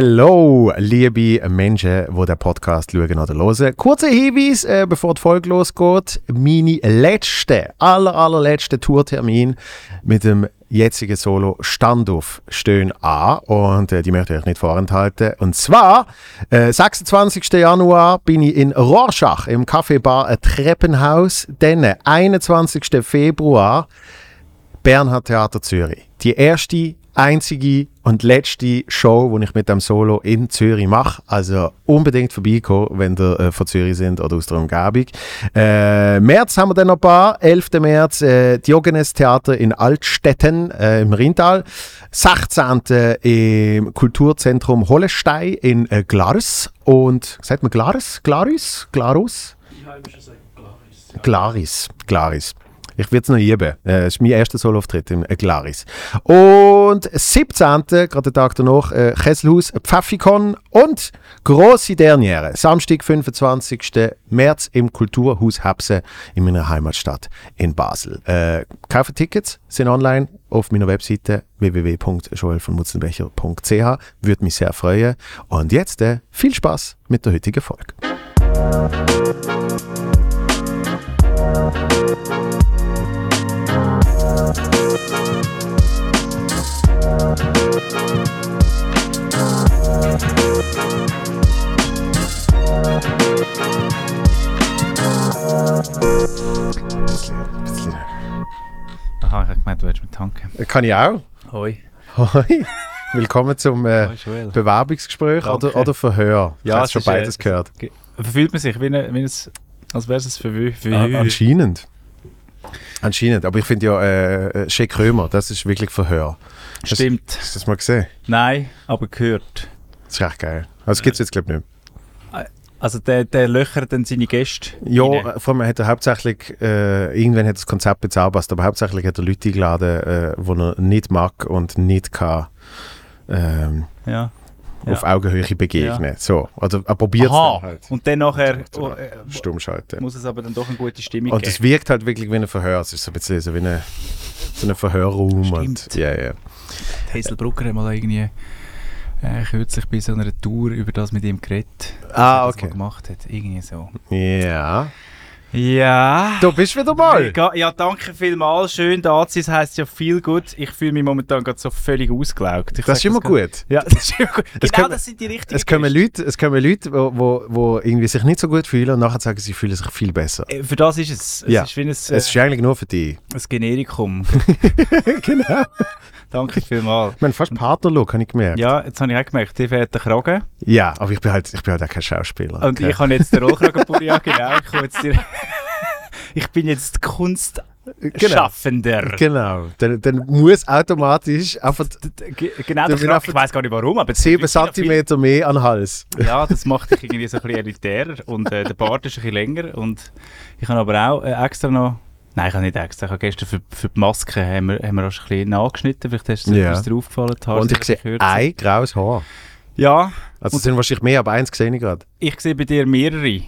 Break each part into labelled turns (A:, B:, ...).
A: Hello, liebe Menschen, die den Podcast schauen oder hören. Kurzer Hinweis, äh, bevor die Folge losgeht. Meine letzte, aller, allerletzte Tourtermin mit dem jetzigen Solo Standuf stehen an und äh, die möchte ich euch nicht vorenthalten. Und zwar, äh, 26. Januar bin ich in Rorschach im Café Bar äh, Treppenhaus, dann 21. Februar Bernhard Theater Zürich. Die erste, einzige und letzte Show, die ich mit dem Solo in Zürich mache. Also unbedingt vorbeikommen, wenn ihr äh, von Zürich sind oder aus der Umgebung. Äh, März haben wir dann noch ein paar. 11. März äh, Diogenes Theater in Altstetten äh, im Rhintal. 16. im Kulturzentrum Hollestein in äh, Glarus. Und, sagt man Glarus? Glarus? Glarus? Glaris. Glaris. Ich werde es noch lieben. Äh, Es ist mein erster Soloauftritt im äh, Glaris. Und 17. gerade den Tag danach, äh, Kesselhaus, Pfaffikon und grosse Derniere. Samstag, 25. März im Kulturhaus Hebse in meiner Heimatstadt in Basel. Äh, kaufen Tickets, sind online auf meiner Webseite www.joelvonmutzenbecher.ch. Würde mich sehr freuen. Und jetzt äh, viel Spaß mit der heutigen Folge.
B: Aha, ich habe gemeint, du willst mit tanken.
A: Äh, Kann ich auch?
B: Hoi.
A: Hoi, willkommen zum äh,
B: Hoi, Joel.
A: Bewerbungsgespräch
B: Danke.
A: oder, oder Verhör. Ich
B: Ja,
A: habe
B: es
A: schon
B: ist, äh,
A: beides gehört.
B: Ge- Verfühlt man sich, wie, ne, wie es, als wäre es ein
A: An-
B: Verhör.
A: Anscheinend. Anscheinend, aber ich finde ja, äh, äh, Che Krömer, das ist wirklich Verhör.
B: Ah, Stimmt.
A: Hast du das mal gesehen?
B: Nein, aber gehört.
A: Das ist echt geil. Also gibt es jetzt, glaube ich, nicht
B: Also der, der löchert dann seine Gäste.
A: mehr. Ja,
B: rein.
A: äh, vor allem hat er hauptsächlich, äh, irgendwann hat das Konzept jetzt angepasst, aber hauptsächlich hat er Leute eingeladen, äh, die er nicht mag und nicht kann ähm,
B: ja. Ja.
A: auf Augenhöhe begegnen. So, oder er probiert es
B: Aha,
A: dann halt.
B: und dann nachher
A: So,
B: oh, äh,
A: Stumm schalten.
B: muss es aber dann doch eine gute Stimmung
A: Und
B: geben.
A: es wirkt halt wirklich wie ein Verhör. Es ist so ein bisschen so wie eine, so ein Verhörraum. Und,
B: Stimmt.
A: ja, ja.
B: Hazel Brugger hat mal irgendwie äh, kürzlich bei so einer Tour über das mit ihm geredet.
A: Ah,
B: was er
A: okay.
B: gemacht hat, irgendwie so.
A: Ja.
B: Ja.
A: Du bist wieder mal.
B: Mega. Ja, danke vielmals. Schön da zu sein. Es heisst ja viel gut. Ich fühle mich momentan gerade so völlig ausgelaugt. Ich
A: Das ist
B: sag
A: immer
B: ganz-
A: gut.
B: Ja, das ist immer gut.
A: Es
B: genau,
A: kommen-
B: das sind die richtigen
A: Es kommen
B: Gäste.
A: Leute, es kommen Leute wo, wo, wo irgendwie sich nicht so gut fühlen und nachher sagen, sie fühlen sich viel besser.
B: Äh, Für das ist es. Es
A: Ja.
B: ist wie ein, äh,
A: Es ist eigentlich nur für dich.
B: ein Generikum.
A: genau.
B: danke vielmals.
A: Ich meine, fast Partnerlook, habe ich gemerkt. Ja.
B: Ja, jetzt habe ich auch gemerkt, die fährt den Kragen.
A: aber ich bin halt, ich bin halt auch kein Schauspieler.
B: Und ich habe jetzt den Rollkragenpulli an, genau. Ich, komme jetzt dir- ich bin jetzt
A: genau.
B: Kunstschaffender.
A: Genau. Dann, dann muss automatisch einfach
B: Ge- Genau, der
A: bin
B: Kragen,
A: einfach
B: ich weiß gar nicht warum, aber
A: 7
B: cm
A: cm mehr an den Hals.
B: Ja, das macht dich irgendwie so ein bisschen elitärer und äh, der Bart ist ein bisschen länger und ich habe aber auch äh, extra noch, nein, ich habe nicht extra, ich habe gestern für, für die Maske haben wir, haben wir auch schon ein bisschen nachgeschnitten, vielleicht hast du
A: Ja.
B: yeah. dir aufgefallen, die Haare
A: Und
B: sind
A: ich sehe
B: ein bisschen kürzer.
A: ein graues Haar.
B: Ja,
A: Also es sind wahrscheinlich mehr, aber eins sehe ich gerade.
B: ich sehe bei dir mehrere.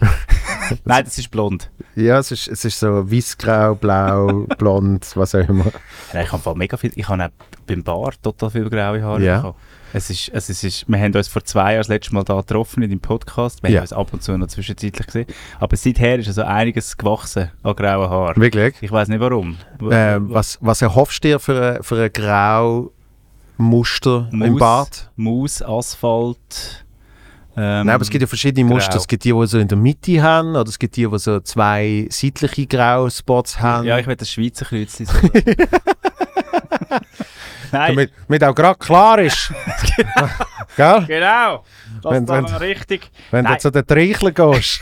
B: nein, das ist blond.
A: Ja, es ist, es ist so weiß-grau, blau, blond, was auch immer.
B: Nein, ich habe im Fall mega viel, ich habe auch beim Bart total viele graue Haare
A: Ja.
B: bekommen. Es ist, es ist, es ist, wir haben uns vor zwei Jahren das letzte Mal da getroffen in deinem Podcast, wir
A: Ja.
B: haben uns ab und zu noch zwischenzeitlich gesehen, aber seither ist also einiges gewachsen an grauen Haaren.
A: Wirklich?
B: Ich weiß nicht warum. W-
A: Ähm, was, was erhoffst du dir für, ein- für ein grau Muster im
B: Maus.
A: Bart?
B: Maus, Asphalt. Ähm,
A: Nein, aber es gibt ja verschiedene
B: grau.
A: Muster. Es gibt die, die so in der Mitte haben, oder es gibt die, die so zwei seitliche Grauspots haben.
B: Ja, ich will das Schweizer Kreuzli. so. Nein,
A: damit, damit auch gerade klar ist. Gell?
B: genau. Das
A: Wenn-
B: wenn, war
A: wenn-
B: noch richtig.
A: Wenn du
B: Nein.
A: zu den Treicheln gehst.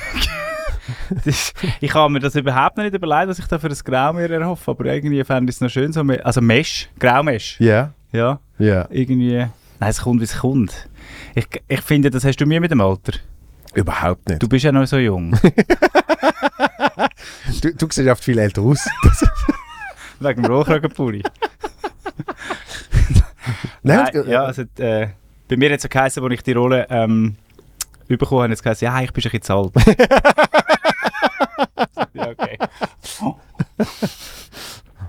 B: Das, ich habe mir das überhaupt noch nicht überlegt, was ich da für ein Grau mir erhoffe, aber irgendwie fände ich es noch schön. So me also Mesh, Graumesh.
A: Ja,
B: Ja,
A: ja.
B: irgendwie. Nein, es kommt, wie es kommt. Ich, ich finde, das hast du mir mit dem Alter.
A: Überhaupt nicht.
B: Du bist ja noch so jung.
A: Du, du siehst oft viel älter aus.
B: wegen dem Rohrkragenpulli. Nein, ja, also, äh, bei mir hat es ja geheißen, als ich die Rolle ähm, bekommen habe, hat es geheißen, ja, ich bin ein bisschen zu alt. ja, okay.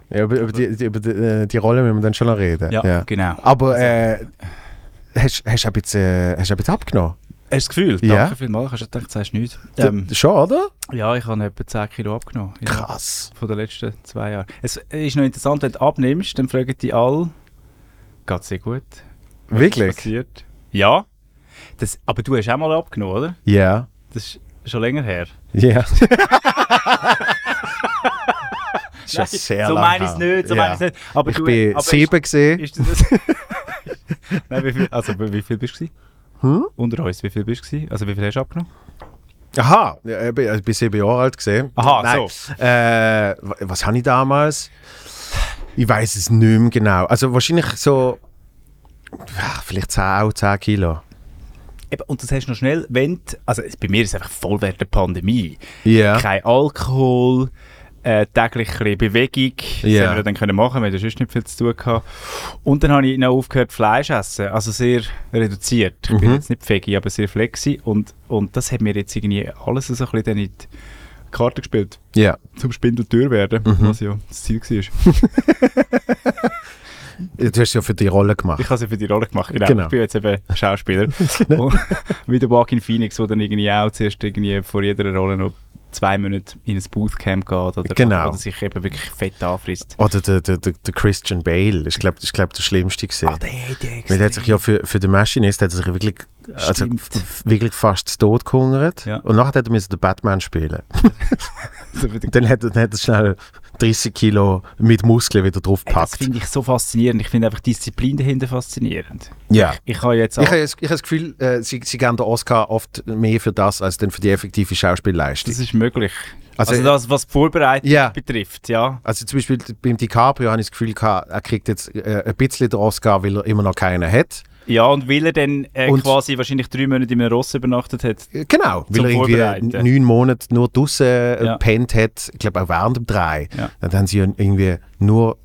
A: Ja, über, über, die, die- über die, äh, die Rolle müssen wir dann schon noch reden.
B: Ja, genau.
A: Aber äh, hast, hast, du ein bisschen, äh, hast du ein bisschen abgenommen?
B: Hast du das Gefühl?
A: Ja.
B: Danke vielmals. Hast du gedacht, du sagst nichts? Ähm,
A: D- Schon, oder?
B: ja, ich habe etwa 10 Kilo abgenommen. Ja.
A: Krass.
B: von den letzten zwei Jahren. Es ist noch interessant, wenn du abnimmst, dann fragen die alle, geht es dir gut? Was
A: Wirklich?
B: passiert? Ja. Das, aber du hast auch mal abgenommen, oder?
A: Ja.
B: Das ist schon länger her.
A: Ja. Schon sehr
B: so
A: lang
B: meine ich es
A: her.
B: nicht, so
A: Ja.
B: meine ich es nicht. Aber
A: Ich
B: du, äh,
A: bin
B: aber
A: sieben gesehen.
B: Ist, ist das... Nein, wie viel, also wie viel bist du? gewesen?
A: Hm?
B: Unter uns, wie viel bist du? gewesen? Also wie viel hast du abgenommen?
A: Aha, ja, ich bin, ich bin sieben Jahre alt gesehen.
B: Aha,
A: so. Äh, wa- was habe ich damals? Ich weiß es nicht mehr genau. Also wahrscheinlich so, ja, vielleicht 10, auch 10 Kilo.
B: Eben, und das hast du noch schnell, wenn du, also bei mir ist es einfach voll während der Pandemie.
A: Ja.
B: kein Alkohol, äh, täglich ein bisschen Bewegung.
A: Ja.
B: Das haben wir dann können machen, wir haben ja sonst nicht viel zu tun gehabt. Und dann habe ich noch aufgehört Fleisch essen, also sehr reduziert. Ich bin
A: Mhm.
B: jetzt nicht Veggie, aber sehr flexi und, und das hat mir jetzt irgendwie alles so ein bisschen dann in die Karte gespielt,
A: Ja.
B: zum Spindeltür werden,
A: Mhm.
B: was ja das Ziel war.
A: Du hast ja für die Rolle gemacht.
B: Ich habe es ja für die Rolle gemacht, genau.
A: Genau.
B: Ich bin jetzt eben Schauspieler. Und Wie der Walk in Phoenix, wo dann irgendwie auch zuerst irgendwie vor jeder Rolle noch zwei Monate in ein Boothcamp geht oder,
A: Genau.
B: oder sich eben wirklich fett anfrisst.
A: Oder Oh, der, der, der, der Christian Bale, ich glaube, ich glaub, der Schlimmste gesehen.
B: Ah, der hat ja
A: Weil Oh, der hat sich ja für, für den Maschinist hat er sich wirklich, also,
B: Stimmt.
A: f- wirklich fast zu Tod gehungert.
B: Ja.
A: Und nachher hat er müssen den Batman spielen.
B: extrem-
A: Und dann hat, er- dann hat er schnell 30 Kilo mit Muskeln wieder
B: Ey, Das
A: draufgepackt.
B: finde ich so faszinierend. Ich finde einfach Disziplin dahinter faszinierend.
A: ja.
B: Ich habe jetzt
A: Ich
B: auch...
A: habe ich hab das Gefühl, äh, sie, sie geben den Oscar oft mehr für das, als dann für die effektive Schauspielleistung.
B: Das ist möglich.
A: Also-
B: Also, das, was die Vorbereitung
A: Ja.
B: betrifft, ja.
A: Also zum Beispiel beim DiCaprio habe ich das Gefühl, gehabt, er kriegt jetzt äh, ein bisschen den Oscar, weil er immer noch keinen hat.
B: Ja, und weil er dann äh,
A: Und-
B: quasi wahrscheinlich drei Monate in einem Ross übernachtet hat.
A: Äh, Genau, weil
B: Zum
A: er irgendwie
B: Vorbereiten.
A: neun Monate nur draußen äh,
B: Ja.
A: gepennt hat, ich glaube auch während dem Drei.
B: Ja.
A: Dann haben sie ja irgendwie nur,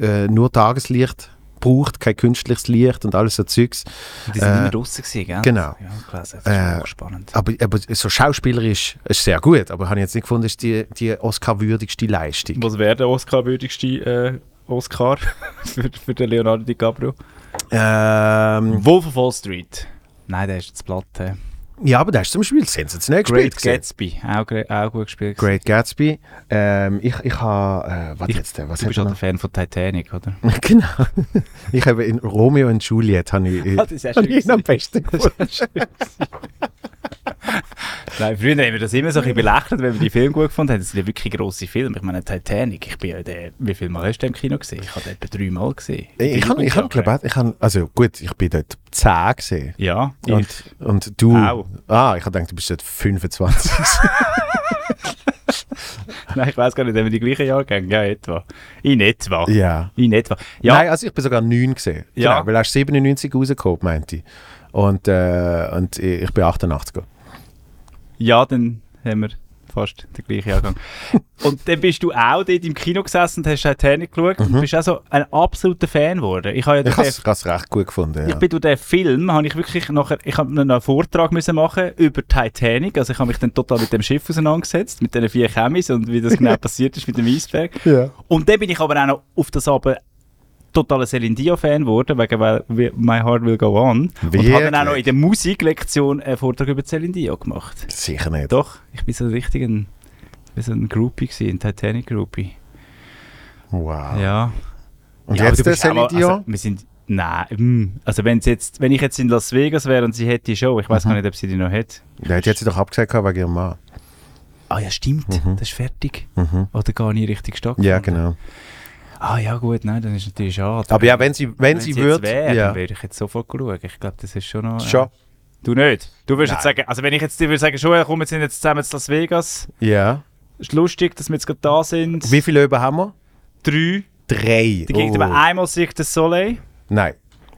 A: äh, nur Tageslicht gebraucht, kein künstliches Licht und alles so Zeugs.
B: Und die sind
A: Äh,
B: immer draussen gewesen, gell?
A: genau.
B: Ja, gelesen. Das ist
A: Äh,
B: auch spannend.
A: Aber, aber so schauspielerisch ist sehr gut, aber habe ich jetzt nicht gefunden, ist die, die Oscar-würdigste Leistung.
B: Was wäre der Oscar-würdigste Oscar für, für den Leonardo DiCaprio?
A: Ähm,
B: Wolf of Wall Street. Nein, der ist das Platte.
A: ja, aber das ist zum Beispiel sensationell gespielt.
B: Great
A: gewesen.
B: Gatsby. Auch, gre- auch gut gespielt. gewesen.
A: Great Gatsby. Ähm, ich ich habe. Äh, was
B: Ich-
A: jetzt denn? Was
B: Du
A: hat
B: bist halt
A: er
B: ein Fan von Titanic, oder?
A: noch? Genau. Ich habe in Romeo und Juliet habe ich,
B: Ah, das ist ja
A: habe
B: schön
A: ich ihn am besten
B: gewesen.
A: gefunden.
B: Nein, früher haben wir das immer so ein bisschen belächelt, wenn wir die Filme gut gefunden haben. Das sind ja wirklich grosse Filme. Ich meine, Titanic, ich bin ja der, wie viel Mal hast du den im Kino gesehen? Ich habe den etwa dreimal gesehen.
A: Ich, ich, habe- ich habe, glaube ich, ich habe, also gut, ich bin dort 10 gesehen.
B: Ja, ich,
A: Und, und du.
B: Hm. Auch.
A: Ah, ich habe gedacht, du bist dort 25.
B: nein, ich weiß gar nicht, haben wir die gleichen Jahrgänge? Ja, etwa. In etwa.
A: ja.
B: In etwa. Ja,
A: Nein, also ich bin sogar 9 gesehen.
B: Ja.
A: Genau, weil er ist 97 rausgekommen, meinte ich. Und, äh, und ich ich bin 88. gegangen.
B: ja, dann haben wir fast den gleichen Jahrgang. und dann bist du auch dort im Kino gesessen und hast Titanic geschaut und bist auch so ein absoluter Fan geworden. Ich habe ja
A: Mhm. Ich
B: den
A: habe es recht gut gefunden.
B: Ich
A: ja.
B: bin durch den Film, habe ich wirklich nachher, ich habe noch einen Vortrag müssen machen über Titanic, also ich habe mich dann total mit dem Schiff auseinandergesetzt, mit den vier Chemis und wie das genau passiert ist mit dem Eisberg.
A: Ja.
B: Und dann bin ich aber auch noch auf das aber totaler Celine Dion Fan geworden, wegen weil- wie- My Heart Will Go On. Und habe dann auch noch in der Musiklektion einen Vortrag über Celine Dion gemacht.
A: Sicher nicht.
B: Doch, ich bin so richtig ein, ich bin so ein Groupie gewesen, ein Titanic Groupie.
A: Wow.
B: Ja.
A: Und
B: Ja, aber
A: jetzt
B: du
A: der
B: bist auch
A: Celine
B: mal-
A: Dion?
B: Also, wir sind, nein, mm. also wenn's jetzt, wenn ich jetzt in Las Vegas wäre und sie hätte die Show, ich weiß gar nicht, ob sie die noch hat.
A: Ja, die hat sie doch abgesagt gehabt wegen ihrem Mann.
B: Ah ja, stimmt, das ist fertig. Oder gar nie richtig stattgefunden.
A: Ja, genau.
B: Ah ja, gut, nein, dann ist natürlich schade.
A: Aber ja, wenn sie, wenn sie,
B: jetzt
A: würde.
B: wäre,
A: ja.
B: dann würde ich jetzt sofort schauen. Ich glaube, das ist schon noch... äh,
A: Schon.
B: Du nicht? Du würdest jetzt
A: Nein.
B: sagen, also wenn ich jetzt dir würde sagen, schon, ja, komm, wir sind jetzt zusammen in Las Vegas,
A: Ja.
B: ist lustig, dass wir jetzt gerade da sind.
A: Wie viele Löwen haben wir?
B: Drei.
A: Drei. Oh.
B: Da ging aber einmal sich das Soleil.
A: Nein,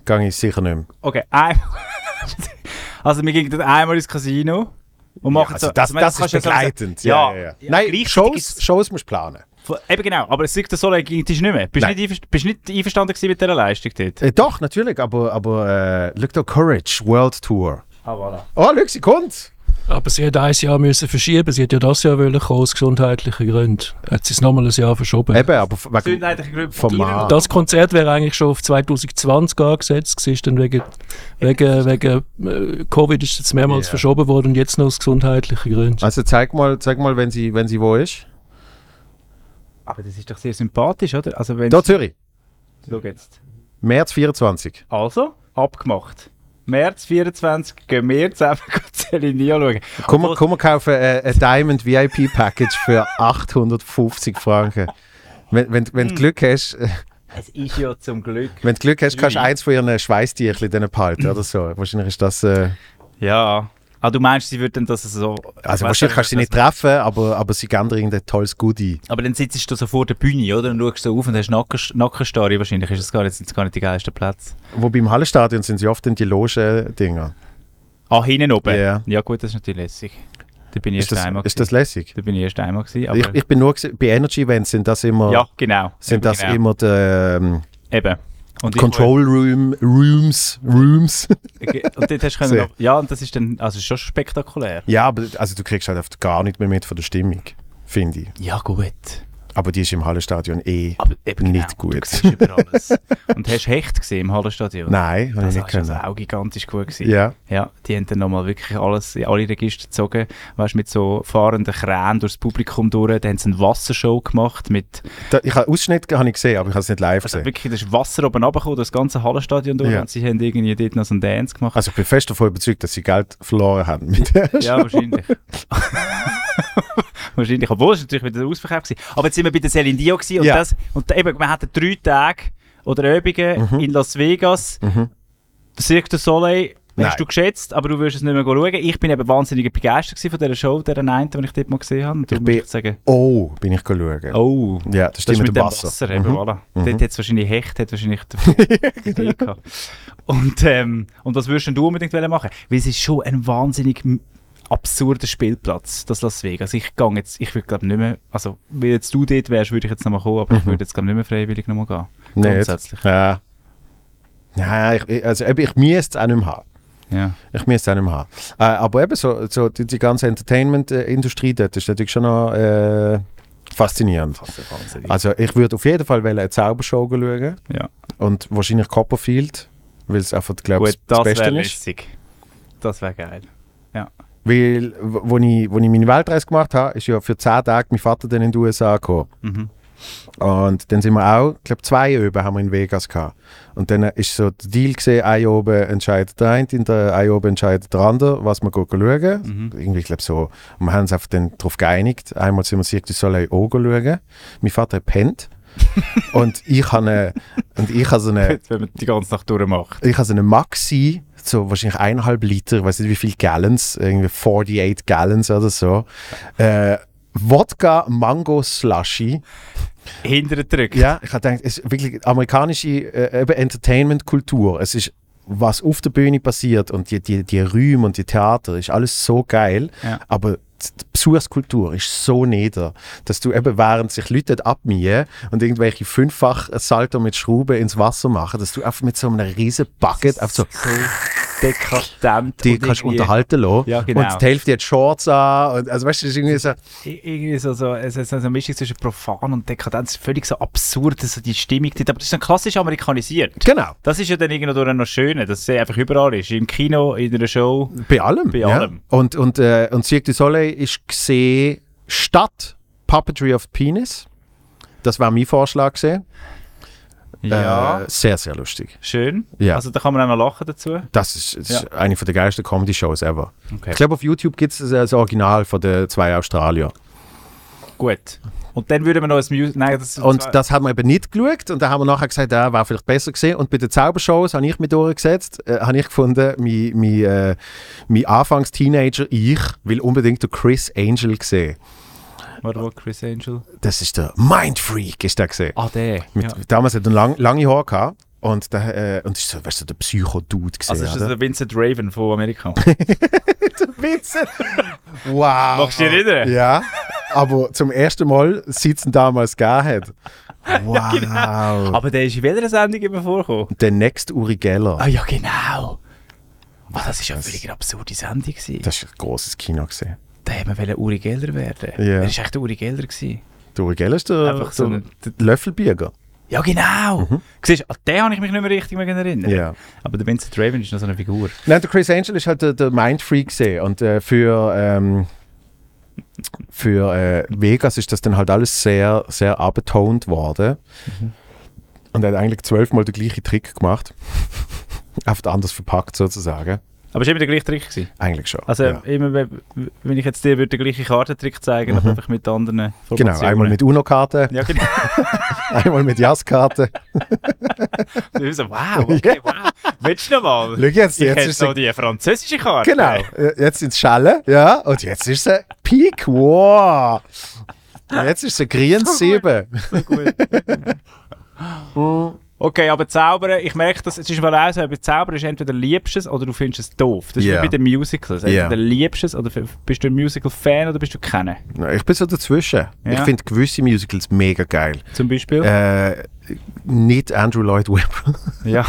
A: gang ich sicher nicht mehr.
B: Okay, einmal. also wir gehen dann einmal ins Casino und machen
A: also
B: so.
A: das,
B: also, man-
A: das ist
B: kannst ja so
A: begleitend.
B: sagen-
A: Ja, ja, ja. Nein,
B: gleichzeitig
A: Shows,
B: ist-
A: Shows musst du planen.
B: von- Eben genau, aber es liegt so lange ging das nicht mehr. Bist du
A: Nein.
B: nicht, einverst- bist nicht einverstanden gewesen mit dieser Leistung dort?
A: Äh, doch, natürlich, aber, aber äh, schau da, Courage World Tour.
B: Ah, voilà.
A: Oh, schau, sie kommt.
C: Aber sie hat ein Jahr müssen verschieben. Sie hat ja das Jahr wollen kommen, aus gesundheitlichen Gründen. Hat sie es nochmal ein Jahr verschoben.
A: Eben, aber f- wegen,
B: Gesundheitliche Gründe.
A: Vom Mann.
C: Das Konzert wäre eigentlich schon auf 2020 angesetzt gewesen, dann wegen, wegen, wegen äh, Covid ist jetzt mehrmals
A: Ja.
C: verschoben worden und jetzt noch aus gesundheitlichen Gründen.
A: also zeig mal, zeig mal, wenn sie, wenn sie wo ist.
B: Aber das ist doch sehr sympathisch, oder? Also wenn
A: Da Zürich,
B: Schau jetzt.
A: März 24.
B: Also, abgemacht. März 24 gehen wir zusammen Celine Dion schauen.
A: Komm, wir-
B: Obwohl-
A: komm, wir kaufen äh, ein Diamond VIP Package für 850 Franken. Wenn, wenn, wenn du Glück hast, äh,
B: Es ist ja zum Glück.
A: wenn du Glück hast, kannst du
B: Ui.
A: eins von ihren Schweißtierchen dann behalten oder so. Wahrscheinlich ist das, äh,
B: Ja. Ah, du meinst, sie würden das so.
A: also wahrscheinlich kannst du sie nicht treffen, aber, aber sie geben dir irgendein tolles Goodie.
B: Aber dann sitzt du so vor der Bühne, oder? Und schaust so auf und hast Nacken, Nackenstarre. Wahrscheinlich ist das gar nicht, sind das gar nicht die geilsten Plätze.
A: Wo beim Hallenstadion sind sie oft in die äh, Loge-Dinger.
B: Ah, hinten oben?
A: Ja.
B: Ja, gut, das ist natürlich lässig. Da bin ich
A: Ist
B: erst
A: das,
B: einmal.
A: ist
B: gewesen.
A: das lässig?
B: da bin ich erst einmal. Gewesen, aber
A: Ich, ich bin nur gese- bei Energy Events sind das immer,
B: ja, genau.
A: sind
B: Eben,
A: das
B: genau.
A: immer die ähm,
B: Eben. Und ich-
A: Control Room Rooms Rooms.
B: Ge- Und dort hast du können
A: Sehr.
B: noch, ja, und das ist dann, also ist schon spektakulär.
A: ja, aber also du kriegst halt oft gar nicht mehr mit von der Stimmung, finde ich.
B: Ja, gut.
A: Aber die ist im Hallenstadion eh.
B: Aber eben
A: Nicht
B: genau,
A: gut.
B: Du siehst über alles. und hast Hecht gesehen im Hallenstadion?
A: Nein, habe ich
B: Das
A: nicht
B: ist also
A: können.
B: auch gigantisch gut gewesen.
A: Ja,
B: Ja, die haben dann nochmal wirklich alles, alle Register gezogen. Weißt mit so fahrenden Kränen durchs Publikum durch. Dann haben sie eine Wassershow gemacht mit,
A: da, ich habe Ausschnitt ge- habe ich gesehen, aber ich habe es nicht live
B: also
A: gesehen.
B: wirklich, das ist Wasser oben runtergekommen, das ganze Hallenstadion durch.
A: Ja.
B: Und sie haben irgendwie dort noch so einen Dance gemacht.
A: Also ich bin fest davon überzeugt, dass sie Geld verloren haben mit der
B: Ja, wahrscheinlich. wahrscheinlich. Obwohl es natürlich wieder ausverkauft war. Aber jetzt sind wir bei der Celine Dion gewesen und,
A: Ja.
B: das, und da eben, wir hatten drei Tage oder Übungen in Las Vegas.
A: Mhm.
B: Cirque du Soleil
A: Nein.
B: hast du geschätzt, aber du wirst es nicht mehr schauen. Ich bin eben wahnsinnig begeistert gewesen von dieser Show, dieser einen, die ich dort mal gesehen habe. Und
A: Ich
B: darum
A: bin-
B: muss ich sagen,
A: Oh, bin ich schauen.
B: oh,
A: Ja, das
B: das
A: stimmt
B: ist mit dem
A: Wasser.
B: Wasser. eben,
A: Mhm.
B: voilà.
A: Mhm. Genau.
B: Dort hat es wahrscheinlich Hecht, hat wahrscheinlich der Idee gehabt. und, ähm, und was würdest denn du unbedingt wollen machen? Weil es ist schon ein wahnsinnig m- absurder Spielplatz, das Las Vegas. Also Ich gehe jetzt, ich würde glaube nicht mehr, also wenn jetzt du dort wärst, würde ich jetzt nochmal kommen, aber
A: Mhm.
B: ich würde jetzt glaube nicht mehr freiwillig nochmal gehen.
A: Nicht.
B: Grundsätzlich.
A: Ja. Nein, ich- ich, also, eben, ich müsste es auch nicht mehr haben.
B: Ja.
A: Ich müsste es auch nicht mehr haben. Äh, aber eben so, so die, die ganze Entertainment-Industrie dort ist natürlich schon noch äh, faszinierend.
B: Wahnsinnig.
A: Also ich würde auf jeden Fall wollen eine Zaubershow schauen
B: Ja.
A: und wahrscheinlich Copperfield, weil es einfach, glaube ich,
B: Gut,
A: das,
B: das
A: Beste
B: wäre
A: ist.
B: lässig. Das wäre geil.
A: Weil, w- wo ich, wo ich meine Weltreise gemacht habe, ist ja für 10 Tage mein Vater dann in die USA gekommen.
B: Mhm.
A: Und dann sind wir auch, ich glaube, zwei oben haben wir in Vegas gehabt. Und dann äh, ist so der Deal gesehen, ein oben entscheidet der eine, in der ein oben entscheidet der andere, was wir schauen.
B: Mhm.
A: Irgendwie, ich glaube, so. Und wir haben uns einfach dann darauf geeinigt. Einmal sind wir Cirque du Soleil auch schauen. Mein Vater hat pennt. und ich habe eine, und ich habe so eine,
B: Wenn man die ganze Nacht durchmacht.
A: ich habe so eine Maxi, so wahrscheinlich eineinhalb Liter, ich weiß nicht wie viel Gallons, irgendwie 48 Gallons oder so. Äh, Wodka Mango Slushy.
B: Hinterher drückt.
A: Ja, ich habe gedacht, es ist wirklich amerikanische äh, eben Entertainment-Kultur. Es ist, was auf der Bühne passiert und die, die, die Räume und die Theater, ist alles so geil.
B: Ja.
A: Aber die Besuchskultur ist so nieder, dass du eben während sich Leute abmiehen und irgendwelche fünffach Salto mit Schrauben ins Wasser machen, dass du einfach mit so einem riesen Bucket auf so
B: dekadent.
A: die
B: und
A: kannst
B: irgendwie-
A: unterhalten lassen.
B: Ja, genau.
A: Und die Hälfte hat Shorts an. Und, also weißt du, das ist irgendwie so,
B: I- irgendwie so, so, es ist so eine Mischung zwischen profan und Dekadenz, völlig so absurd, so die Stimmung dort, aber das ist dann klassisch amerikanisiert.
A: genau,
B: Das ist ja dann irgendwo noch schön, dass es eh einfach überall ist, im Kino, in einer Show.
A: bei allem.
B: Bei
A: ja.
B: allem.
A: Und, und, äh, und Cirque du Soleil ist gesehen statt Puppetry of Penis. Das war mein Vorschlag gesehen. Äh, sehr, sehr lustig.
B: Schön.
A: Ja.
B: Also da kann man auch noch lachen dazu.
A: Das ist, das ist
B: Ja.
A: eine von der geilsten Comedy-Shows ever.
B: Okay.
A: Ich glaube, auf YouTube gibt es das, äh, das Original von den zwei Australier.
B: Gut. Und dann würden wir noch ein Musical... Nein, das
A: Und das haben wir eben nicht geschaut. Und da haben wir nachher gesagt, ja, wäre vielleicht besser gesehen. Und bei den Zaubershows habe ich mich durchgesetzt, äh, habe ich gefunden, mein, mein, äh, mein Anfangs-Teenager, ich, will unbedingt den Chris Angel sehen.
B: Warte, wo Chris Angel?
A: Das ist der Mindfreak, ist der gesehen.
B: Ah, der.
A: Mit,
B: ja.
A: Damals hat er lang, lange Haare gehabt. Und der, äh, und ist so, weißt du, der Psycho-Dude gesehen.
B: Also ist das
A: oder?
B: der Vincent Raven von Amerika.
A: Witze! wow!
B: Machst du dich erinnern?
A: Ja, aber zum ersten Mal, seit es ihn damals gegeben hat. Wow!
B: genau. aber der ist in welcher Sendung immer vorgekommen?
A: Der Next Uri Geller.
B: ja, Ah, genau. Ah, das war ja eine völlig absurde Sendung. gewesen.
A: Das war ein grosses Kino. Gewesen.
B: Da haben wir Uri Gelder werden.
A: Ja.
B: Er war echt der Uri Gelder. Gewesen.
A: Der Uri Geller ist der,
B: Einfach so
A: der,
B: ein-
A: der Löffelbieger.
B: Ja, nou. genau. Siehst, an den habe ich mich nicht mehr richtig mehr erinnern.
A: Mhm. Ja.
B: Aber der Vincent Raven ist noch so eine Figur.
A: Nein, der Chris Angel ist halt der, der Mindfreak gesehen und äh, für ähm, für äh, Vegas ist das dann halt alles sehr sehr abgetont worden
B: Mhm.
A: und er hat eigentlich zwölfmal den gleichen Trick gemacht, oft anders verpackt sozusagen.
B: Aber es war immer der gleiche Trick. Gewesen.
A: Eigentlich schon.
B: Also
A: ja.
B: immer, wenn wenn ich jetzt dir würde den gleichen Kartentrick zeigen aber einfach mit anderen
A: Mhm.
B: eh,
A: genau.
B: Formationen.
A: Einmal mit Uno-Karte,
B: Ja, genau.
A: einmal mit Jas-Karte.
B: Und ich so, wow, okay, wow. Willst du noch mal?
A: Schau jetzt,
B: ich
A: jetzt
B: hätte
A: ist
B: noch
A: sie-
B: die französische Karte.
A: Genau. äh, Jetzt ins Schellen, ja. Und jetzt ist es ein Peak. Wow. Jetzt ist es ein Green 7.
B: Gut. Okay, aber Zaubern, ich merke das, es ist mal auch so, bei Zaubern ist entweder liebst du es oder du findest es doof. Das ist
A: Ja.
B: wie bei den Musicals. Entweder
A: Ja.
B: liebst du es oder f- bist du ein Musical-Fan oder bist du keiner,
A: Na, Ich bin so dazwischen.
B: Ja.
A: Ich finde gewisse Musicals mega geil.
B: zum Beispiel.
A: Äh, nicht Andrew Lloyd Webber.
B: Ja.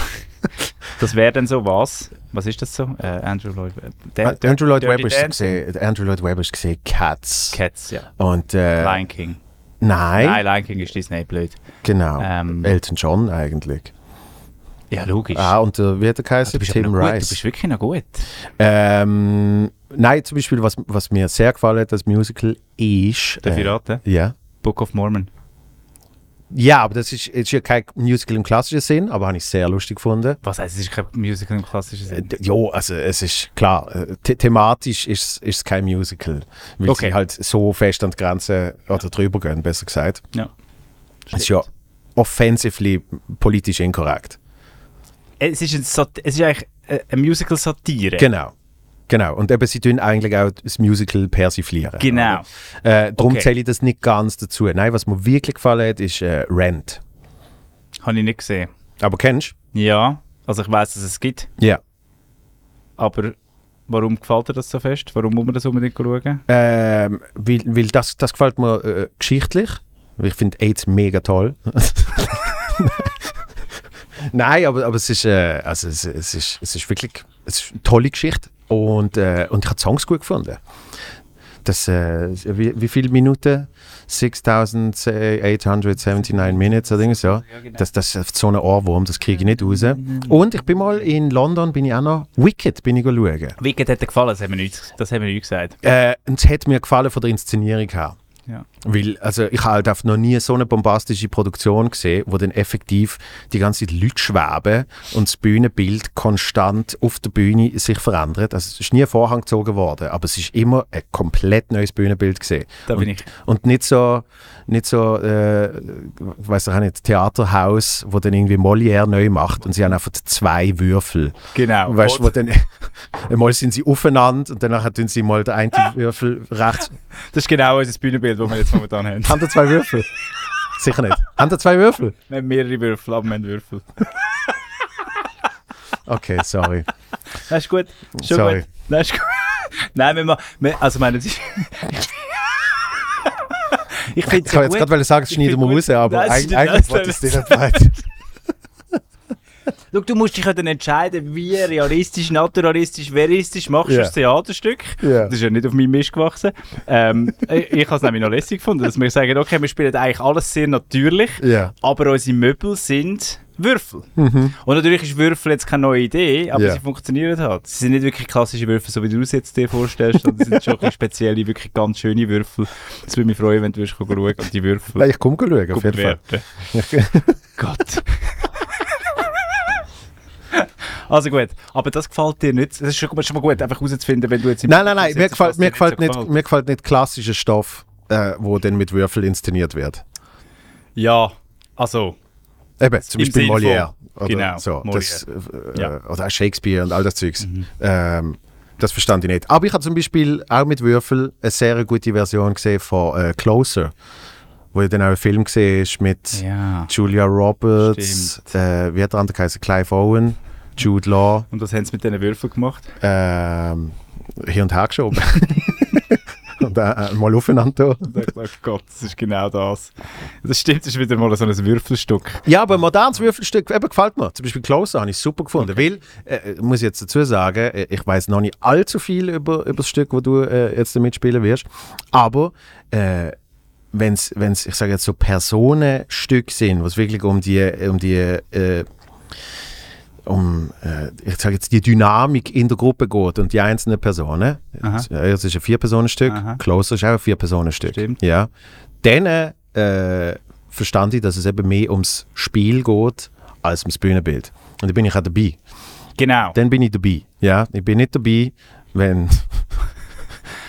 B: Das wäre dann so was? Was ist das so? Äh, Andrew Lloyd. äh, der- der-
A: Andrew Lloyd
B: Dirty
A: Webber ist
B: Dancing.
A: gesehen. Andrew Lloyd Webber ist gesehen Cats.
B: Cats, ja.
A: Und äh,
B: Lion King.
A: nein,
B: Nein, Lion King ist Disney blöd.
A: genau.
B: Ähm.
A: Elton John eigentlich.
B: Ja, logisch.
A: Ah, und äh, wie hat er geheißen?
B: du bist aber
A: Tim
B: noch gut. Du
A: Rice.
B: bist wirklich noch gut.
A: Ähm, nein, zum Beispiel, was, was mir sehr gefallen hat, das Musical ist.
B: Darf ich
A: äh,
B: raten?
A: ja.
B: Book of Mormon.
A: Ja, aber das ist, ist ja kein Musical im klassischen Sinn, aber habe ich sehr lustig gefunden.
B: Was heißt, es ist kein Musical im klassischen Sinne?
A: Jo, also es ist klar, äh, the thematisch ist ist es kein Musical, weil
B: Okay.
A: sie halt so fest an die Grenze äh, oder drüber gehen, besser gesagt.
B: Ja.
A: Es ist ja offensively politisch inkorrekt.
B: Es ist, ein Sat es ist eigentlich äh, eine Musical-Satire.
A: Genau. Genau, und eben, sie tun eigentlich auch das Musical persiflieren.
B: Genau.
A: Äh, darum
B: Okay.
A: zähle ich das nicht ganz dazu. Nein, was mir wirklich gefallen hat, ist äh, Rent.
B: Habe ich nicht gesehen.
A: Aber kennst
B: Ja, also ich weiß, dass es gibt,
A: du? Ja.
B: aber warum gefällt dir das so fest? Warum muss man das unbedingt schauen?
A: Ähm, weil, weil das, das gefällt mir äh, geschichtlich. Weil Ich finde AIDS mega toll. Nein, aber, aber es, ist, äh, also es, es, ist, es ist wirklich es ist eine tolle Geschichte. Und, äh, und ich habe die Songs gut gefunden. Das, äh, wie, wie viele Minuten? 6879 Minutes oder irgendwie so. Das, das ist so ein Ohrwurm, das kriege ich nicht raus. Und ich bin mal in London, bin ich auch noch Wicked bin ich schauen.
B: Wicked hat dir gefallen, das haben wir nicht, das haben wir nicht gesagt.
A: Äh, und es hat mir gefallen von der Inszenierung her.
B: Ja.
A: Weil, also ich habe halt einfach noch nie so eine bombastische Produktion gesehen, wo dann effektiv die ganze Zeit Leute schweben und das Bühnenbild konstant auf der Bühne sich verändert. Also es ist nie ein Vorhang gezogen worden, aber es ist immer ein komplett neues Bühnenbild gesehen.
B: Da bin
A: und,
B: ich-
A: Und nicht so, nicht so, äh, ich weiß auch nicht, Theaterhaus, wo dann irgendwie Molière neu macht und sie haben einfach zwei Würfel.
B: Genau.
A: Weißt du, wo
B: Oder-
A: dann einmal sind sie aufeinander und danach tun sie mal den einen Würfel rechts.
B: das ist genau unser Bühnenbild, das wir jetzt momentan haben.
A: Haben da zwei Würfel? Sicher nicht. Haben da zwei Würfel?
B: Wir haben mehrere Würfel, aber wir haben Würfel.
A: Okay, sorry.
B: Das ist gut. Ist Schon
A: Sorry.
B: gut. Das ist gut. Nein, wir machen. wir- Also, ich meine, es ist. ich finde
A: Ich kann jetzt gerade wollen sagen, das
B: Ich
A: schneiden wir
B: bin gut.
A: raus, aber
B: Nein,
A: eigentlich,
B: nein,
A: eigentlich
B: nein,
A: wollte ich es dir nicht sagen.
B: Schau, du musst dich ja dann entscheiden, wie realistisch, naturalistisch, veristisch machst
A: Ja.
B: du das Theaterstück.
A: Ja.
B: Das ist ja nicht auf meinem Mist gewachsen. Ähm, ich ich habe es nämlich noch lässig gefunden, dass wir sagen, okay, wir spielen eigentlich alles sehr natürlich,
A: Ja.
B: aber unsere Möbel sind Würfel. Und natürlich ist Würfel jetzt keine neue Idee, aber
A: Mhm. Ja.
B: sie funktionieren halt. Sie sind nicht wirklich klassische Würfel, so wie du es jetzt dir vorstellst, sondern es sind schon ein bisschen spezielle, wirklich ganz schöne Würfel. Es würde mich freuen, wenn du würdest schauen und die Würfel
A: Nein, ich komme schauen, auf jeden Fall.
B: bewerten. Gott. Also gut, aber das gefällt dir nicht. Das ist schon schon mal gut, einfach herauszufinden, wenn du jetzt im
A: Nein, nein, nein,
B: sitzt,
A: mir gefällt,
B: was dir
A: mir gefällt,
B: so
A: nicht, mir gefällt nicht klassischer Stoff, äh, wo dann mit Würfeln inszeniert wird.
B: Ja, also,
A: Eben, zum
B: Im
A: Beispiel
B: Sinn von-
A: Molière. Oder
B: genau,
A: so, Das, äh,
B: Ja. Mhm.
A: Oder auch Shakespeare und all das Zeugs. Ähm, das verstand ich nicht. Aber ich habe zum Beispiel auch mit Würfel eine sehr gute Version gesehen von äh, Closer, wo ich dann auch einen Film gesehen ist mit
B: ja.
A: Julia Roberts, äh, wie hat der andere geheißen? Clive Owen, Jude Law,
B: Und was haben sie mit diesen Würfeln gemacht?
A: ähm, hier und her geschoben. und äh, mal aufeinander tun.
B: Ich dachte, oh Gott, das ist genau das. Das stimmt, das ist wieder mal so ein Würfelstück.
A: Ja, aber ein modernes Würfelstück eben, gefällt mir. Zum Beispiel Closer habe ich super gefunden. Weil, äh, muss ich jetzt dazu sagen, äh, ich weiß noch nicht allzu viel über, über das Stück, wo du äh, jetzt damit spielen wirst. Aber äh, wenn es, ich sage jetzt so Personenstücke sind, wo es wirklich um die, um die äh, um, äh, ich sage jetzt, die Dynamik in der Gruppe geht und die einzelnen Personen.
B: Aha.
A: Das, ja, das ist ein Vier-Personen-Stück,
B: Aha.
A: Closer ist auch ein Vier-Personen-Stück.
B: Stimmt.
A: Ja. Dann äh, verstand ich, dass es eben mehr ums Spiel geht als ums Bühnenbild. Und dann bin ich auch dabei.
B: Genau.
A: Dann bin ich dabei. Ja, ich bin nicht dabei, wenn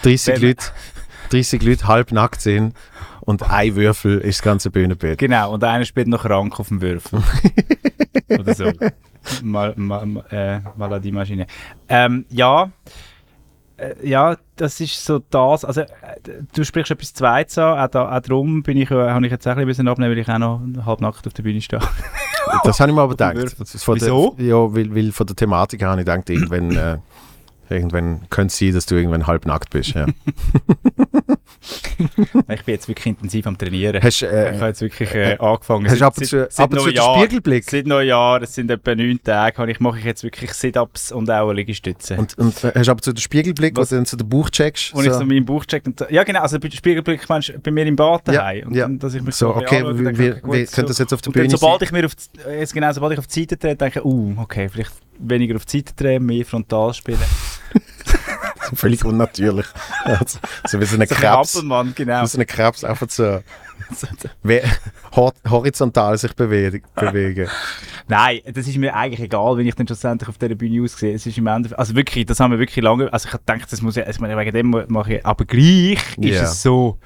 A: 30
B: Wenn-
A: Leute 30 Leute halb nackt sind und ein Würfel ist das ganze Bühnenbild.
B: Genau, und einer spielt noch Rank auf dem Würfel. Oder so. Mal, mal, mal, äh, mal an die Maschine. Ähm, ja, äh, ja, das ist so das. Also, äh, du sprichst etwas Zweites an. Auch, da, auch darum bin ich, äh, habe ich jetzt auch ein bisschen abnehmen, weil ich auch noch halbnackt auf der Bühne stehe.
A: Das habe ich mir aber
B: Genau.
A: gedacht.
B: dem Würfel.
A: Das ist von
B: Wieso?
A: Der, ja, weil, weil von der Thematik her habe ich gedacht, irgendwann, äh, irgendwann könnte es sein, dass du irgendwann halb nackt bist. Ja.
B: Ich bin jetzt wirklich intensiv am Trainieren.
A: Hast,
B: ich
A: äh,
B: habe jetzt wirklich äh, angefangen.
A: hast
B: Seit-
A: ab und zu,
B: seit-
A: ab
B: seit
A: und zu den
B: Neujahr.
A: Spiegelblick?
B: Seit Neujahr, es sind etwa neun Tage, habe ich, mache ich jetzt wirklich Sit-Ups und auch Liegestütze.
A: Und, und äh, hast ab und zu den Spiegelblick,
B: Was?
A: wo du dann zu dem Buch checkst?
B: Und ich so mein Buch checkt und so, ja genau, also bei Spiegelblick meinst du bei mir im Bad
A: Ja,
B: daheim. und
A: ja.
B: dann, dass ich mich
A: so,
B: ein
A: okay,
B: bisschen anschaue,
A: wir,
B: denke,
A: wir,
B: okay, gut,
A: wir können das jetzt auf der
B: und dann,
A: Bühne
B: sobald ich mir auf die, jetzt genau, sobald ich auf die Seite drehe, denke ich, uh, okay, vielleicht weniger auf die Seite drehen, mehr frontal spielen.
A: sein. Völlig unnatürlich. Also, so wie so eine
B: So ein
A: Krebs.
B: Hampelmann, genau.
A: Wie so eine Krebs einfach so we- hor- horizontal sich bewegen. bewegen.
B: Nein, das ist mir eigentlich egal, wenn ich dann schlussendlich auf dieser Bühne aussehe. Es ist im Endeffekt, also wirklich, das haben wir wirklich lange, also ich habe gedacht, das muss ich, also ich meine, wegen dem mu- mache ich, aber gleich ist
A: Ja.
B: es so,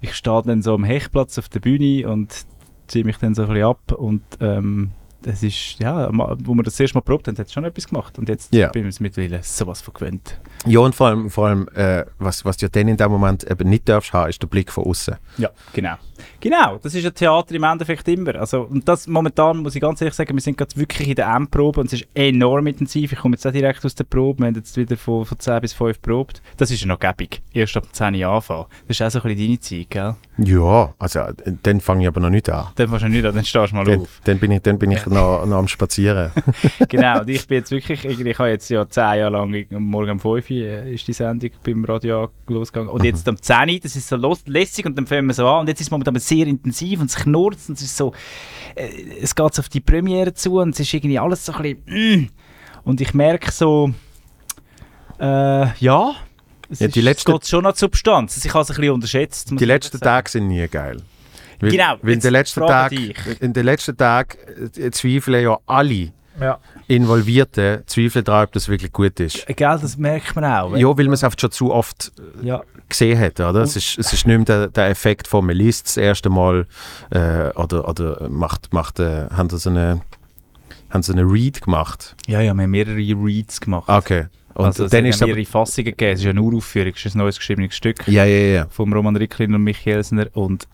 B: ich stehe dann so am Hechtplatz auf der Bühne und ziehe mich dann so ein bisschen ab und ähm, das ist, ja, ma- wo wir das erste Mal probt haben, hat es schon etwas gemacht und jetzt
A: Ja.
B: bin ich es mittlerweile sowas von gewöhnt.
A: Ja, und vor allem, vor allem äh, was, was du dann in dem Moment eben nicht darfst haben, ist der Blick von außen.
B: Ja, genau. Genau, das ist ein Theater im Endeffekt immer. Also, und das momentan muss ich ganz ehrlich sagen, wir sind gerade wirklich in der Endprobe und es ist enorm intensiv. Ich komme jetzt auch direkt aus der Probe. Wir haben jetzt wieder von, von 10 bis 5 probt. Das ist ja noch gäbig. Erst ab 10 Uhr anfangen. Das ist auch so ein bisschen deine Zeit, gell?
A: Ja, also äh, dann fange ich aber noch nicht an.
B: Dann fängst du nicht an, dann stehst du mal
A: Dann,
B: auf.
A: dann bin ich, dann bin ich noch, noch am Spazieren.
B: genau, und ich bin jetzt wirklich, irgendwie- ich habe jetzt ja 10 Jahre lang, ich- morgen um 5 Uhr äh, ist die Sendung beim Radio losgegangen. Und jetzt um 10 Uhr, das ist so los, lässig und dann fangen wir so an. Und jetzt ist es momentan sehr intensiv und es knurrt und es ist so, äh, es geht so auf die Premiere zu und es ist irgendwie alles so ein bisschen, mm. Und ich merke so, äh, ja, es,
A: Ja,
B: ist,
A: die letzten-
B: es geht schon an die Substanz. Also Ich habe es ein bisschen unterschätzt. muss
A: Die
B: ich
A: letzten
B: ehrlich sagen.
A: Tage sind nie geil. Weil,
B: Genau,
A: Weil in
B: jetzt
A: den letzten
B: frage
A: Tagen in den letzten Tag äh, zweifeln ja alle
B: Ja.
A: Involvierten zweifeln daran, ob das wirklich gut ist.
B: Gell, das merkt man auch.
A: Ja, weil man es einfach schon zu oft
B: ja.
A: gesehen hat, oder? Es ist, es ist nicht mehr der, der Effekt von, man liest das erste Mal äh, oder, oder macht, macht äh, haben sie so eine haben sie eine Read gemacht.
B: ja, ja, wir haben mehrere Reads gemacht.
A: Ah, Okay. Und
B: also,
A: dann ist es aber,
B: ihre Fassungen gegeben. Es ist ja eine Uraufführung, es ist ein neues geschriebenes Stück
A: ja, ja, ja.
B: vom Roman Ricklin und Michaelsner und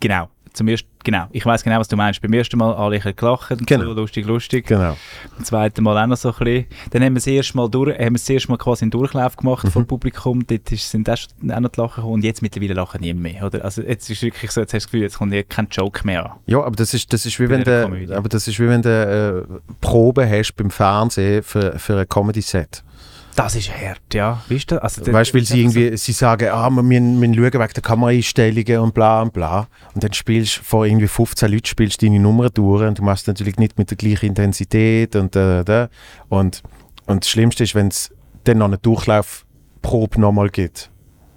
B: genau, zum ersten, genau, ich weiß genau, was du meinst. Beim ersten Mal alle ein bisschen gelacht und
A: Genau.
B: so, lustig, lustig.
A: Genau.
B: Beim zweiten Mal auch noch so ein bisschen. Dann haben wir das erste Mal, durch, haben wir das erste Mal quasi einen Durchlauf gemacht
A: Mhm.
B: vom Publikum. Dort ist, sind auch, schon, auch noch die Lachen gekommen und jetzt mittlerweile lachen niemand mehr, oder? Also jetzt ist wirklich so, jetzt hast du das Gefühl, jetzt kommt nie- kein Joke mehr an.
A: Ja, aber das ist, das ist wie
B: Bei
A: wenn
B: der
A: du
B: Comedy.
A: aber das ist wie wenn du äh, Probe hast beim Fernsehen für, für ein Comedy Set.
B: Das ist hart, ja. Weißt du? Also,
A: Weißt du, weil sie
B: einfach so-
A: irgendwie sie sagen, ah, wir müssen, müssen schauen wegen der Kameraeinstellungen und bla und bla. Und dann spielst du vor irgendwie 15 Leuten spielst du deine Nummern durch und du machst es natürlich nicht mit der gleichen Intensität und da, da, da. Und, und das Schlimmste ist, wenn es dann noch eine Durchlaufprobe nochmal gibt.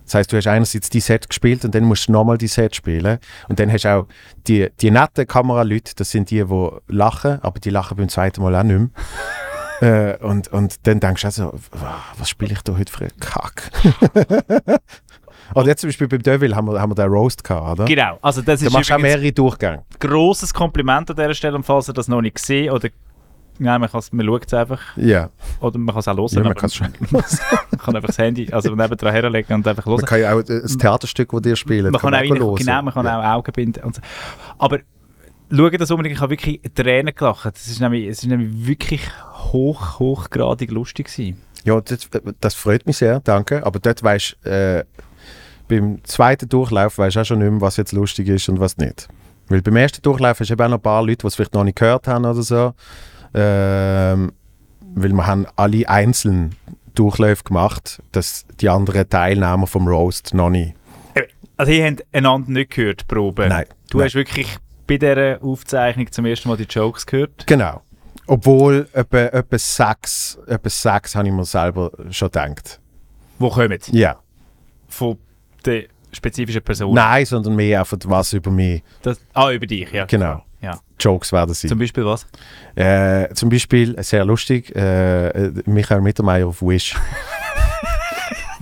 A: Das heißt, du hast einerseits die Set gespielt und dann musst du nochmal die Set spielen. Und dann hast du auch die, die netten Kameraleute, das sind die, die lachen, aber die lachen beim zweiten Mal auch nicht mehr. äh, und, und dann denkst du auch so, «Wow, was spiele ich da heute für einen Kack? Oder jetzt zum Beispiel beim Devil haben wir, haben wir den Roast gehabt, oder?
B: Genau, also das
A: Da
B: ist
A: machst du auch
B: übrigens-
A: mehrere Durchgänge.
B: grosses Kompliment an dieser Stelle, und falls ihr das noch nicht gesehen oder Nein, man, kann's- man schaut es einfach.
A: Ja,
B: Oder man kann es auch hören.
A: ja man
B: aber
A: kann's schon.
B: man kann einfach das Handy also nebenan herlegen und einfach hören.
A: Man kann ja auch äh, das Theaterstück, das dir spielen,
B: Man kann auch,
A: hören.
B: rein- genau, man kann auch Augenbinden und so. Aber schau das unbedingt, ich habe wirklich Tränen gelacht. Es ist nämlich, es ist nämlich wirklich hoch, hochgradig lustig gewesen.
A: Ja, das, das freut mich sehr, danke. Aber dort weißt du, äh, beim zweiten Durchlauf weißt du auch schon nicht mehr, was jetzt lustig ist und was nicht. Weil beim ersten Durchlauf hast du eben auch noch ein paar Leute, die es vielleicht noch nicht gehört haben oder so. Ähm, weil wir haben alle einzeln Durchläufe gemacht, dass die anderen Teilnehmer vom Roast noch nicht.
B: Also, ihr habt einander nicht gehört, die Probe.
A: Nein,
B: Du
A: nein.
B: hast wirklich bei dieser Aufzeichnung zum ersten Mal die Jokes gehört.
A: Genau. Obwohl etwa, etwa sechs, etwa sechs habe ich mir selber schon gedacht.
B: Wo kommen?
A: Ja.
B: Von der spezifischen Person.
A: Nein, sondern mehr einfach was über mich.
B: Das, ah, über dich, ja.
A: Genau.
B: Ja.
A: Jokes werden sie.
B: Zum
A: Zum,
B: Beispiel was?
A: äh, zum Beispiel, äh, sehr lustig, äh, äh, Michael Mittermeier auf Wish.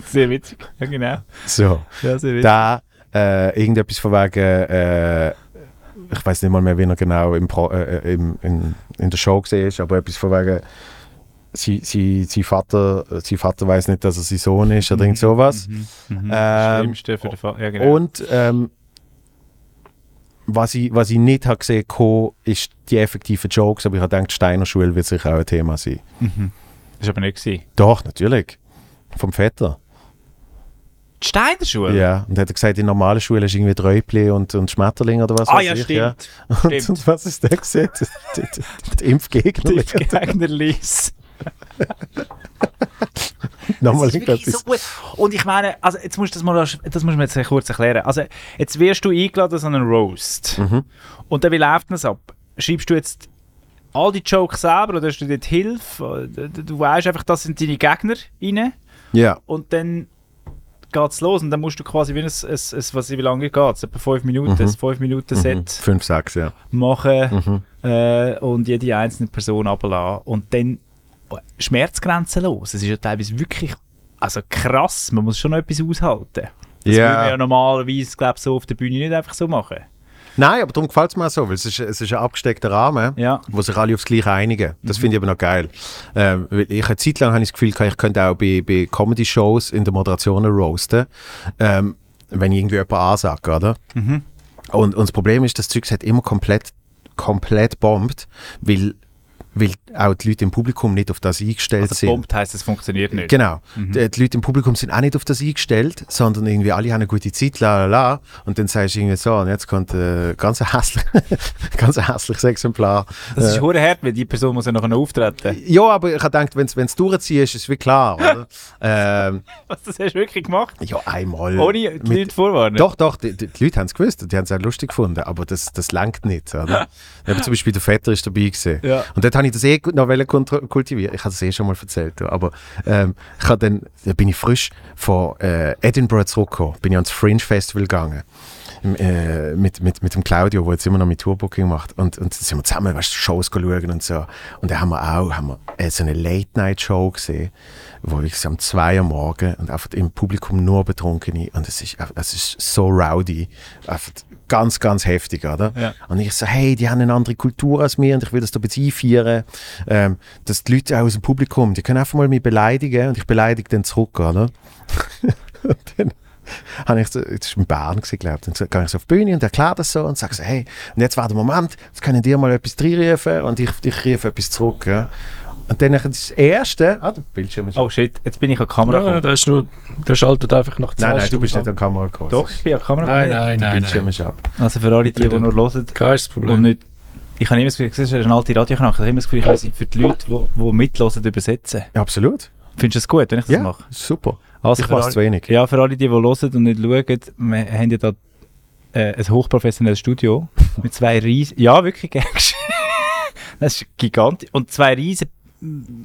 B: Sehr witzig. Ja, genau.
A: So.
B: Ja, sehr witzig.
A: da äh, irgendetwas von wegen, äh, ich weiß nicht mal mehr, wie er genau im Pro, äh, im, in, in der Show gesehen ist, aber etwas von wegen, sie, sie, sie Vater, äh, sein Vater weiß nicht, dass er sein Sohn ist oder irgend sowas.
B: Mhm.
A: Ähm,
B: Schlimmste für den Fall. Ja, genau.
A: Und ähm, was, ich, was ich nicht habe gesehen habe, ist die effektiven Jokes, aber ich habe gedacht, Steiner Schule wird sicher auch ein Thema sein.
B: das war aber nicht. Gewesen.
A: Doch, natürlich. Vom Vetter.
B: Die Steinerschule?
A: Ja. Und er hat gesagt, in normalen Schulen ist irgendwie Träubli und, und Schmetterling oder was
B: Ah
A: weiß
B: ja,
A: ich,
B: stimmt.
A: Und,
B: Stimmt.
A: und was ist der gesehen? Die, die, die Impfgegner.
B: Die Gegner lies.
A: Nochmal
B: Das ist wirklich
A: irgendetwas.
B: so gut. Und ich meine, also jetzt musst du das mal, das musst du mir jetzt kurz erklären. Also jetzt wirst du eingeladen an einen Roast.
A: Mhm.
B: Und dann wie läuft das ab? Schreibst du jetzt all die Jokes selber oder hast du dort Hilfe? Du- Du weißt einfach, das sind deine Gegner rein.
A: Ja.
B: Und dann geht's los und dann musst du quasi wie ein, ein, ein was wie lange geht's? Etwa 5 Minuten,
A: Mhm.
B: ein 5 Minuten Set
A: 5, 6, ja.
B: machen
A: Mhm.
B: äh, und jede einzelne Person runterlassen. Und dann oh, Schmerzgrenzen los. Es ist ja teilweise wirklich also krass, man muss schon noch etwas aushalten. Das
A: Ja.
B: würde man ja normalerweise glaub, so auf der Bühne nicht einfach so machen.
A: Nein, aber darum gefällt es mir auch so, weil es ist, es ist ein abgesteckter Rahmen,
B: Ja. Mhm.
A: wo sich alle aufs Gleiche einigen. Das finde ich aber noch geil. Ähm, weil ich eine Zeit lang habe ich das Gefühl, gehabt, ich könnte auch bei, bei Comedy-Shows in der Moderation roasten, ähm, wenn ich irgendwie jemanden ansage, oder?
B: Mhm.
A: Und, und das Problem ist, das Zeug hat immer komplett, komplett bombt, weil, weil auch die Leute im Publikum nicht auf das eingestellt
B: Also
A: sind.
B: bombt heisst, es funktioniert nicht.
A: Genau.
B: Mhm.
A: Die, die Leute im Publikum sind auch nicht auf das eingestellt, sondern irgendwie alle haben eine gute Zeit, la la la. Und dann sagst du irgendwie so, und jetzt kommt äh, ganz ein hässlich, ganz ein hässliches Exemplar.
B: Das ist
A: äh,
B: hure hart, weil die Person muss ja nachher noch auftreten.
A: ja, aber ich habe gedacht, wenn es durchziehst, ist es wie klar, oder? ähm,
B: Was, das hast du wirklich gemacht?
A: ja, einmal.
B: Ohne die Leute vorwarnen?
A: Doch, doch, die, die die Leute haben es gewusst und die haben es auch lustig gefunden, aber das, das langt nicht. Oder? Eben zum Beispiel der Vetter ist dabei gewesen.
B: Ja.
A: Und dort habe ich das eh gut noch wollen kontro- kultivieren. Ich habe es eh schon mal erzählt, ja. aber ähm, ich habe dann, da bin ich frisch von äh, Edinburgh zurückgekommen, bin ich ans Fringe Festival gegangen. Im, äh, mit, mit, mit dem Claudio, der jetzt immer noch mit Tourbooking macht. Und, und dann sind wir zusammen, weißt, du, Shows schauen und so. Und dann haben wir auch haben wir, äh, so eine Late-Night-Show gesehen, wo ich so um zwei Uhr morgen und einfach im Publikum nur Betrunkene. Und es ist, einfach- es ist so rowdy. Einfach ganz, ganz heftig, oder?
B: Ja.
A: Und ich so, hey, die haben eine andere Kultur als wir und ich will das da ein bisschen einführen. Ähm, dass die Leute auch aus dem Publikum, die können einfach mal mich beleidigen und ich beleidige dann zurück, oder? und dann habe ich so, das war in Bern, gewesen, glaub ich, dann gehe ich so auf die Bühne und erkläre das so und sage so, hey, und jetzt war der Moment, jetzt können dir mal etwas reinrufen und ich, ich rufe etwas zurück, ja. Und dann das erste, ah, der Bildschirm ist...
B: Oh shit, jetzt bin ich an die Kamera
C: Ja,
B: gekommen.
C: der, ist nur, der schaltet einfach nach zwei
A: nein, nein, du
C: Stunden
A: bist
C: ab.
A: nicht an die Kamera gekommen.
B: Doch, ich bin an die Kamera
C: Nein,
B: gekommen.
C: nein,
A: Der
C: nein.
A: Bildschirm
C: nein.
A: ist ab.
B: Also für alle, die, die nur hören,
C: Kein
B: Und
C: Problem.
B: nicht, ich habe immer das Gefühl, das ist eine alte Radioknacke, ich habe immer das Gefühl, ich muss für die Leute, die, die mitlosen, übersetzen.
A: Ja, absolut.
B: Findest du es gut, wenn ich das
A: Ja,
B: mache?
A: super.
B: Also
A: ich
B: für
A: weiß
B: alle-
A: zu wenig.
B: Ja, für alle, die, die hören und nicht schauen, wir haben ja da äh, ein hochprofessionelles Studio mit zwei riesen... Ja, wirklich, gängst. Das ist gigantisch. Und zwei riesen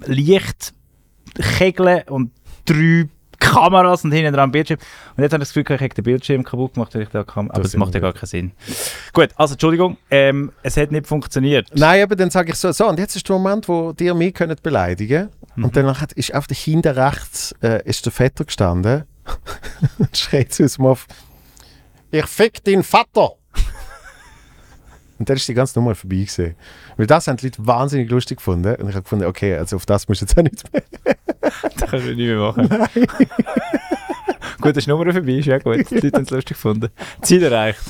B: Lichtkegeln und drei Kameras und hinten dran Bildschirm. Und jetzt habe ich das Gefühl, ich hätte den Bildschirm kaputt gemacht, weil ich da kam. Aber
A: Das
B: das, macht ja
A: immer
B: gar keinen Sinn. Gut, also Entschuldigung, ähm, es hat nicht funktioniert.
A: Nein, aber dann sage ich so, so, und jetzt ist der Moment, wo dir mich können beleidigen Und danach hat, ist auf der hinten rechts äh, ist der Vetter gestanden und schreit zu uns auf, ich fick deinen Vater. und dann ist die ganze Nummer vorbei gewesen. Weil das haben die Leute wahnsinnig lustig gefunden. Und ich habe gefunden, okay, also auf das musst du jetzt auch nicht mehr.
B: Das können wir nicht mehr machen. gut, das ist die Nummer vorbei, ist ja gut. Die Leute haben es lustig gefunden. Ziel erreicht.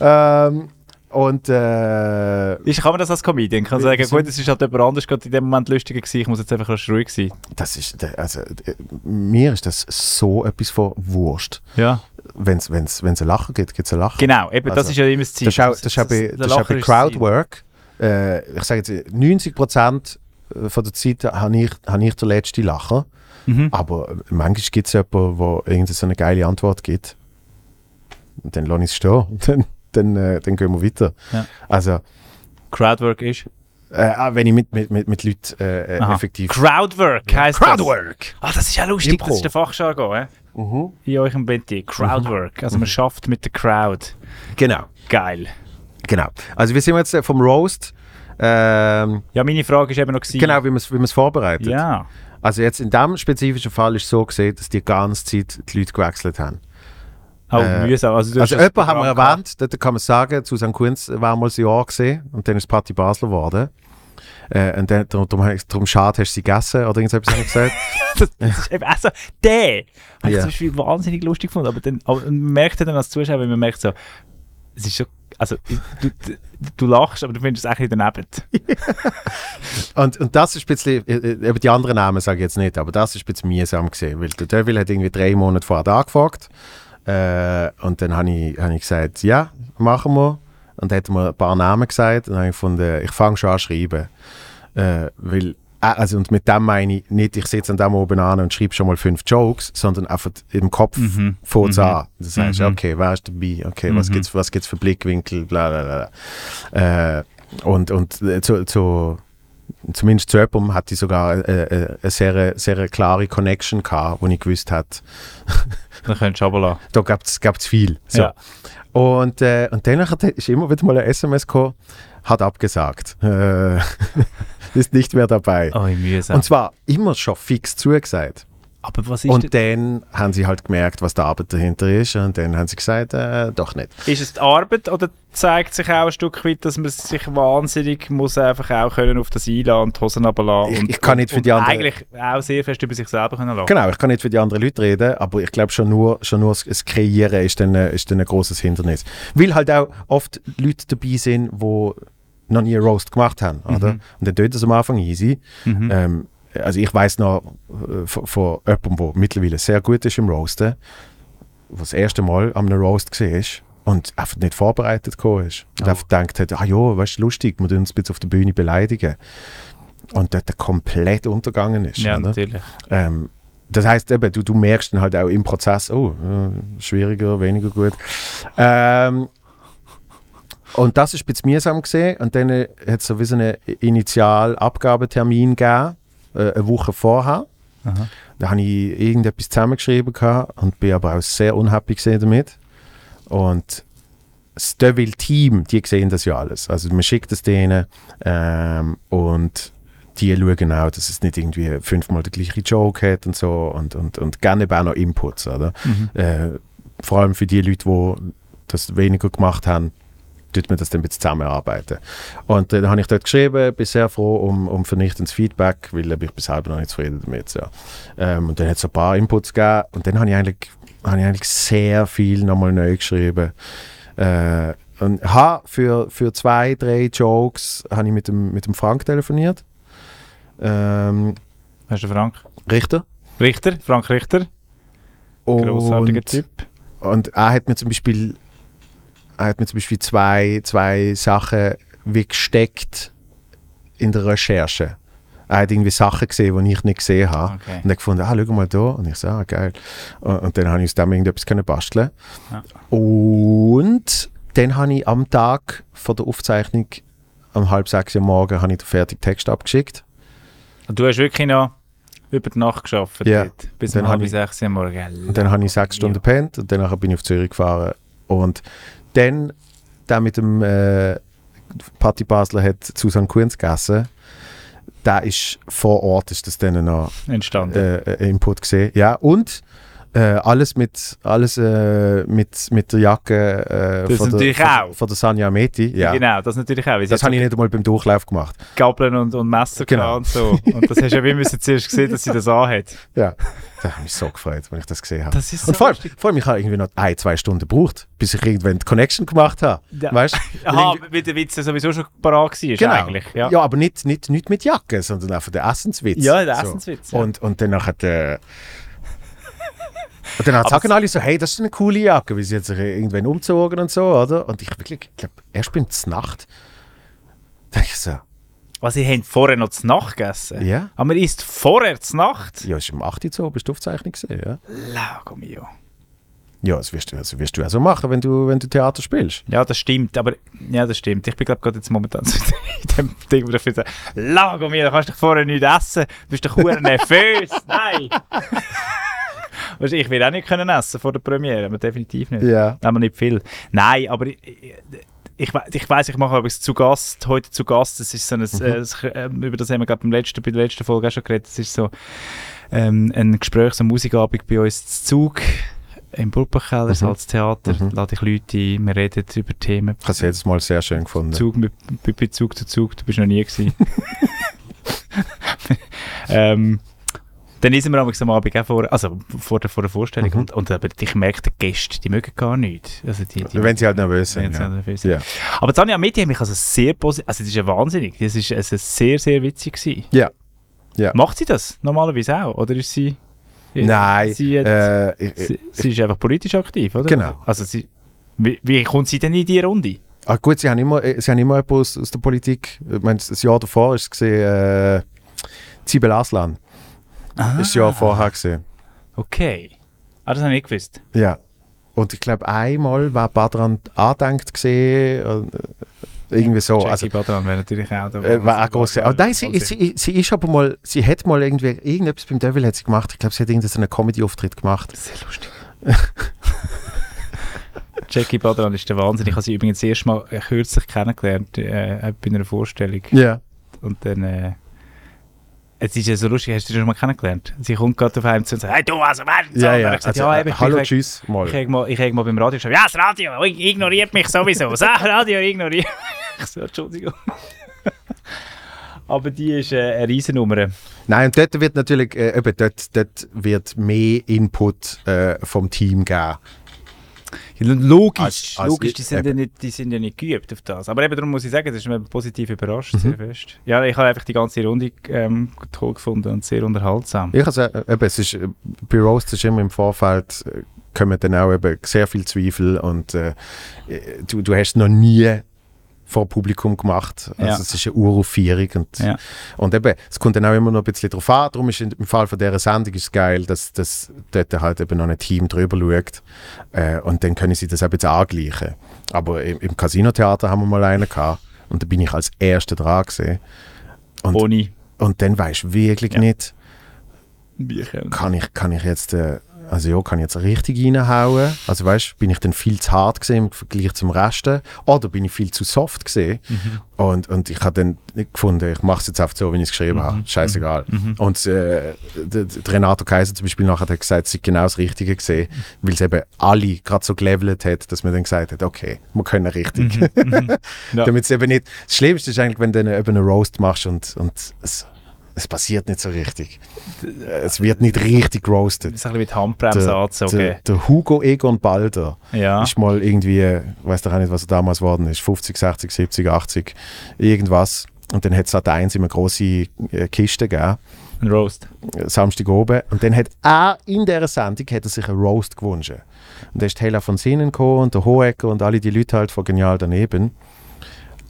A: Ähm, Und äh,
B: Ich kann mir das als Comedian kann sagen, gut, es ist halt jemand anders gerade in dem Moment lustiger gewesen, ich muss jetzt einfach erst ruhig sein.
A: das ist, also, äh, mir ist das so etwas von Wurst.
B: Ja.
A: Wenn es wenn's, wenn's ein Lachen gibt, gibt es ein Lachen.
B: Genau, eben, das
A: Also,
B: ist ja immer das Ziel.
A: Das ist auch, das ist auch bei, das ist auch bei Crowdwork. Äh, ich sage jetzt, 90% von der Zeit habe ich, habe ich den letzten Lacher.
B: Mhm.
A: Aber äh, manchmal gibt es jemanden, der irgendeine so eine geile Antwort gibt. Und dann lasse ich es stehen. Und dann, dann, äh, dann gehen wir weiter.
B: Ja.
A: Also,
B: Crowdwork ist.
A: äh, auch wenn ich mit, mit, mit, mit Leuten äh, äh,
B: Aha.
A: effektiv.
B: Crowdwork heisst
A: Crowdwork!
B: das. Ah, das ist ja lustig,
A: Impro.
B: das ist der Fachjargon, eh?
A: Mhm.
B: In eurem Bett. Crowdwork. Also man schafft mit der Crowd.
A: Genau.
B: Geil.
A: Genau. Also, wir sind jetzt äh, vom Roast. Ähm,
B: Ja, meine Frage ist eben noch gewesen.
A: genau, wie man es vorbereitet.
B: Ja.
A: Also jetzt in diesem spezifischen Fall ist es so gesehen, dass die ganze Zeit die Leute gewechselt haben.
B: Auch
A: Äh,
B: mühsam. Also, du hast
A: also
B: das
A: jemanden haben wir
B: Programm gehabt.
A: erwähnt, dort kann man sagen, Susanne Kunz war mal ein Jahr gesehen und dann ist Party Basler geworden. Äh, und dann, darum, darum, darum schade, hast du sie gegessen oder irgendetwas habe ich gesagt.
B: Das ist eben, also, der habe ich
A: Ja.
B: zum Beispiel wahnsinnig lustig gefunden. Aber, dann, aber man merkt ja dann als Zuschauer, wenn man merkt so, es ist so, also, du, du, du lachst, aber du findest es eigentlich daneben.
A: Und, und das ist ein bisschen, äh, äh, eben die anderen Namen sage ich jetzt nicht, aber das ist ein bisschen mühsam gesehen, weil der Devil hat irgendwie drei Monate vorher angefragt äh, und dann habe ich, habe ich gesagt, ja, machen wir. Und dann hat er mir ein paar Namen gesagt und dann habe ich gefunden, ich fange schon an zu schreiben. Äh, weil, äh, also und mit dem meine ich nicht, ich sitze an dem oben an und schreibe schon mal fünf Jokes, sondern einfach im Kopf mhm. es an. Das heißt,
B: Mhm.
A: okay, wer ist dabei, okay, was gibt es was gibt's für Blickwinkel, bla bla bla. Äh, und und äh, zu, zu, zumindest zu jemandem hatte ich sogar äh, äh, eine sehr, sehr klare Connection gehabt, wo ich gewusst hat,
B: Dann könntest du aber lachen.
A: da gab es viel. So.
B: Ja.
A: Und, äh, und danach hat- ist immer wieder mal ein SMS gekommen, hat abgesagt. Äh, ist nicht mehr dabei.
B: Oh, wie mühsam.
A: Und zwar immer schon fix zugesagt.
B: aber was ist denn-
A: Und dann haben sie halt gemerkt, was der Arbeit dahinter ist. Und dann haben sie gesagt, äh, doch nicht.
B: Ist es die Arbeit oder zeigt sich auch ein Stück weit, dass man sich wahnsinnig muss einfach auch können auf das einlassen und die Hosen runterlassen
A: Ich-
B: und,
A: ich kann nicht für die
B: und
A: anderen-
B: eigentlich auch sehr fest über sich selber können lassen.
A: Genau, ich kann nicht für die anderen Leute reden, aber ich glaube schon nur, schon nur das Kreieren ist dann, äh, ist dann ein großes Hindernis. Weil halt auch oft Leute dabei sind, wo noch nie einen Roast gemacht haben, oder? Und dann tut das am Anfang easy. Ähm, also ich weiß noch äh, von, von jemandem, der mittlerweile sehr gut ist im Roasten, der das erste Mal am Roast war und einfach nicht vorbereitet gekommen ist. Und einfach gedacht hat, ah ja, weißt du, lustig, wir tun uns ein bisschen auf der Bühne beleidigen. Und dort komplett untergangen ist.
B: Ja,
A: oder?
B: natürlich.
A: Ähm, das heißt eben, du, du merkst dann halt auch im Prozess, oh, äh, schwieriger, weniger gut. Ähm, und das ist ein bisschen mühsam gesehen. Und dann äh, hat es so wie so einen Initialabgabetermin gegeben, äh, eine Woche vorher.
B: Aha.
A: Da habe ich irgendetwas zusammengeschrieben gehabt und bin aber auch sehr unhappy gesehen damit. Und das Devil-Team, die sehen das ja alles. Also man schickt es denen ähm, und die schauen auch, dass es nicht irgendwie fünfmal der gleiche Joke hat und so und, und, und gerne eben auch noch Inputs, oder? Äh, vor allem für die Leute, die das weniger gemacht haben, tut man das dann ein bisschen zusammenarbeiten. Und äh, dann habe ich dort geschrieben, bin sehr froh um, um vernichtendes Feedback, weil da bin ich bis selber noch nicht zufrieden damit. So. Ähm, und dann hat es ein paar Inputs gegeben und dann habe ich eigentlich, habe ich eigentlich sehr viel nochmal neu geschrieben. Äh, und habe für, für zwei, drei Jokes habe ich mit dem, mit dem Frank telefoniert. Ähm,
B: Hast du Frank?
A: Richter.
B: Richter, Frank Richter, großartiger
A: Und,
B: Typ.
A: und er hat mir zum Beispiel, er hat mir zum Beispiel zwei, zwei Sachen wie gesteckt in der Recherche. Er hat irgendwie Sachen gesehen, die ich nicht gesehen habe.
B: Okay.
A: Und er gefunden, ah, schau mal da. Und ich so, ah, geil. Und, und dann habe ich aus dem irgendetwas können basteln.
B: Ja.
A: Und dann habe ich am Tag von der Aufzeichnung um halb sechs am Morgen habe ich den fertigen Text abgeschickt.
B: Und du hast wirklich noch über die Nacht geschafft,
A: Ja.
B: dort, bis
A: Dann
B: um halb
A: habe ich-
B: sechs am Morgen.
A: Und dann habe ich sechs Stunden gepennt und danach bin ich auf Zürich gefahren. Und dann, der mit dem äh, Patti Basler hat Susan Kunz gegessen. Da ist vor Ort ist das dann noch
B: entstanden.
A: äh, äh, Input gesehen. Ja, und äh, alles mit, alles, äh, mit, mit der Jacke äh,
B: Das natürlich
A: der,
B: auch.
A: Von der Sanja Meti. Ja.
B: Genau, das natürlich auch. weil sie
A: Das
B: hat
A: habe ich nicht einmal beim Durchlauf gemacht.
B: Gabeln und, und Messer
A: Genau.
B: genau. und so. Und das hast du ja wie müssen zuerst gesehen, dass sie das anhat.
A: Ja. Da habe ich mich so gefreut, wenn ich das gesehen habe.
B: Das ist
A: Und
B: so
A: vor allem,
B: lustig.
A: vor allem, ich habe irgendwie noch ein, zwei Stunden gebraucht, bis ich irgendwann die Connection gemacht habe.
B: Ja.
A: Weißt du?
B: Aha, weil der Witz ja sowieso schon parat war
A: Genau.
B: eigentlich. Ja.
A: ja. aber nicht, nicht, nicht mit Jacke, sondern einfach der Essenswitz.
B: Ja, der Essenswitz,
A: So.
B: ja.
A: Und, und dann hat äh, und dann
B: Aber
A: sagen alle so, hey, das ist eine coole Jacke, wie sie hat sich irgendwann umgezogen und so, oder? Und ich wirklich, ich glaube, erst bin ich Nacht, dachte ich so,
B: Was, sie haben vorher noch zu Nacht gegessen?
A: Ja.
B: Aber man isst vorher zu Nacht?
A: ja, es ist um 8 Uhr so, bist du Aufzeichnung gesehen, ja?
B: Lago mio.
A: Ja, das wirst du, das wirst du auch so machen, wenn du, wenn du Theater spielst.
B: Ja, das stimmt, aber... Ja, das stimmt. Ich bin, glaube gerade jetzt momentan so in dem Ding, wo ich finde, Lago mio, da kannst du doch vorher nichts essen. Du bist doch verdammt nervös. Nein! Weißt du, ich will auch nicht können essen vor der Premiere, aber definitiv nicht.
A: Ja.
B: Aber nicht viel. Nein, aber ich, ich, ich, we- ich weiß, ich mache übrigens zu Gast, heute zu Gast, das ist so ein, äh, es- ähm, über das haben wir glaube beim letzten, bei der letzten Folge auch schon geredet, das ist so ähm, ein Gespräch, so ein Musikabend bei uns zu Zug im Burgbachkeller, mhm. Salztheater, lade ich Leute ein, wir reden über Themen.
A: Ich habe es jedes Mal sehr schön gefunden.
B: Zug, mit, mit, mit Zug zu Zug, du bist noch nie gewesen. ähm, dann ist wir am am Abend auch vor, also vor der, vor der Vorstellung und, und aber ich merke, die Gäste, die mögen gar nicht. Also die, die
A: Wenn sie halt nervös sind.
B: wenn sie
A: Ja.
B: auch nervös sind.
A: Ja.
B: Aber Tanja Metti hat mich also sehr positiv, also das ist ja wahnsinnig, das ist also sehr, sehr witzig gewesen.
A: ja. Ja.
B: Macht sie das normalerweise auch, oder ist sie...
A: Nein.
B: Sie, hat,
A: äh, ich,
B: sie, sie ist einfach politisch aktiv, oder?
A: Genau.
B: Also sie, wie, wie kommt sie denn in die Runde?
A: Ah, gut, sie haben immer, äh, sie haben immer jemanden aus, aus der Politik. Ich meine, das Jahr davor ist es gesehen, äh, Zibel Aslan.
B: Ah.
A: Ist das Jahr vorher gesehen.
B: Okay. Ah, das habe ich nicht gewusst.
A: Ja. Und ich glaube, einmal war Badran andenkt gesehen. und, äh, Irgendwie so.
B: Jackie
A: Also,
B: Badran wäre natürlich auch da.
A: äh, war auch groß. Aber nein, sie, sie, sie ist aber mal, sie hat mal irgendwie, irgendetwas beim Devil hat sie gemacht. Ich glaube, sie hat irgendeinen so einen Comedy-Auftritt gemacht.
B: Sehr lustig. Jackie Badran ist der Wahnsinn. Ich habe sie übrigens erst mal äh, kürzlich kennengelernt äh, bei einer Vorstellung.
A: Ja.
B: Und dann. Äh, es ist ja so lustig, hast du sie schon mal kennengelernt? Sie kommt gerade auf einem zu und sagt: Hey, du, also, wer?
A: Ja, ja.
B: Und ich gesagt, ja, eben,
A: äh,
B: ich
A: hallo,
B: bin-
A: tschüss. Mal.
B: Ich habe mal, ich hab mal beim Radio geschrieben, ja, das Radio ig- ignoriert mich sowieso. Das Radio ignoriert mich. Ich so, Entschuldigung. Aber die ist äh, eine Riesennummer.
A: Nein, und dort wird natürlich, äh, eben, dort, dort wird mehr Input äh, vom Team geben.
B: Logisch,
A: Als- als
B: logisch
A: ich-
B: die, sind ja nicht, die sind ja nicht geübt auf das. Aber eben darum muss ich sagen, das ist mir positiv
A: Mhm.
B: überrascht, sehr fest. Ja, ich habe einfach die ganze Runde ähm, toll gefunden und sehr unterhaltsam.
A: Ich also, eben, es ist, äh, bei Roast ist immer im Vorfeld, äh, kommen dann auch eben sehr viel Zweifel und äh, äh, du, du hast noch nie vor Publikum gemacht. Also
B: Ja.
A: es ist eine Uraufführung und,
B: Ja.
A: und eben, es kommt dann auch immer noch ein bisschen drauf an. Darum ist in- im Fall von dieser Sendung ist es geil, dass, dass dort halt eben noch ein Team drüber schaut äh, und dann können sie das auch ein bisschen angleichen. Aber im, im Casino-Theater haben wir mal einen gehabt und da bin ich als Erster dran gesehen. Und,
B: Ohne
A: und dann weißt du wirklich
B: Ja.
A: nicht,
B: Bücher.
A: kann ich, kann ich jetzt, äh, also ja, kann ich jetzt richtig reinhauen? Also weißt, bin ich dann viel zu hart gesehen im Vergleich zum Resten? Oder bin ich viel zu soft gesehen? Und, und ich habe dann gefunden, ich mache es jetzt einfach so, wie ich es geschrieben habe. Scheißegal. Und äh, der, der Renato Kaiser zum Beispiel nachher hat gesagt, sie hat genau das Richtige gesehen, weil es eben alle gerade so gelevelt hat, dass man dann gesagt hat, okay, wir können richtig.
B: Ja.
A: Damit es eben nicht, das Schlimmste ist eigentlich, wenn du dann eben einen Roast machst und, und es, es passiert nicht so richtig. Es wird nicht richtig
B: Das
A: roasted.
B: ist ein Ah. bisschen mit Handbremse
A: Der, der,
B: anzogen.
A: der Hugo Egon Balder
B: Ja.
A: ist mal irgendwie, ich weiß doch auch nicht, was er damals geworden ist, 50, 60, 70, 80, irgendwas. Und dann hat es halt eins immer große äh, Kiste gegeben,
B: Ein Roast.
A: äh, Samstag oben. Und dann hat er in dieser Sendung hat er sich einen Roast gewünscht. Und da ist die Hela von Sinnen gekommen und der Hohecker und alle die Leute halt von Genial daneben.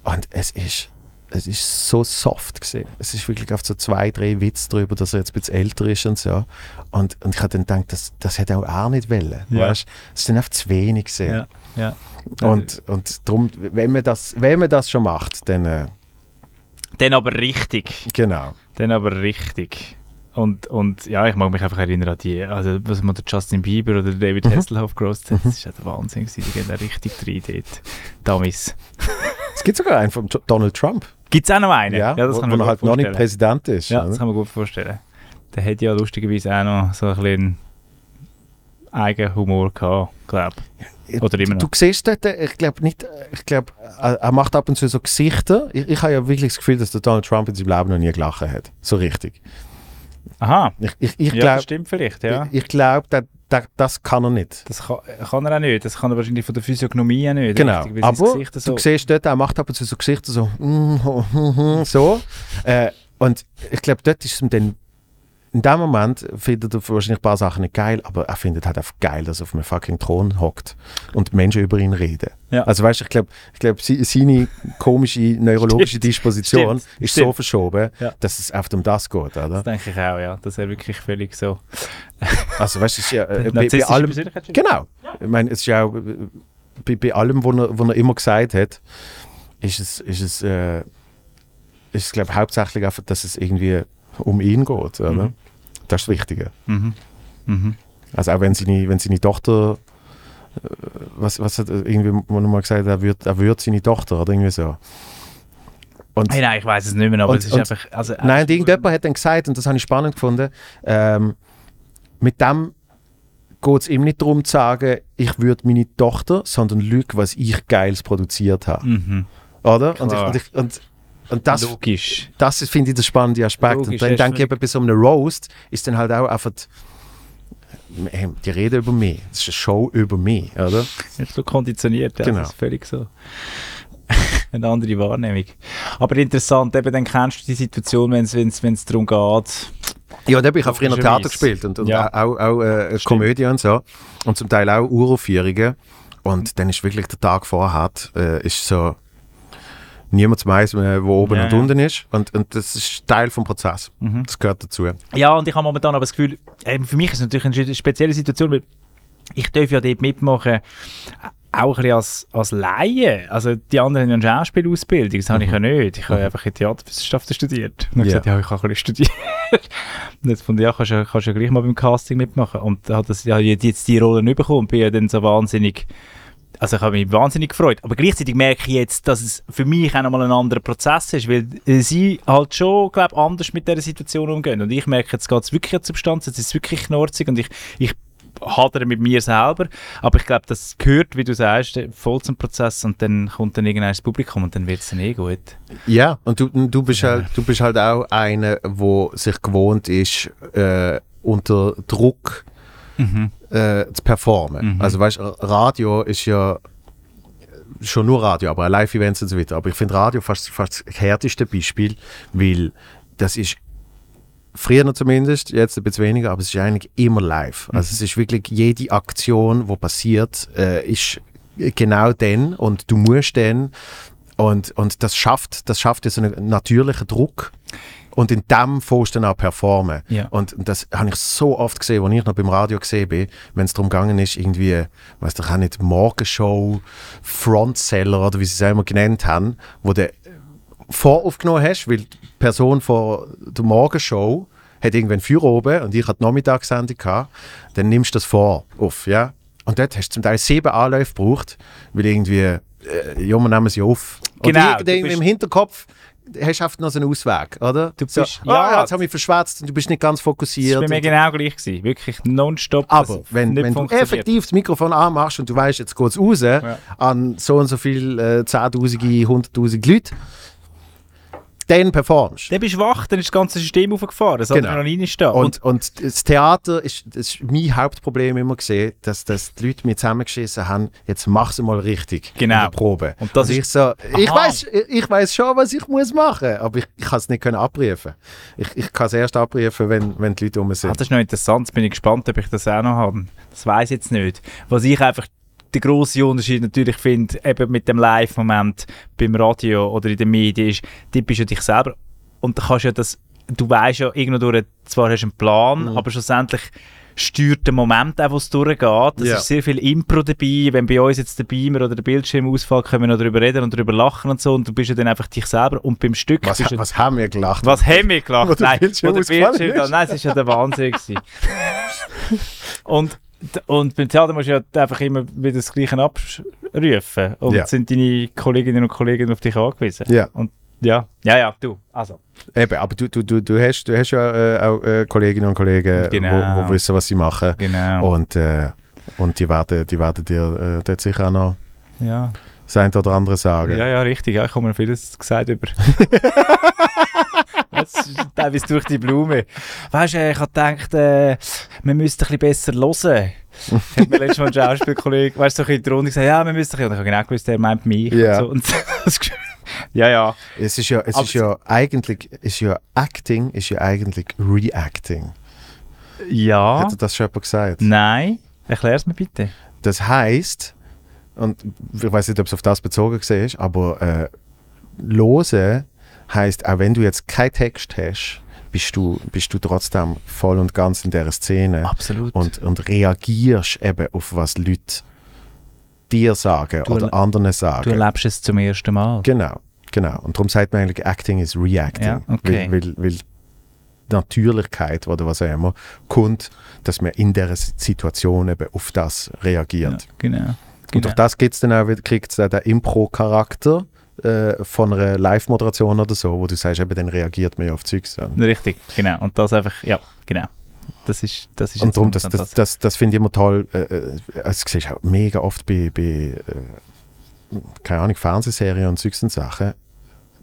A: Und es ist, es ist so soft gesehen. Es ist wirklich auf so zwei, drei Witze drüber, dass er jetzt ein bisschen älter ist und so. Und, und ich habe dann gedacht, das, das hätte auch er nicht wollen.
B: Ja.
A: Weißt? Es ist dann einfach zu wenig gesehen.
B: Ja. ja.
A: Und, und darum, wenn man, das, wenn man das schon macht, dann äh,
B: Dann aber richtig.
A: genau.
B: Dann aber richtig. Und, und ja, ich mag mich einfach erinnern an die, also was man der Justin Bieber oder der
A: Mhm.
B: David Hasselhoff gross hat, das ist ja der Wahnsinn gewesen, die gehen da richtig rein dort. Dummies.
A: Es gibt sogar einen von Jo- Donald Trump,
B: Gibt es auch noch einen?
A: ja,
B: das
A: wo,
B: kann
A: wo
B: man
A: er
B: gut
A: halt noch nicht
B: vorstellen.
A: Präsident ist.
B: Ja,
A: oder?
B: das kann man gut vorstellen. Der hat ja lustigerweise auch noch so ein bisschen eigenen Humor gehabt, glaube ich. Oder immer
A: Du
B: noch.
A: siehst dort, äh, ich glaube nicht, äh, ich glaube, er er macht ab und zu so Gesichter. Ich, ich habe ja wirklich das Gefühl, dass der Donald Trump in seinem Leben noch nie gelachen hat. So richtig.
B: Aha,
A: Ich, ich, ich
B: ja, das
A: glaube,
B: stimmt vielleicht, ja.
A: ich, ich glaub, da, da, das kann er nicht.
B: Das kann, kann er auch nicht, das kann er wahrscheinlich von der Physiognomie auch nicht.
A: Genau.
B: richtig, weil sein
A: Aber
B: Gesicht so-
A: du siehst dort, er macht ab und zu so Gesichter so. so. Äh, und ich glaube, dort ist es ihm dann. In dem Moment findet er wahrscheinlich ein paar Sachen nicht geil, aber er findet halt einfach geil, dass er auf einem fucking Thron hockt und Menschen über ihn reden.
B: Ja.
A: Also weißt du, ich glaube, ich glaub, se- seine komische neurologische
B: Stimmt.
A: Disposition
B: Stimmt.
A: ist so
B: Stimmt.
A: verschoben,
B: Ja.
A: dass es oft um das geht, oder?
B: Das denke ich auch, ja. Das wäre wirklich völlig so.
A: Also weißt du, es ist ja äh, bei, bei
B: Narzisstische
A: allem,
B: Persönlichkeitsstörung.
A: Genau. Ich meine, es ist ja auch, äh, bei, bei allem, was er, was er immer gesagt hat, ist es, ist es, äh, ist es glaube ich, hauptsächlich einfach, dass es irgendwie um ihn geht. Oder?
B: Mhm.
A: Das ist das Wichtige.
B: Mhm. Mhm.
A: Also auch wenn seine, wenn seine Tochter, äh, was, was hat er irgendwie wo er mal gesagt, er würde er würd seine Tochter oder irgendwie so. Und,
B: Hey, nein, ich weiß es nicht mehr, aber
A: Und-
B: es ist
A: und-
B: einfach. Also,
A: Nein, und irgendjemand hat dann gesagt, und das habe ich spannend gefunden, ähm, mit dem geht es ihm nicht darum zu sagen, ich würde meine Tochter, sondern lüg, was ich Geiles produziert habe.
B: Mhm.
A: Oder? Und, ich,
B: Klar.
A: und, ich, und, und das,
B: Logisch.
A: das ist, finde ich der spannende Aspekt.
B: Logisch,
A: und dann
B: das ist
A: denke ich eben, bei so einem Roast ist dann halt auch einfach die, die Rede über mich. Das ist eine Show über mich, oder?
B: Jetzt so konditioniert, ja.
A: Genau.
B: das ist völlig so. Eine andere Wahrnehmung. Aber interessant, eben dann kennst du die Situation, wenn es darum geht.
A: Ja, da habe ich auch früher
B: Logischerweise.
A: Theater gespielt und, und
B: Ja.
A: auch, auch äh, Komödie und so. Und zum Teil auch Uraufführungen. Und dann ist wirklich der Tag vorher, äh, ist so niemand weiß, mehr, wo oben
B: Ja, Mhm.
A: und
B: ja.
A: unten ist. Und, und das ist Teil vom Prozess. Das gehört dazu.
B: Ja, und ich habe momentan aber das Gefühl, ähm, für mich ist es natürlich eine spe- spezielle Situation, weil ich darf ja dort mitmachen, auch ein bisschen als, als Laie. Also die anderen haben ja eine Schauspielausbildung, das habe ich ja nicht. Ich habe ja einfach in Theaterwissenschaften studiert. Und dann
A: Ja.
B: gesagt, ja, ich habe ein bisschen studiert. Und jetzt von ja, kannst du kannst ja gleich mal beim Casting mitmachen. Und habe das ja jetzt die Rolle nicht bekommen, bin ja dann so wahnsinnig also ich habe mich wahnsinnig gefreut. Aber gleichzeitig merke ich jetzt, dass es für mich auch nochmal ein anderer Prozess ist, weil äh, sie halt schon, glaube ich, anders mit dieser Situation umgehen. Und ich merke, jetzt geht es wirklich an die Substanz, jetzt ist es wirklich knorzig und ich, ich hadere mit mir selber. Aber ich glaube, das gehört, wie du sagst, äh, voll zum Prozess und dann kommt dann irgendwann das Publikum und dann wird es dann eh gut.
A: Ja, und du, du, bist Halt, du bist halt auch einer, der sich gewohnt ist, äh, unter Druck äh, zu performen. Also weißt du, Radio ist ja schon nur Radio, aber auch Live-Events und so weiter. Aber ich finde Radio fast, fast das härteste Beispiel, weil das ist früher noch zumindest, jetzt ein bisschen weniger, aber es ist eigentlich immer live. Also es ist wirklich jede Aktion, die passiert, äh, ist genau dann und du musst dann und, und das schafft, das schafft ja so einen natürlichen Druck. Und in dem fährst du dann auch performen.
B: Ja.
A: Und das habe ich so oft gesehen, als ich noch beim Radio gesehen bin, wenn es darum gegangen ist, irgendwie, weißt du, ich habe nicht Morgenshow, Frontseller oder wie sie es auch immer genannt haben, wo der voraufgenommen hast, weil die Person von der Morgenshow hat irgendwann Feuer oben und ich hatte die Nachmittagssendung, gehabt, dann nimmst du das vor auf, ja. Und dort hast du zum Teil sieben Anläufe gebraucht, weil irgendwie, äh, ja, wir nehmen sie auf.
B: Genau,
A: Und
B: du
A: irgendwie
B: bist-
A: im Hinterkopf hast du oft noch so einen Ausweg, oder?
B: Du
A: so,
B: bist-
A: ja, ah,
B: ja.
A: jetzt habe ich verschwätzt und du bist nicht ganz
B: Das
A: fokussiert.
B: war bei mir
A: und-
B: genau gleich. Gewesen. Wirklich nonstop.
A: aber
B: dass es
A: wenn,
B: Also, nicht
A: wenn du
B: funktioniert.
A: effektiv das Mikrofon anmachst und du weißt, jetzt geht es raus an so und so viele äh, 10.000, 100.000 Leute, dann performst
B: Dann bist du wach, dann ist das ganze System aufgefahren, das
A: Genau.
B: andere noch nicht da.
A: Und, und das Theater ist, das ist mein Hauptproblem immer gesehen, dass, dass die Leute mir zusammengeschissen haben, jetzt mach's mal richtig
B: Genau.
A: in der Probe.
B: Und das ist-
A: ich so, ich
B: Aha.
A: weiß ich weiß schon, was ich muss machen, aber ich, ich kann es nicht können abprüfen. Ich, ich kann es erst abprüfen, wenn, wenn die Leute rum
B: Ah,
A: sind.
B: das ist noch interessant, jetzt bin ich gespannt, ob ich das auch noch habe. Das weiß ich jetzt nicht. Was ich einfach den grossen Unterschied natürlich finde, eben mit dem Live-Moment beim Radio oder in den Medien, ist, du bist ja dich selber und du kannst ja das, du weißt ja irgendwo durch, zwar hast du einen
A: Mhm.
B: Plan, aber schlussendlich steuert der Moment auch, wo es durchgeht. Es
A: Ja.
B: ist sehr viel Impro dabei, wenn bei uns jetzt der Beamer oder der Bildschirm ausfällt, können wir noch darüber reden und darüber lachen und so und du bist ja dann einfach dich selber und beim Stück
A: Was,
B: bist du
A: was haben wir gelacht?
B: was haben wir gelacht?
A: Wo der
B: Nein,
A: Bildschirm
B: wo der
A: ausgefallen
B: Bildschirm da,
A: ist.
B: nein, es war ja der Wahnsinn. gewesen. und, und beim Theater musst du ja einfach immer wieder das Gleiche abrufen. Und
A: Ja.
B: sind deine Kolleginnen und Kollegen auf dich angewiesen.
A: Ja.
B: Und ja, ja, ja, du. Also,
A: Eben, aber du, du, du, du, hast, du hast ja äh, auch äh, Kolleginnen und Kollegen,
B: Genau.
A: wo, wo wissen, was sie machen.
B: genau.
A: Und äh, Und die werden, die werden dir äh, dort sicher auch noch
B: Ja.
A: das eine oder andere sagen.
B: ja, ja, richtig. Ja, ich habe mir vieles gesagt über. Jetzt teilweise durch die Blume. Weißt du, ich habe gedacht, äh, wir müssten ein bisschen besser hören. Hat mir letztes Mal ein Schauspielkollege, weißt du, so ein bisschen in die Runde gesagt, ja, wir müssten ein bisschen. Und ich habe genau gewusst, der meint mich.
A: Ja.
B: Und so. Und das Gefühl- ja, ja.
A: Es ist ja, es
B: Aber-
A: ist ja eigentlich, ist ja Acting, ist ja eigentlich Reacting.
B: Ja. Ah.
A: Hat dir das schon jemand gesagt?
B: Hm. Nein. Erklär es mir bitte.
A: Das heißt, und ich weiß nicht, ob es auf das bezogen war, aber äh, lose heißt, auch wenn du jetzt keinen Text hast, bist du, bist du trotzdem voll und ganz in der Szene
B: Absolut.
A: und, und reagierst eben auf was Leute dir sagen
B: Du
A: oder
B: erle-
A: anderen
B: du
A: sagen.
B: erlebst es zum ersten Mal.
A: Genau, genau. Und darum sagt man eigentlich, Acting ist Reacting.
B: Ja, okay.
A: Weil, weil, weil die Natürlichkeit oder was auch immer kommt, dass man in der Situation eben auf das reagiert.
B: Ja, genau.
A: Und
B: genau.
A: durch das geht's dann auch, wieder- kriegt's dann den Impro-Charakter äh, von einer Live-Moderation oder so, wo du sagst, eben, dann reagiert man ja auf Zeugs. Dann.
B: Richtig, genau. Und das einfach, ja, genau. Das ist, das ist
A: Und
B: jetzt
A: darum, das,
B: momentan
A: das, das, das finde ich immer toll. äh, äh, Das siehst du auch mega oft bei, bei äh, keine Ahnung, Fernsehserien und solchen Sachen,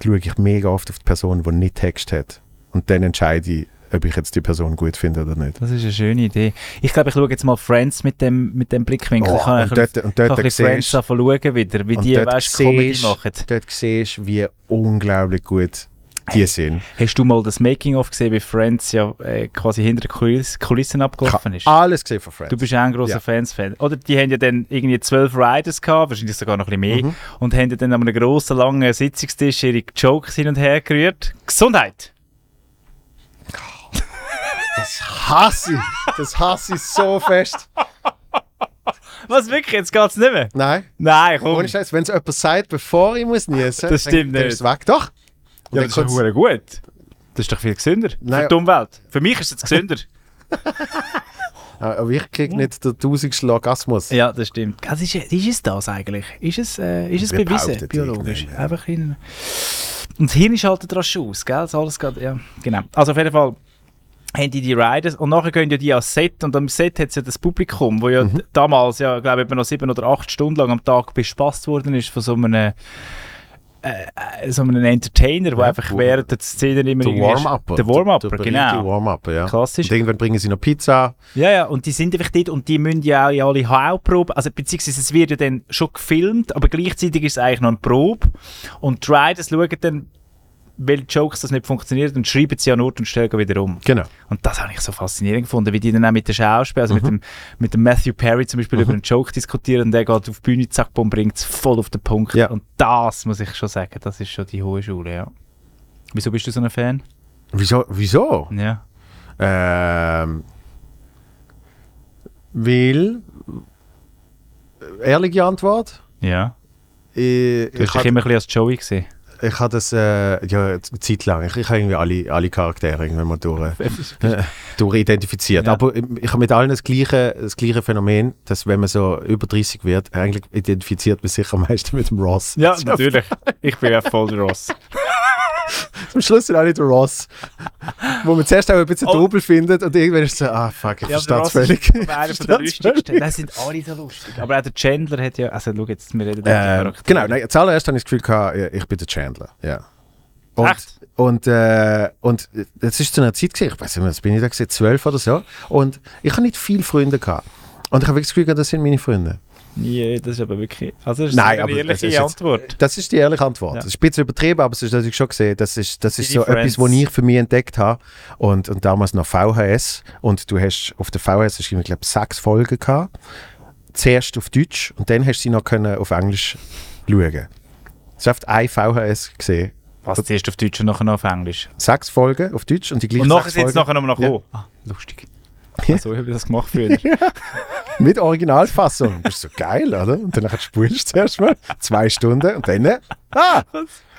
A: schaue ich mega oft auf die Person, die nicht Text hat. Und dann entscheide ich, ob ich jetzt die Person gut finde oder nicht.
B: Das ist eine schöne Idee. Ich glaube, ich schaue jetzt mal Friends mit dem, mit dem Blickwinkel.
A: Oh,
B: ich kann
A: und
B: ein
A: dort-
B: bisschen-
A: und dort
B: kann ein bisschen Friends
A: siehst-
B: davon schauen wieder, wie
A: und
B: die,
A: dort
B: weißt du, Comedy
A: siehst-
B: machen.
A: Dort siehst du, wie unglaublich gut die sind.
B: Hast du mal das Making-of gesehen, wie Friends ja äh, quasi hinter den Kulissen, Kulissen
A: Ich
B: abgelaufen
A: habe
B: ist?
A: alles gesehen von Friends.
B: Du bist auch ein grosser
A: Ah, Ja.
B: Fans-Fan. Oder die haben ja dann irgendwie zwölf Riders gehabt, wahrscheinlich sogar noch ein bisschen mehr,
A: Mhm.
B: und haben ja dann an einem grossen, langen Sitzungstisch ihre Jokes hin und her gerührt. Gesundheit!
A: Das hasse ich. Das hasse ich so fest.
B: Was wirklich? Jetzt geht's nicht mehr?
A: Nein,
B: Nein, komm.
A: ohne Scheiß. Wenn es jemand sagt, bevor ich muss niesen,
B: Das stimmt
A: dann, dann
B: nicht.
A: ist es weg. Doch. Und
B: Ja,
A: dann
B: das ist ja
A: kommt's-
B: verdammt gut. Das ist doch viel gesünder
A: Nein.
B: für die Umwelt. Für mich ist es gesünder.
A: Ah, aber ich kriege nicht den tausendsten Orgasmus.
B: ja, das stimmt. Das ist, ist es das eigentlich? Ist es, äh, ist es
A: Wir
B: bewiesen,
A: behaupten
B: biologisch?
A: irgendwie, ja.
B: Einfach in... Und das Hirn schaltet rasch aus, gell? Das alles geht, ja, genau. Also auf jeden Fall haben die die Riders und nachher gehen ja die ans Set und am Set hat ja das Publikum, wo ja
A: Mhm.
B: d- damals, ja, glaube ich, noch sieben oder acht Stunden lang am Tag bespaßt worden ist von so einem, äh, äh, so einem Entertainer, der
A: Ja,
B: einfach
A: wo-
B: während der Szene immer
A: Der
B: irgendwie-
A: Warm-Upper.
B: Der Warm-Upper,
A: Der- der
B: genau.
A: berühmte Warm-Upper, ja.
B: Klassisch.
A: Und irgendwann bringen sie noch Pizza.
B: Ja, ja, und die sind einfach dort und die müssen ja auch in alle HL-Proben, also beziehungsweise es wird ja dann schon gefilmt, aber gleichzeitig ist es eigentlich noch eine Probe. Und die Riders schauen dann, welche Jokes das nicht funktioniert und schreiben sie an Ort und Stelle wieder um.
A: Genau.
B: Und das habe ich so faszinierend gefunden, wie die dann auch mit den Schauspielern,
A: Mhm.
B: also mit, dem, mit dem Matthew Perry zum Beispiel über einen Joke diskutieren und der geht auf die Bühne, zack, bumm, bringt es voll auf den Punkt.
A: Ja.
B: Und das muss ich schon sagen, das ist schon die hohe Schule, ja. Wieso bist du so ein Fan?
A: Wieso? wieso?
B: Ja.
A: Ähm, weil, äh, ehrliche Antwort,
B: Ja.
A: ich,
B: Du hast
A: ich
B: dich
A: habe
B: immer ein bisschen als Joey gesehen.
A: ich hab das äh, ja, eine Zeit lang, ich, ich habe irgendwie alle, alle Charaktere irgendwann mal durch. äh, durchidentifiziert.
B: Ja.
A: Aber ich, ich habe mit allen das gleiche, das gleiche Phänomen, dass wenn man so über 30 wird, eigentlich identifiziert man sich am meisten mit dem Ross.
B: Ja, natürlich. Ich bin ja voll der Ross.
A: Am Schluss sind alle der Ross. Wo man zuerst auch ein bisschen
B: Oh.
A: Double findet und irgendwann ist so, ah fuck, ich ja, verstehe es völlig.
B: Ist einer von
A: verstehe
B: der
A: das
B: lustigsten.
A: völlig.
B: Das sind alle so lustig. Aber auch der Chandler hat ja. Also, schau jetzt, wir reden
A: Äh, genau, nein, zuallererst habe ich das Gefühl gehabt, ja, ich bin der Chandler. Ja. Und,
B: Echt?
A: Und, äh, und das ist zu einer Zeit, gewesen, ich weiß nicht mehr, was bin ich da gesehen, zwölf oder so. Und ich habe nicht viele Freunde gehabt. Und ich habe wirklich das Gefühl gehabt, das sind meine Freunde.
B: Nee, das ist aber wirklich. Also, das ist
A: Nein,
B: so
A: aber
B: eine
A: das
B: ehrliche
A: ist jetzt-
B: Antwort.
A: Das ist die ehrliche Antwort.
B: Ja.
A: Das ist ein bisschen übertrieben, aber es ist natürlich schon gesehen, das ist, das ist
B: Die
A: so
B: Differenz.
A: etwas, was ich für mich entdeckt habe. Und, und damals noch VHS. Und du hast auf der VHS, hast du, ich glaube, sechs Folgen gehabt. Zuerst auf Deutsch und dann hast du sie noch können auf Englisch schauen. Ich habe ein VHS gesehen.
B: Was zuerst auf Deutsch und nachher noch auf Englisch.
A: Sechs Folgen auf Deutsch und die gleichen
B: Und nachher
A: sechs
B: sind es
A: Folgen
B: nachher nochmal nach
A: Ja.
B: oben. Ah, lustig. So habe ich das gemacht früher.
A: mit Originalfassung. Das ist so geil, oder? Und dann spulst du zuerst mal zwei Stunden und dann ah,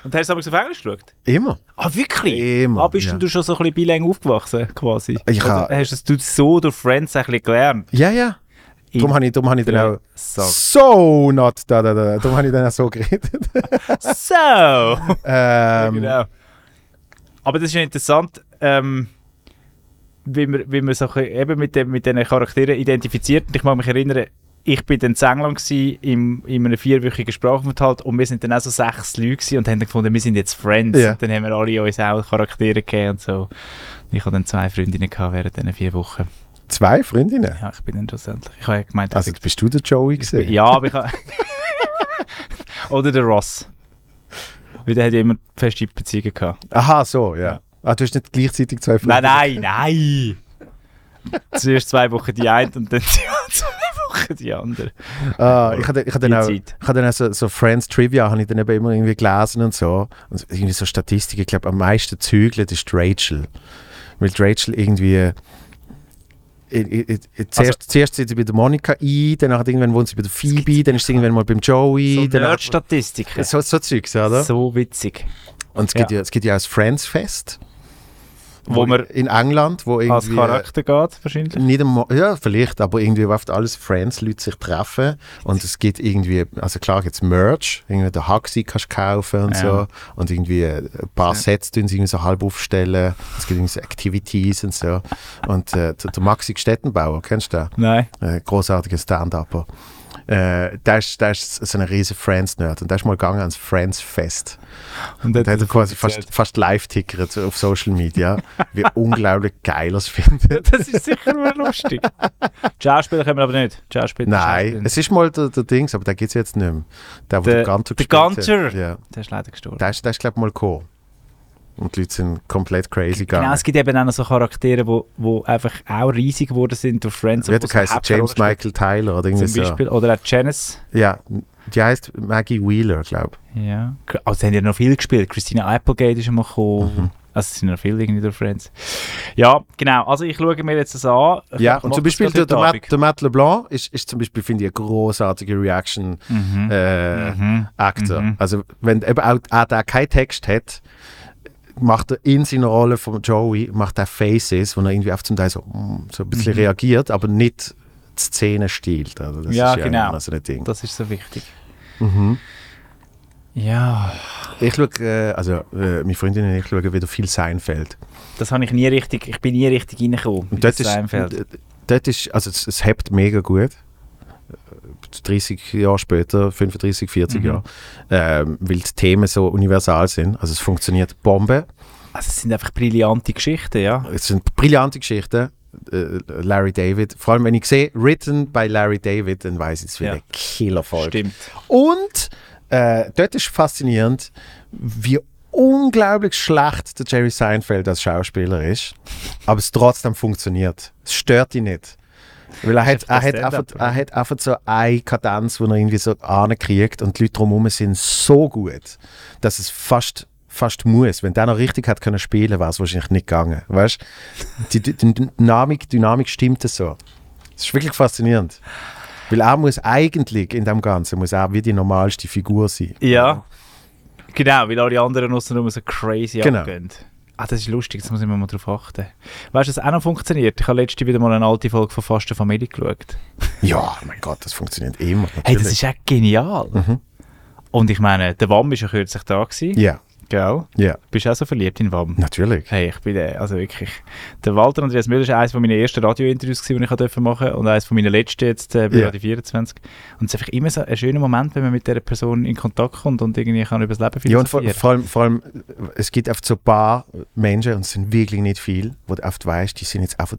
B: Und hast du aber auf Englisch geschaut?
A: immer.
B: Ah, wirklich?
A: Immer,
B: ah, bist
A: ja.
B: denn du schon so ein bisschen bilang aufgewachsen, quasi?
A: Ich
B: Oder
A: habe-
B: hast du es so durch Friends ein bisschen gelernt?
A: Ja, ja. Darum habe ich, darum habe ich
B: Genau.
A: dann auch
B: So.
A: So not da da da. Darum habe ich dann auch so geredet.
B: so.
A: Ähm,
B: genau. Aber das ist ja interessant, ähm, wie man, wie man so ein bisschen eben mit, dem, mit diesen Charakteren identifiziert. Und ich mag mich erinnern, ich bin dann in England gsi im, in einem vierwöchigen Sprachaufenthalt und wir sind dann auch so sechs Leute gsi und haben dann gefunden, wir sind jetzt Friends.
A: Ja.
B: Und dann haben wir alle uns auch Charaktere gegeben und so. Und ich hatte dann zwei Freundinnen gehabt während diesen vier Wochen.
A: Zwei Freundinnen?
B: Ja, ich bin dann schlussendlich. Ich habe ja gemeint,
A: Also bist du der Joey gewesen?
B: ja, aber ich habe... Oder der Ross. Weil der hat ja immer feste Beziehungen gehabt.
A: Aha, so, ja.
B: Ja.
A: Ah, du hast nicht gleichzeitig zwei Freunde.
B: Nein, nein, nein! Zuerst zwei Wochen die eine und dann die zwei Wochen die andere.
A: Ah, ich hatte, ich hatte
B: Die
A: dann auch, ich
B: Zeit.
A: hatte dann auch so, so Friends Trivia, habe ich dann eben immer irgendwie gelesen und so. Und irgendwie so Statistiken, ich glaube, am meisten zügelt ist die Rachel. Weil die Rachel irgendwie. i- i- i- i-
B: Also
A: Zuerst, zuerst sind sie bei der Monika ein, danach irgendwann wohnt sie bei der Phoebe, dann ist sie irgendwann mal beim Joey.
B: So
A: danach-
B: Nerd-Statistiken.
A: so, so Zeugs, oder?
B: So witzig.
A: Und es gibt
B: Ja.
A: ja, es gibt ja auch das Friends Fest.
B: Wo man
A: in England, wo
B: als
A: irgendwie. äh,
B: Charakter geht, wahrscheinlich.
A: Nicht einmal, ja, vielleicht, aber irgendwie läuft alles Friends, Leute sich treffen und es gibt irgendwie, also klar gibt's Merch, irgendwie der Huxi kannst du kaufen und
B: Ja.
A: so und irgendwie ein paar Sets tun sie irgendwie so halb aufstellen, es gibt irgendwie so Activities und so und äh, der, der Maxi Stettenbauer, kennst du
B: Nein.
A: den? Äh, großartiger Stand-Upper. Äh, der, ist, der ist so ein riesen Friends-Nerd und der ist mal gegangen ans Friends-Fest.
B: Und
A: Der hat er quasi fast, fast live tickert auf Social Media, wie unglaublich geil er es findet.
B: Das ist sicher nur lustig. Die Schauspieler können wir aber nicht. Die Schauspieler
A: Nein,
B: Schauspieler.
A: es ist mal der, der Dings, aber der gibt es jetzt nicht mehr. Der, wo
B: Der-
A: der Ganter
B: der
A: gespielt hat.
B: Ganter!
A: Ja,
B: Der ist leider gestorben.
A: der ist, der ist glaube ich, mal gekommen. Und die Leute sind komplett crazy gegangen.
B: Genau, es gibt eben auch noch so Charaktere, die wo, wo einfach auch riesig geworden sind durch Friends.
A: Wie hat
B: und wo
A: der
B: so
A: geheißen?
B: Hauptrollen
A: James Michael Tyler oder irgendwie
B: spielen, Zum
A: so.
B: Beispiel. Oder auch Janice.
A: Ja, die heißt Maggie Wheeler, glaube ich.
B: Ja. Also sie haben ja noch viel gespielt. Christina Applegate ist einmal gekommen.
A: Mhm.
B: Also es sind noch viele irgendwie durch Friends. Ja, genau. Also ich schaue mir jetzt das an. Ich
A: Ja,
B: mach-
A: und
B: mach
A: zum
B: das
A: Beispiel
B: gerade
A: der, der,
B: heute
A: Matt, der Matt LeBlanc ist, ist zum Beispiel, finde ich, eine großartige Reaction.
B: Abend.
A: Äh,
B: Mhm.
A: Actor.
B: Mhm.
A: Also wenn eben auch, auch der keinen Text hat, macht er in seiner Rolle von Joey, macht er Faces, wo er irgendwie auf zum Teil so, mm, so ein bisschen
B: Mhm.
A: reagiert, aber nicht die Szene stiehlt. Also das
B: Ja,
A: ist ja
B: genau.
A: immer so ein Ding.
B: Das ist so wichtig.
A: Mhm.
B: Ja,
A: Ich schaue, äh, also äh, meine Freundin und ich schauen wieder viel Seinfeld.
B: das habe ich nie richtig, ich bin nie richtig reingekommen.
A: Und
B: mit
A: dort ist,
B: Seinfeld.
A: d- dort ist, also es, es hebt mega gut. Äh, 30 Jahre später, 35, 40
B: Mhm.
A: Jahre, ähm, weil die Themen so universal sind. Also es funktioniert Bombe.
B: Also es sind einfach brillante Geschichten, ja.
A: Es sind brillante Geschichten. äh, Larry David. Vor allem, wenn ich sehe, written by Larry David, dann weiß ich, es wird
B: Ja.
A: ein Killerfolg.
B: Stimmt.
A: Und äh, dort ist faszinierend, wie unglaublich schlecht der Jerry Seinfeld als Schauspieler ist, aber es trotzdem funktioniert. Es stört ihn nicht. Weil er hat,
B: ist
A: er,
B: einfach
A: hat
B: der
A: einfach,
B: Stand-up,
A: er hat einfach so eine Kadenz, die er irgendwie so ankriegt und die Leute drumherum sind so gut, dass es fast fast muss. Wenn der noch richtig hat können spielen, wäre es wahrscheinlich nicht gegangen. Weißt? Die, die, die Dynamik, Dynamik stimmt so. Es ist wirklich faszinierend. Weil er muss eigentlich in dem Ganzen, muss er wie die normalste Figur sein.
B: Ja. Genau, weil alle anderen außen nur so crazy
A: Genau.
B: abgehen. Ah, das ist lustig, das muss ich mir mal drauf achten. Weißt du, was auch noch funktioniert? Ich habe letzte wieder mal eine alte Folge von Fasten Familie geschaut.
A: Ja, mein Gott, das funktioniert immer.
B: Hey,
A: natürlich.
B: das
A: Mhm.
B: ist echt genial. Und ich meine, der Wam war ja kürzlich da. Gewesen,
A: Ja,
B: Gell?
A: ja,
B: Bist du auch so verliebt in Wam?
A: natürlich.
B: Hey, ich bin der, also wirklich. Der Walter Andreas Müller war eines meiner ersten Radiointerviews, gewesen, die ich durfte machen durfte und eines meiner letzten jetzt äh, bei
A: Ja.
B: Radio 24. Und es ist einfach immer so ein schöner Moment, wenn man mit dieser Person in Kontakt kommt und irgendwie kann über das Leben
A: Ja, und vor,
B: philosophieren.
A: vor, allem, vor allem, äh, es gibt oft so ein paar Menschen, und es sind wirklich nicht viele, wo du oft weißt, die sind jetzt einfach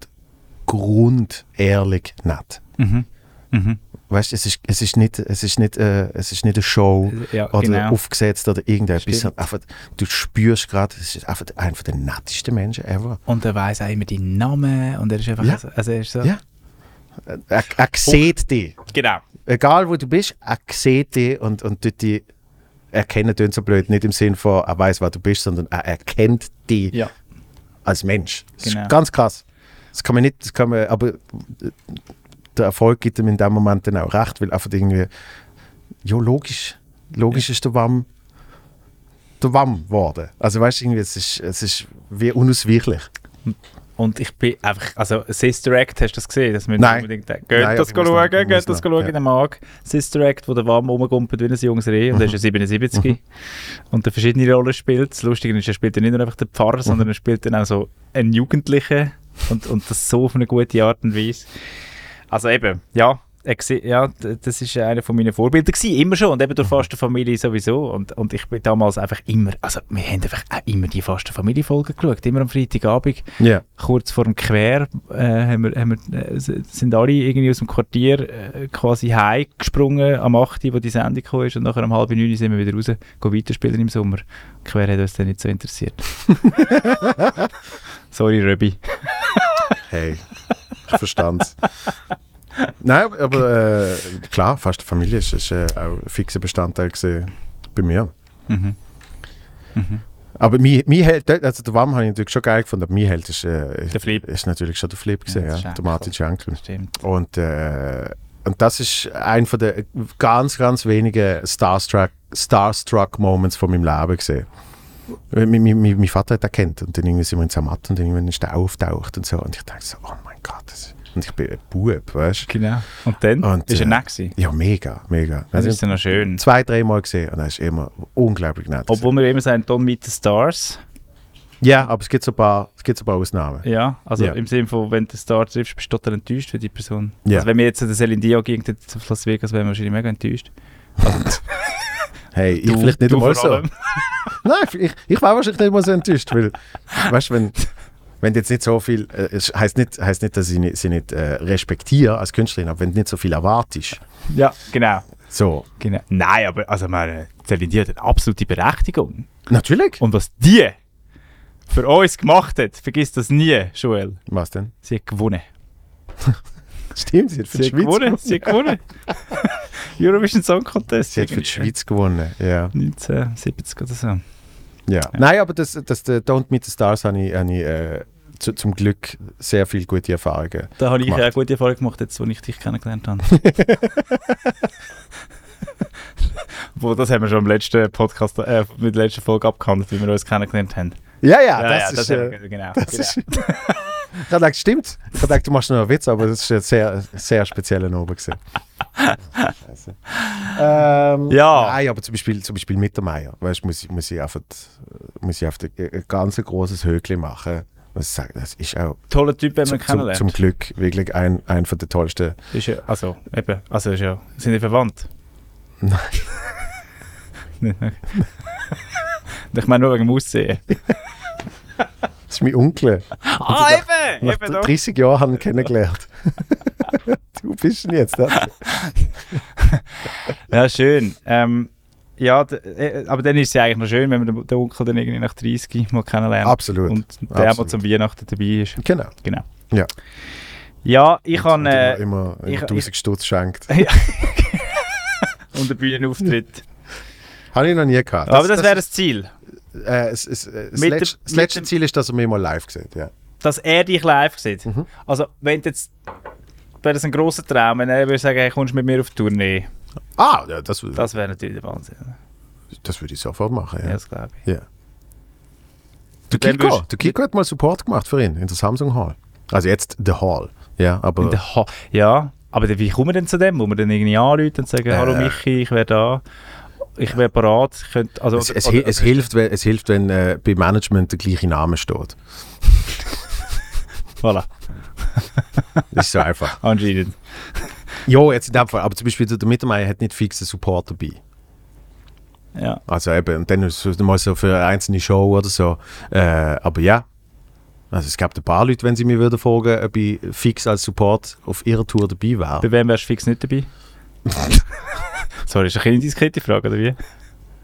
A: grundehrlich nett.
B: mhm. Mhm.
A: Weißt du, es ist, es ist nicht, es ist nicht, äh, es ist nicht eine Show
B: Ja,
A: oder
B: genau.
A: aufgesetzt oder irgendetwas.
B: Stimmt.
A: sondern Einfach, du spürst gerade, es ist einfach einer der nettesten Menschen ever.
B: Und er weiß auch immer deinen Namen und er ist einfach
A: Ja.
B: so- also er ist so.
A: Ja. Er, er, er sieht dich.
B: Genau.
A: egal wo du bist, er sieht dich und, und tut dich erkennen tönt so blöd, nicht im Sinn von, er weiß, wer du bist, sondern er erkennt dich
B: Ja.
A: als Mensch. Das
B: Genau.
A: ist ganz krass. Das kann man nicht, das kann man, aber äh, der Erfolg gibt ihm in dem Moment dann auch recht, weil einfach irgendwie, ja, logisch, logisch ist der Wamm der Wamm geworden. Also weißt du, irgendwie, es ist, es ist wie unausweichlich.
B: Und ich bin einfach, also Sister Act, hast du das gesehen? Das müssen wir
A: Nein.
B: unbedingt denken.
A: Nein,
B: Geht das
A: aber ich muss noch-
B: schauen,
A: ich muss
B: geht das
A: noch,
B: schauen
A: ja.
B: in den Mag. Sister Act, wo der Wam rumgumpelt wie ein junges Reh und er
A: Mhm.
B: ist ja 77 und er verschiedene Rollen spielt. Das Lustige ist, er spielt ja nicht nur einfach den Pfarrer,
A: Mhm.
B: sondern er spielt dann auch so einen Jugendlichen und, und das so auf eine gute Art und Weise. Also eben, ja, Er gsi- Ja, d- das ist einer von meinen Vorbildern gewesen, immer schon und eben
A: Mhm.
B: durch Fastenfamilie sowieso und, und ich bin damals einfach immer, also wir haben einfach auch immer die Fastenfamilie-Folgen geschaut, immer am Freitagabend,
A: Ja.
B: kurz vor dem Quer, äh, haben wir, haben wir, äh, s- sind alle irgendwie aus dem Quartier äh, quasi heimgesprungen am 8 Uhr, wo die Sendung gekommen ist und nachher am halb 9 Uhr sind wir wieder raus, gehen weiterspielen im Sommer. Quer hat uns dann nicht so interessiert. Sorry, Röbi.
A: Hey, ich verstand's. Nein, aber äh, klar, fast Familie ist, ist äh, auch ein fixer Bestandteil gewesen bei mir.
B: Mhm.
A: Aber mir, mir hält, also der Wam habe ich natürlich schon geil gefunden, aber mir hält ist, äh,
B: Der Flip.
A: ist natürlich schon der Flip gewesen,
B: Ja,
A: ja,
B: das ist
A: der
B: Schenkel.
A: Martin Schenkel.
B: Stimmt.
A: Und, äh, und das ist ein von der ganz, ganz wenigen Starstruck, Starstruck Moments von meinem Leben gesehen. Mein Vater hat erkannt und dann irgendwie sind wir in Zermatt und dann irgendwann ist er auftaucht und so. Und ich dachte so, oh mein Gott, das ist, und ich bin ein Bub, weißt du?
B: Genau. Und dann?
A: Und,
B: ist er
A: äh,
B: nett gewesen?
A: Ja, mega, mega.
B: Das
A: Also,
B: ist ja noch schön.
A: zwei, drei Mal gesehen und er ist immer unglaublich nett. gewesen.
B: Obwohl wir immer sagen, don't meet the stars.
A: Ja, aber es gibt so ein paar, es gibt so ein paar Ausnahmen.
B: Ja, also
A: Ja.
B: im Sinne von, wenn du den Star triffst, bist du total enttäuscht für die Person.
A: Ja.
B: Also wenn wir jetzt den Celine Dion gegen den zu Las Vegas wären, wir wahrscheinlich mega enttäuscht.
A: Hey, ich
B: Du-
A: vielleicht nicht
B: du
A: einmal
B: vor
A: so.
B: allem.
A: Nein, ich, ich war wahrscheinlich nicht mal so enttäuscht, weil, weißt du, wenn, wenn du jetzt nicht so viel, äh, es heißt nicht, heißt nicht, dass ich ni- sie nicht äh, respektiere als Künstlerin, aber wenn du nicht so viel erwartest,
B: Ja, genau.
A: so,
B: genau. Nein, aber also meine, Celine Dion hat eine absolute Berechtigung.
A: natürlich.
B: Und was die für uns gemacht hat, vergiss das nie, Joel.
A: Was denn?
B: Sie hat gewonnen.
A: Stimmt, sie hat für
B: Sie
A: die
B: hat
A: Schweiz
B: gewonnen.
A: gewonnen.
B: Sie hat gewonnen. Eurovision Song Contest.
A: Sie hat für die Schweiz gewonnen, ja.
B: 1970 oder so.
A: ja. Nein, aber das, das der Don't Meet the Stars habe ich, habe ich äh, zu, zum Glück sehr viel gute Erfahrungen.
B: Da habe ich
A: gemacht.
B: auch gute Erfahrungen gemacht, jetzt, wo ich dich kennengelernt habe. Wo, das haben wir schon im letzten Podcast, äh, mit der letzten Folge abgehandelt, wie wir uns kennengelernt haben.
A: Ja, ja, das ist...
B: haben
A: äh,
B: wir- genau.
A: Das
B: genau.
A: ist, ich habe gedacht, stimmt. Ich habe gedacht, du machst nur einen Witz, aber das ist jetzt sehr, sehr speziell in oben gesehen. Scheiße. Ähm,
B: Ja.
A: Nein, aber zum Beispiel, zum Beispiel Mittermeier. Weißt du, muss ich, muss ich einfach, äh, muss ich einfach ein ganz großes Höckli machen. Was sagt, das ist auch
B: Toller Typ, wenn
A: zum,
B: man
A: zum,
B: kennenlernt.
A: zum Glück wirklich ein, ein von der tollsten.
B: ist ja, also, eben, also ist ja, sind die verwandt?
A: Nein.
B: Nein. okay. ich meine nur wegen dem Aussehen.
A: Das ist mein Onkel.
B: ah, eben!
A: Nach
B: Eben doch.
A: 30 Jahren haben wir ihn kennengelernt. du bist ihn jetzt. ne?
B: Ja, schön. Ähm, ja, d- äh, aber dann ist es ja eigentlich noch schön, wenn man den, den Onkel dann irgendwie nach 30 mal kennenlernt.
A: Absolut.
B: Und der mal
A: Absolut.
B: zum Weihnachten dabei ist.
A: genau.
B: Genau.
A: Ja.
B: Ja, ich
A: Und
B: habe
A: immer,
B: äh,
A: immer,
B: ich-
A: immer 1000 Stutz schenkt.
B: unter Bühnenauftritt.
A: Habe ich noch nie gehabt.
B: Aber das wäre das Ziel,
A: Äh, es, es, äh, das,
B: Mit
A: letzte,
B: dem-
A: das
B: mit
A: letzte
B: dem-
A: Ziel ist, dass er mich mal live sieht. Ja.
B: dass er dich live sieht.
A: Mhm.
B: Also, wenn du jetzt wäre das ein großer Traum, wenn er würde sagen, hey, kommst du mit mir auf die Tournee?
A: Ah, ja, das, das,
B: Das wäre natürlich der Wahnsinn.
A: das würde ich sofort machen.
B: Ja,
A: Ja.
B: das glaube ich.
A: Der,
B: Dann
A: Kiko,
B: würdest-
A: der Kiko hat mal Support gemacht für ihn in der Samsung Hall. Also jetzt The Hall. Ja, aber
B: Der Ha- Ja, aber dann- wie kommen wir denn zu dem, wo wir dann irgendwie anrufen und sagen, hallo
A: Äh.
B: Michi, ich wäre da, ich wäre parat, ich könnte, also,
A: es, es,
B: oder-
A: hi- es, hilft, wenn, es hilft, wenn äh, bei Management der gleiche Name steht.
B: voilà,
A: Das ist so einfach.
B: anscheinend.
A: jo, jetzt in dem Fall. Aber zum Beispiel der Mittermeier hat nicht fixen Support dabei.
B: Ja.
A: Also eben, und dann ist es mal so für eine einzelne Show oder so. Äh, aber ja, also es gab ein paar Leute, wenn sie mir würden fragen, ob ich fix als Support auf ihrer Tour dabei wäre.
B: Bei wem wärst du fix nicht dabei? Sorry, ist das eine indiskrete Frage, oder wie?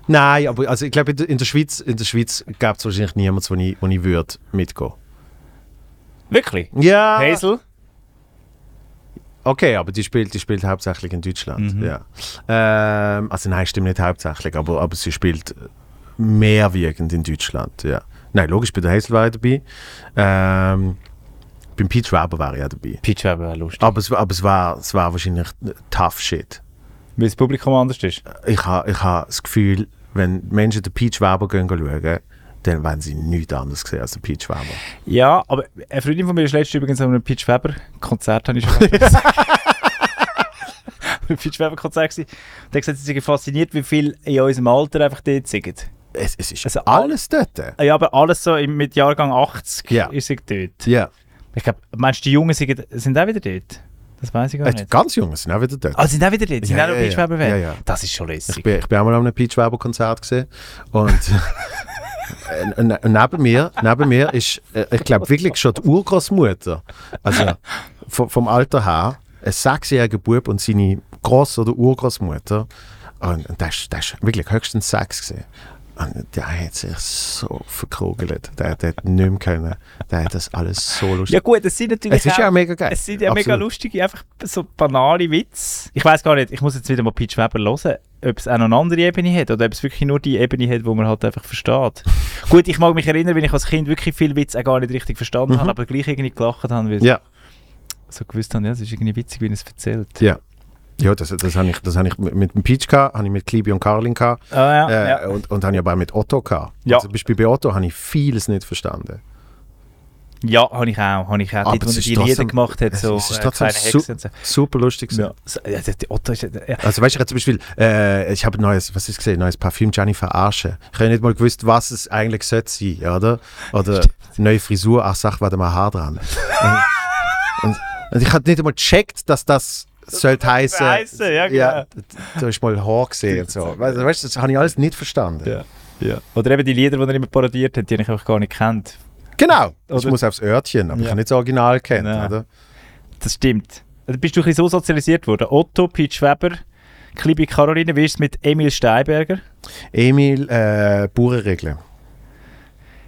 A: Nein, aber also ich glaube, in der- in der Schweiz, in der Schweiz gäbe es wahrscheinlich niemanden, wo ich, wo ich würde mitgehen.
B: Wirklich?
A: Ja.
B: Hazel?
A: Okay, aber die spielt, die spielt hauptsächlich in Deutschland.
B: Mhm.
A: Ja. Ähm, also nein, stimmt nicht hauptsächlich, aber, aber sie spielt mehrwiegend in Deutschland. Ja. Nein, logisch, bei der Hazel war ich dabei. Ähm, beim Pete Schwaber war ich auch dabei.
B: Peach wäre aber lustig.
A: Aber es, aber es, war, es war wahrscheinlich tough shit.
B: Weil das Publikum anders ist.
A: Ich habe ich ha das Gefühl, wenn Menschen den Pete Schwaber gehen schauen, dann werden sie nichts anderes sehen als den Pete Schwaber.
B: Ja, aber eine Freundin von mir ist letztens übrigens an einem Peach Weber Konzert, habe ich schon gesagt. Ein Peach Weber Konzert gewesen. Und er hat gesagt, sie sind fasziniert, wie viel in unserem Alter einfach dort singen.
A: Es, es ist
B: Also all-
A: alles dort.
B: Ja, aber alles so im- mit Jahrgang 80
A: Ja.
B: ist sie dort.
A: Ja.
B: Ich glaube, meinst du, die Jungen sind, sind auch wieder dort? Das weiß ich gar
A: Äh,
B: nicht.
A: ganz jung, sind auch wieder dort.
B: Ah, sind auch wieder dort? Sind
A: Ja,
B: auch noch
A: ja, ja.
B: Beachweber
A: Ja, ja.
B: Das ist schon
A: Ich
B: lässig.
A: bin, ich bin auch mal an einem Peach Weber Konzert gesehen und äh, ne- neben mir, neben mir ist, äh, ich glaube wirklich schon die Urgroßmutter, also vom, vom Alter her, ein sechsjähriger Bub und seine Groß- oder Urgroßmutter und, und das, ist- das ist wirklich höchstens sechs gesehen. Und der hat sich so verkrugelt, der, der hat nicht mehr können, der hat das alles so lustig.
B: Ja gut, es sind natürlich
A: es ist ja auch mega geil.
B: Es sind ja mega
A: Äh, Absolut.
B: lustige, einfach so banale Witze. Ich weiß gar nicht, ich muss jetzt wieder mal Peach Weber hören, ob es auch noch eine andere Ebene hat oder ob es wirklich nur die Ebene hat, wo man halt einfach versteht. Gut, ich mag mich erinnern, wenn ich als Kind wirklich viel Witz auch gar nicht richtig verstanden habe, aber gleich irgendwie gelacht habe, weil
A: Mhm. Ja.
B: so gewusst habe, ja, es ist irgendwie witzig, wie er es erzählt.
A: Ja. Ja, das, das habe ich, das hab ich mit mit dem Peach gehabt, habe ich mit Klibi und Karlin gehabt.
B: Ah, ja,
A: äh,
B: ja.
A: Und, und habe ich aber auch mit Otto gehabt.
B: Ja.
A: Und Zum Beispiel bei Otto habe ich vieles nicht verstanden.
B: ja habe ich auch. Habe ich auch.
A: Aber
B: Dort, wo
A: es
B: er
A: ist
B: die Lieder
A: trotzdem-
B: gemacht hat,
A: es
B: so
A: ist
B: äh,
A: trotzdem
B: kleine Hexe und so.
A: Super lustig. gewesen.
B: Ja. So, ja, der- der Otto ist, ja- ja.
A: Also weißt du, ich habe zum Beispiel, äh, ich habe ein neues, was ist gesehen, neues Parfüm, Jennifer Arsche. Ich habe nicht mal gewusst, was es eigentlich sollte sein, oder? Oder neue Frisur, ach sag, warte mal Haar dran. und, und, und ich habe nicht einmal gecheckt, dass das sollte heißen.
B: heissen, ja, genau.
A: da ist mal Haar gesehen und so. Weißt du, weißt du, das habe ich alles nicht verstanden.
B: Ja. Ja. Oder eben die Lieder, die er immer parodiert hat, die habe ich einfach gar nicht kennt.
A: Genau. Ich
B: Oder-
A: muss aufs Örtchen, aber ich
B: Ja.
A: habe nicht das Original kennen,
B: Nein.
A: oder?
B: Das stimmt. Also bist du ein bisschen so sozialisiert worden? Otto, Peach Weber, Klibi Caroline, wie ist es mit Emil Steinberger?
A: Emil äh, Bauernregeln.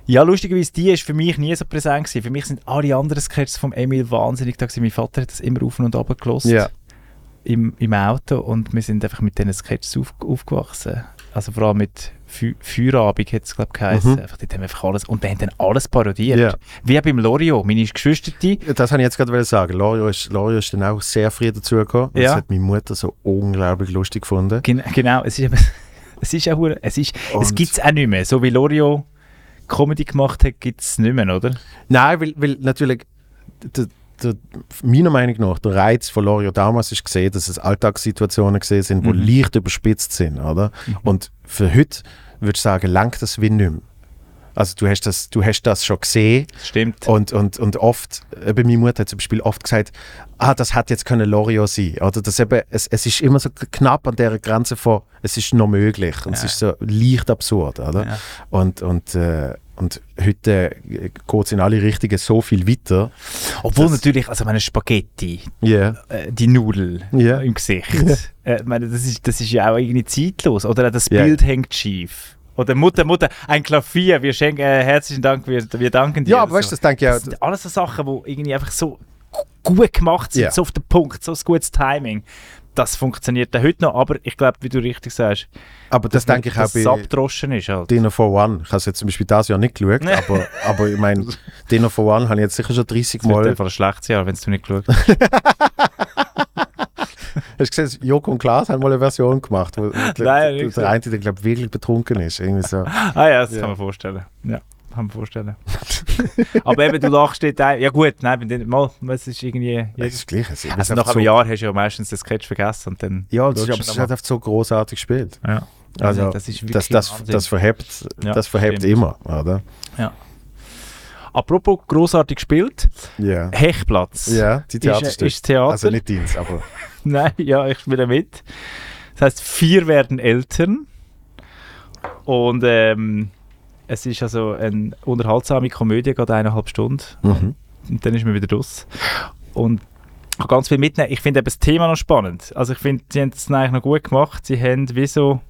B: Ja, lustigerweise, die ist für mich nie so präsent gewesen. Für mich sind alle anderen Sketches von Emil wahnsinnig da gewesen. Mein Vater hat das immer auf und ab gelassen.
A: Ja.
B: Im, Im Auto und wir sind einfach mit diesen Sketches auf, aufgewachsen. Also vor allem mit Feu- Feierabend hat es, glaube ich, geheißen. Einfach, dort haben wir einfach alles, und wir haben dann alles parodiert.
A: Mhm. Ja.
B: Wie auch beim Lorio, meine Geschwister, die
A: Das habe ich jetzt gerade wollen sagen. Lorio ist, Lorio ist dann auch sehr früh dazugekommen. Und
B: Ja.
A: Das hat meine Mutter so unglaublich lustig gefunden.
B: Gen genau, es ist eben, es ist auch, hure- es ist, es
A: Und-
B: gibt es auch nicht mehr. So wie Lorio Comedy gemacht hat, gibt es nicht mehr, oder?
A: Nein, weil, weil natürlich, der, der, meiner Meinung nach, der Reiz von Lorio damals ist gesehen, dass es Alltagssituationen gesehen sind, wo
B: Mhm.
A: leicht überspitzt sind, oder? Und für heute würde ich sagen, langt das wie nicht mehr. Also du hast das, du hast das schon gesehen.
B: Das stimmt.
A: Und, und, und oft, eben meine Mutter hat zum Beispiel oft gesagt, ah, das hat jetzt können Lorio sein. Oder das eben, es, es ist immer so knapp an der Grenze von, es ist noch möglich. Und es
B: Ja.
A: ist so leicht absurd, oder?
B: Ja.
A: Und, und, äh, und heute geht es in alle Richtungen so viel weiter.
B: Obwohl
A: das-
B: natürlich, also meine Spaghetti,
A: Yeah.
B: äh, die Nudel
A: Ja.
B: im Gesicht, äh, ich meine, das, ist, das ist ja auch irgendwie zeitlos. Oder auch das
A: Ja.
B: Bild hängt schief. Oder Mutter, Mutter, ein Klavier, wir schenken äh, herzlichen Dank, wir, wir danken dir.
A: Ja,
B: oder
A: aber weißt
B: so.
A: du, das denke ich
B: Das
A: auch.
B: sind alles so Sachen, die irgendwie einfach so gu- gut gemacht sind,
A: Ja.
B: so auf den Punkt, so ein gutes Timing. Das funktioniert dann heute noch, aber ich glaube, wie du richtig sagst,
A: Aber das denke ich auch
B: dass es
A: bei
B: abgedroschen ist halt.
A: Dinner for One. Ich habe es jetzt zum Beispiel das Jahr nicht geschaut, aber, aber ich meine, Dinner for One habe ich jetzt sicher schon 30
B: Es wird
A: Mal.
B: einfach ein schlechtes Jahr, wenn du nicht geschaut hast.
A: Hast du gesehen, Joko und Klaas haben mal eine Version gemacht, wo Nein,
B: hab ich
A: der,
B: nicht
A: der eine, der glaube wirklich betrunken ist. Irgendwie so.
B: Ah ja, das
A: Ja.
B: kann man vorstellen. Ja, kann man vorstellen. aber eben, du lachst dort ein. Ja gut, nein, bei den- mal, es ist irgendwie...
A: Es ist gleich. Es ist
B: Also
A: einfach
B: nach
A: so,
B: einem Jahr hast du ja meistens den Sketch vergessen und dann...
A: Ja, das ist,
B: schaust
A: aber es
B: du
A: ist
B: nochmal.
A: halt einfach so großartig gespielt.
B: Ja.
A: Also,
B: das ist wirklich
A: Das, das,
B: Wahnsinn.
A: das verhebt,
B: Ja,
A: das verhebt
B: stimmt.
A: immer, oder?
B: Apropos grossartig gespielt,
A: Ja.
B: Hechplatz.
A: Ja, die
B: Ist,
A: Theaterstücke.
B: ist Theater.
A: also nicht deins, aber.
B: Nein, ja, ich spiele mit. Das heißt, vier werden Eltern. Und ähm, es ist also eine unterhaltsame Komödie, geht eineinhalb Stunden.
A: Mhm.
B: Und dann ist man wieder raus. Und ich kann ganz viel mitnehmen. Ich finde eben das Thema noch spannend. Also ich finde, sie haben es eigentlich noch gut gemacht. Sie haben wie so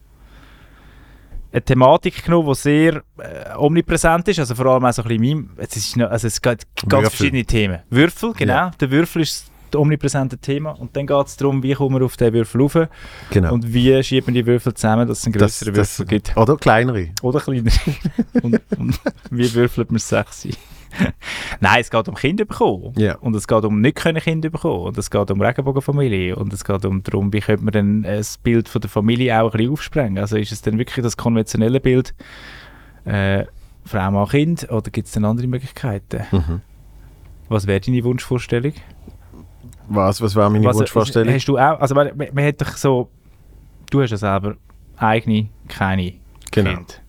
B: eine Thematik genommen, die sehr äh, omnipräsent ist. Also vor allem auch so ein bisschen in meinem... Es, ist noch, also es gibt
A: Um
B: ganz
A: Würfel.
B: verschiedene Themen. Würfel, genau.
A: Ja.
B: Der Würfel ist das omnipräsente Thema. Und dann geht es darum, wie kommen wir auf den Würfel rauf
A: Genau.
B: und wie schiebt man die Würfel zusammen, dass es einen
A: Das-
B: größeren
A: das-
B: Würfel gibt.
A: Oder kleinere.
B: Oder kleiner. und, und wie würfelt man sechs ein? Nein, es geht um Kinder bekommen.
A: Ja.
B: Und es geht um nicht können Kinder bekommen. Und es geht um Regenbogenfamilie. Und es geht um darum, wie könnte man denn äh, das Bild von der Familie auch ein bisschen aufsprengen. Also ist es denn wirklich das konventionelle Bild äh, Frau, Mann, Kind? Oder gibt es denn andere Möglichkeiten?
A: Mhm.
B: Was wäre deine Wunschvorstellung?
A: Was, was war meine
B: Was, äh,
A: Wunschvorstellung?
B: Hast du auch, also man, man, man hat doch so, du hast ja selber eigene, keine
A: Genau.
B: Kind.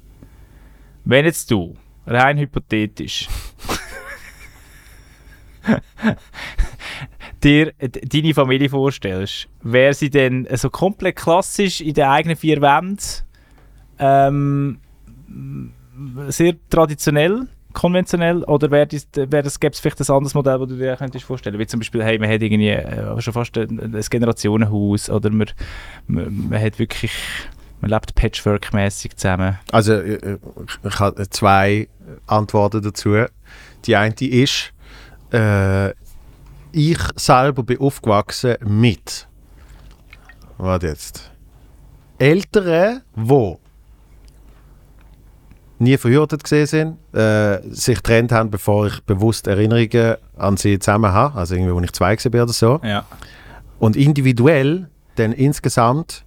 B: Wenn jetzt du, rein hypothetisch, dir äh, deine Familie vorstellst, wäre sie denn äh, so komplett klassisch in den eigenen vier Wänden, ähm, sehr traditionell, konventionell, oder wäre das, wär das, gäbe es vielleicht ein anderes Modell, das du dir könntest vorstellen Wie zum Beispiel, hey, man hat irgendwie äh, schon fast ein, ein Generationenhaus, oder man, man, man hat wirklich, man lebt patchwork-mäßig zusammen.
A: Also, äh, ich habe zwei Antworten dazu. Die eine ist, äh, ich selber bin aufgewachsen mit. Was jetzt? Eltern, die nie verheiratet gesehen sind, äh, sich getrennt haben, bevor ich bewusst Erinnerungen an sie zusammen habe, also irgendwie, wo ich zwei gewesen bin oder so.
B: Ja.
A: Und individuell dann insgesamt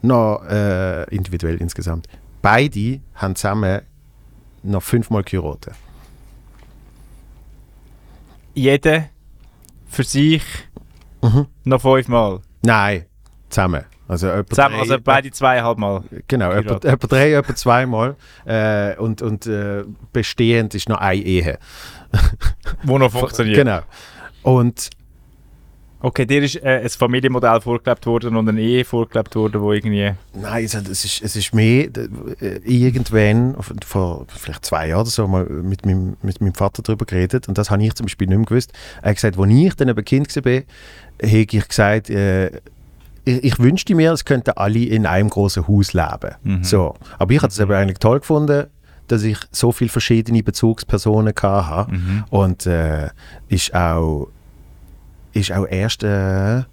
A: noch, äh, individuell insgesamt, beide haben zusammen noch fünfmal geheiratet.
B: Jeder für sich
A: Mhm.
B: noch fünfmal.
A: Nein, zusammen. Also, etwa
B: Zusammen,
A: drei-
B: also beide zweieinhalb Mal.
A: Genau, etwa,
B: Geheiratet.
A: etwa drei, etwa zweimal. Äh, und und äh, bestehend ist noch eine Ehe.
B: Wo noch funktioniert.
A: Genau. Und
B: Okay, dir ist äh, ein Familienmodell vorgelebt worden und eine Ehe vorgelebt worden, wo irgendwie...
A: Nein, also es ist, es ist mehr, d- äh, irgendwann, auf- vor vielleicht zwei Jahren oder so, mal mit meinem, mit meinem Vater darüber geredet und das habe ich zum Beispiel nicht mehr gewusst. Er hat gesagt, als ich dann eben Kind war, habe ich gesagt, äh, ich, ich wünschte mir, es könnten alle in einem großen Haus leben.
B: Mhm.
A: So. Aber ich habe es eben eigentlich toll gefunden, dass ich so viele verschiedene Bezugspersonen hatte.
B: Mhm.
A: Und äh, ist, auch, ist auch erst, äh, ich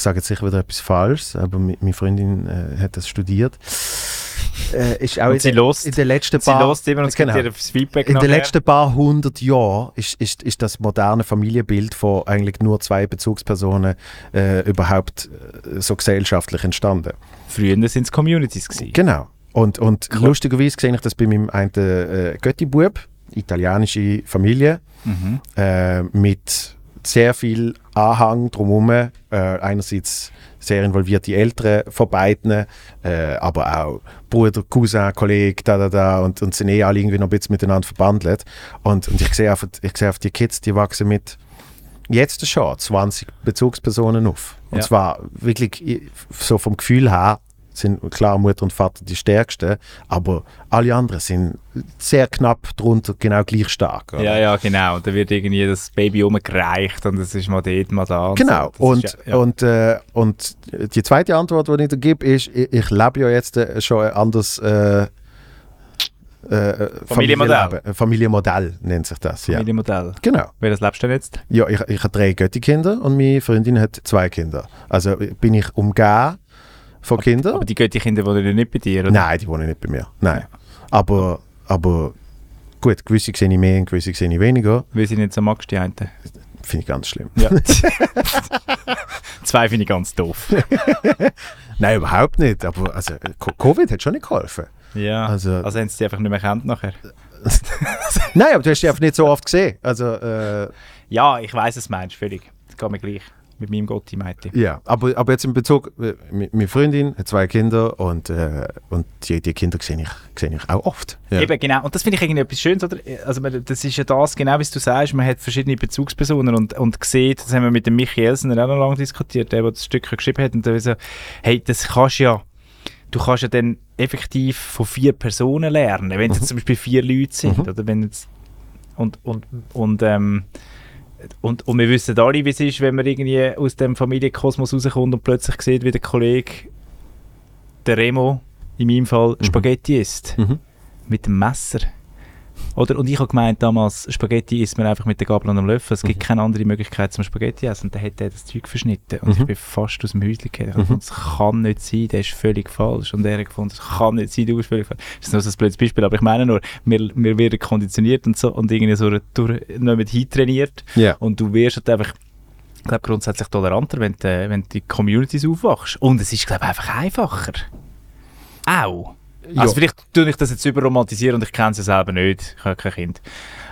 A: sage jetzt sicher wieder etwas Falsches, aber mi- meine Freundin äh, hat das studiert. Äh, ist auch
B: Und
A: in,
B: sie
A: der-
B: lost-
A: in den letzten
B: Sie
A: paar,
B: lässt immer und es
A: genau.
B: gibt ihr das Feedback
A: in
B: nachher.
A: den letzten paar hundert Jahren ist, ist, ist das moderne Familienbild von eigentlich nur zwei Bezugspersonen äh, überhaupt äh, so gesellschaftlich entstanden.
B: Früher waren es Communities. Gewesen.
A: Genau. Und, und
B: Klar.
A: lustigerweise sehe ich das bei meinem einen äh, Götti-Bub, italienische Familie
B: Mhm.
A: äh, mit sehr viel Anhang drumherum. Äh, einerseits sehr involvierte Eltern von beiden, äh, aber auch Bruder, Cousin, Kollege, da, da, da und, und sind eh alle irgendwie noch ein bisschen miteinander verbandelt. Und, und ich sehe einfach, ich sehe einfach die Kids, die wachsen mit jetzt schon 20 Bezugspersonen auf. Und
B: Ja.
A: zwar wirklich i- so vom Gefühl her sind klar Mutter und Vater die stärksten, aber alle anderen sind sehr knapp drunter genau gleich stark. oder?
B: Ja, ja, genau. Und dann wird irgendwie das Baby umgereicht und es ist mal dort, mal da. und
A: Genau.
B: so. Das
A: Und,
B: ist ja, ja.
A: Und, äh, und die zweite Antwort, die ich da gebe, ist, ich, ich lebe ja jetzt äh, schon ein anderes äh, äh,
B: Familienmodell.
A: Familienleben. Äh, Familienmodell nennt sich das, ja.
B: Familienmodell.
A: Genau.
B: Welches lebst du denn jetzt?
A: Ja, ich, ich habe drei Götti-Kinder und meine Freundin hat zwei Kinder. Also bin ich umgeben von Kindern.
B: Aber die Götti-Kinder wohnen nicht bei dir, oder?
A: Oh. Nein, die wohnen nicht bei mir. Nein. Aber, aber gut, gewisse sehe ich mehr und gewisse sehe ich weniger.
B: Weil sie nicht so magst, die einen.
A: Finde ich ganz schlimm.
B: Ja. Zwei finde ich ganz doof.
A: Nein, überhaupt nicht. Aber also, äh, Co- Covid hat schon nicht geholfen.
B: Ja.
A: Also-
B: also haben sie die einfach nicht mehr kennt nachher.
A: Nein, aber du hast die einfach nicht so oft gesehen. Also, äh,
B: Ja, ich weiß es meinst, völlig. Das geht mir gleich. Mit meinem Gotti, meinte
A: ja. Aber, aber jetzt in Bezug, äh, mi- meine Freundin hat zwei Kinder und, äh, und die, die Kinder sehe ich, sehe ich auch oft. Ja.
B: Eben, genau. Und das finde ich irgendwie etwas Schönes, oder? Also, man, das ist ja das, genau wie du sagst, man hat verschiedene Bezugspersonen und, und sieht, das haben wir mit dem Michi Elsener auch noch lange diskutiert, der, der das Stück geschrieben hat, und der so, hey, das kannst du ja, du kannst ja dann effektiv von vier Personen lernen, wenn es jetzt zum Beispiel vier Leute sind,
A: Mhm.
B: oder wenn jetzt, und, und, und, ähm, und, und wir wissen alle, wie es ist, wenn man irgendwie aus dem Familienkosmos rauskommt und plötzlich sieht, wie der Kollege, der Remo, in meinem Fall, Spaghetti isst
A: Mhm.
B: mit dem Messer. Oder, und ich habe gemeint damals, Spaghetti isst man einfach mit der Gabel und dem Löffel. Es gibt keine andere Möglichkeit zum Spaghetti essen. Und dann hat er das Zeug verschnitten. Und ich bin fast aus dem Häuschen gekommen. Mhm. Das kann nicht sein, der ist völlig falsch. Und er hat gefunden, das kann nicht sein, du bist völlig falsch. Das ist nur so ein blödes Beispiel, aber ich meine nur, wir, wir werden konditioniert und so und irgendwie so durch, noch mit hintrainiert.
A: Ja.
B: Und du wirst halt einfach, ich glaube, grundsätzlich toleranter, wenn du, wenn du die Communities aufwachst. Und es ist, glaube ich, einfach einfacher. Auch. Also vielleicht tue ich das jetzt überromantisieren und ich kenne es ja selber nicht, ich habe kein Kind.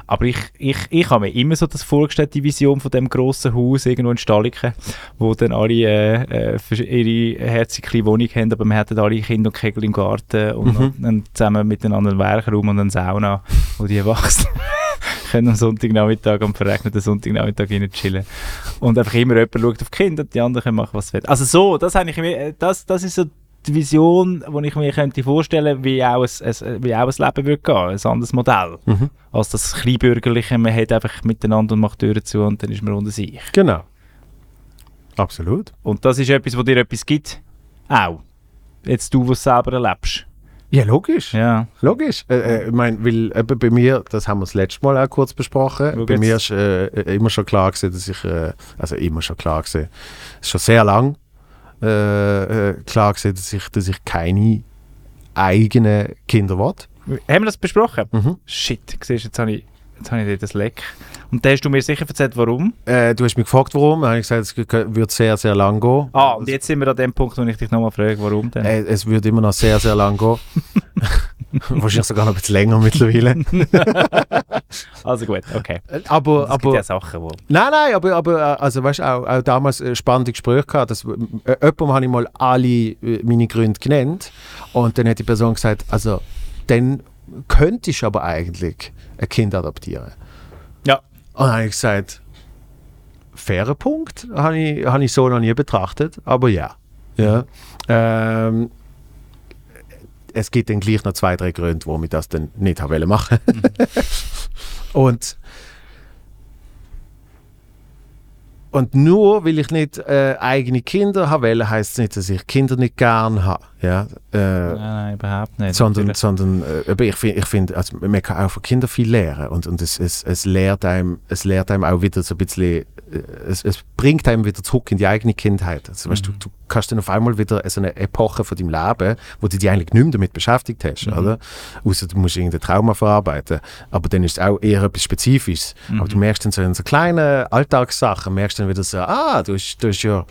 B: Aber ich, ich, ich habe mir immer so das vorgestellt, die Vision von dem grossen Haus irgendwo in Stalliken, wo dann alle äh, äh, für ihre herzige kleine Wohnung haben, aber man hat dann alle Kinder und Kegel im Garten und, und, zusammen mit den anderen Werkraum und einer Sauna, wo die wachsen. können am Sonntagnachmittag, am verregneten Sonntagnachmittag rein chillen. Und einfach immer jemand schaut auf die Kinder und die anderen können machen, was sie wollen. Also so, das, habe ich mir, äh, das, das ist so die Vision, die ich mir könnte vorstellen wie auch ein, ein, wie auch ein Leben würde gehen, ein anderes Modell.
A: Mhm.
B: Als das Kleinbürgerliche, man hat einfach miteinander und macht Türen zu und dann ist man unter sich.
A: Genau. Absolut.
B: Und das ist etwas, wo dir etwas gibt, auch. Jetzt du, was selber erlebst.
A: Ja, logisch.
B: Ja.
A: Logisch. Äh, äh, ich meine, weil eben bei mir, das haben wir das letzte Mal auch kurz besprochen,
B: Schau
A: bei
B: jetzt.
A: mir ist äh, äh, immer schon klar gewesen, dass ich, äh, also immer schon klar gewesen, ist schon sehr lang äh, äh, klar gewesen, dass ich, dass ich keine eigenen Kinder will.
B: Haben wir das besprochen?
A: Mhm.
B: Shit, siehst, du, jetzt habe ich, jetzt habe ich dir das Leck. Und da hast du mir sicher erzählt, warum.
A: Äh, du hast mich gefragt, warum. Dann habe ich gesagt, es geh- wird sehr, sehr lang gehen. Also,
B: Ah, und jetzt sind wir an dem Punkt, wo ich dich nochmal frage, warum denn?
A: Äh, es wird immer noch sehr, sehr lang gehen. Wahrscheinlich sogar noch ein bisschen länger mittlerweile.
B: Also gut, okay.
A: Äh, Aber,
B: Es gibt
A: aber äh,
B: ja Sachen, wo...
A: Nein, nein, aber, aber äh, also, weißt, auch, auch damals äh, spannende Gespräche gehabt. Dass, äh, jemandem habe ich mal alle äh, meine Gründe genannt und dann hat die Person gesagt, also dann könnte ich aber eigentlich ein Kind adoptieren.
B: Ja.
A: Und dann habe ich gesagt, fairer Punkt, habe ich, habe ich so noch nie betrachtet, aber ja. ja. Ähm, es gibt dann gleich noch zwei, drei Gründe, warum ich das dann nicht habe wollen machen. und Und nur weil ich nicht äh, eigene Kinder habe, wollte, heisst es nicht, dass ich Kinder nicht gern habe. Ja? Äh,
B: Nein, nein, überhaupt nicht.
A: sondern,
B: Natürlich.
A: sondern äh, aber ich finde, ich find, also man kann auch von Kindern viel lernen und, und es, es, es, lehrt einem, es lehrt einem auch wieder so ein bisschen, äh, es, es bringt einem wieder zurück in die eigene Kindheit. Also, weißt, du, du kannst dann auf einmal wieder so eine Epoche von deinem Leben, wo du dich eigentlich nicht mehr damit beschäftigt hast, oder? Außer du musst irgendein Trauma verarbeiten. Aber dann ist es auch eher etwas Spezifisches. Aber du merkst dann so in so kleinen Alltagssachen, merkst dann wieder so, ah, du hast, du hast ja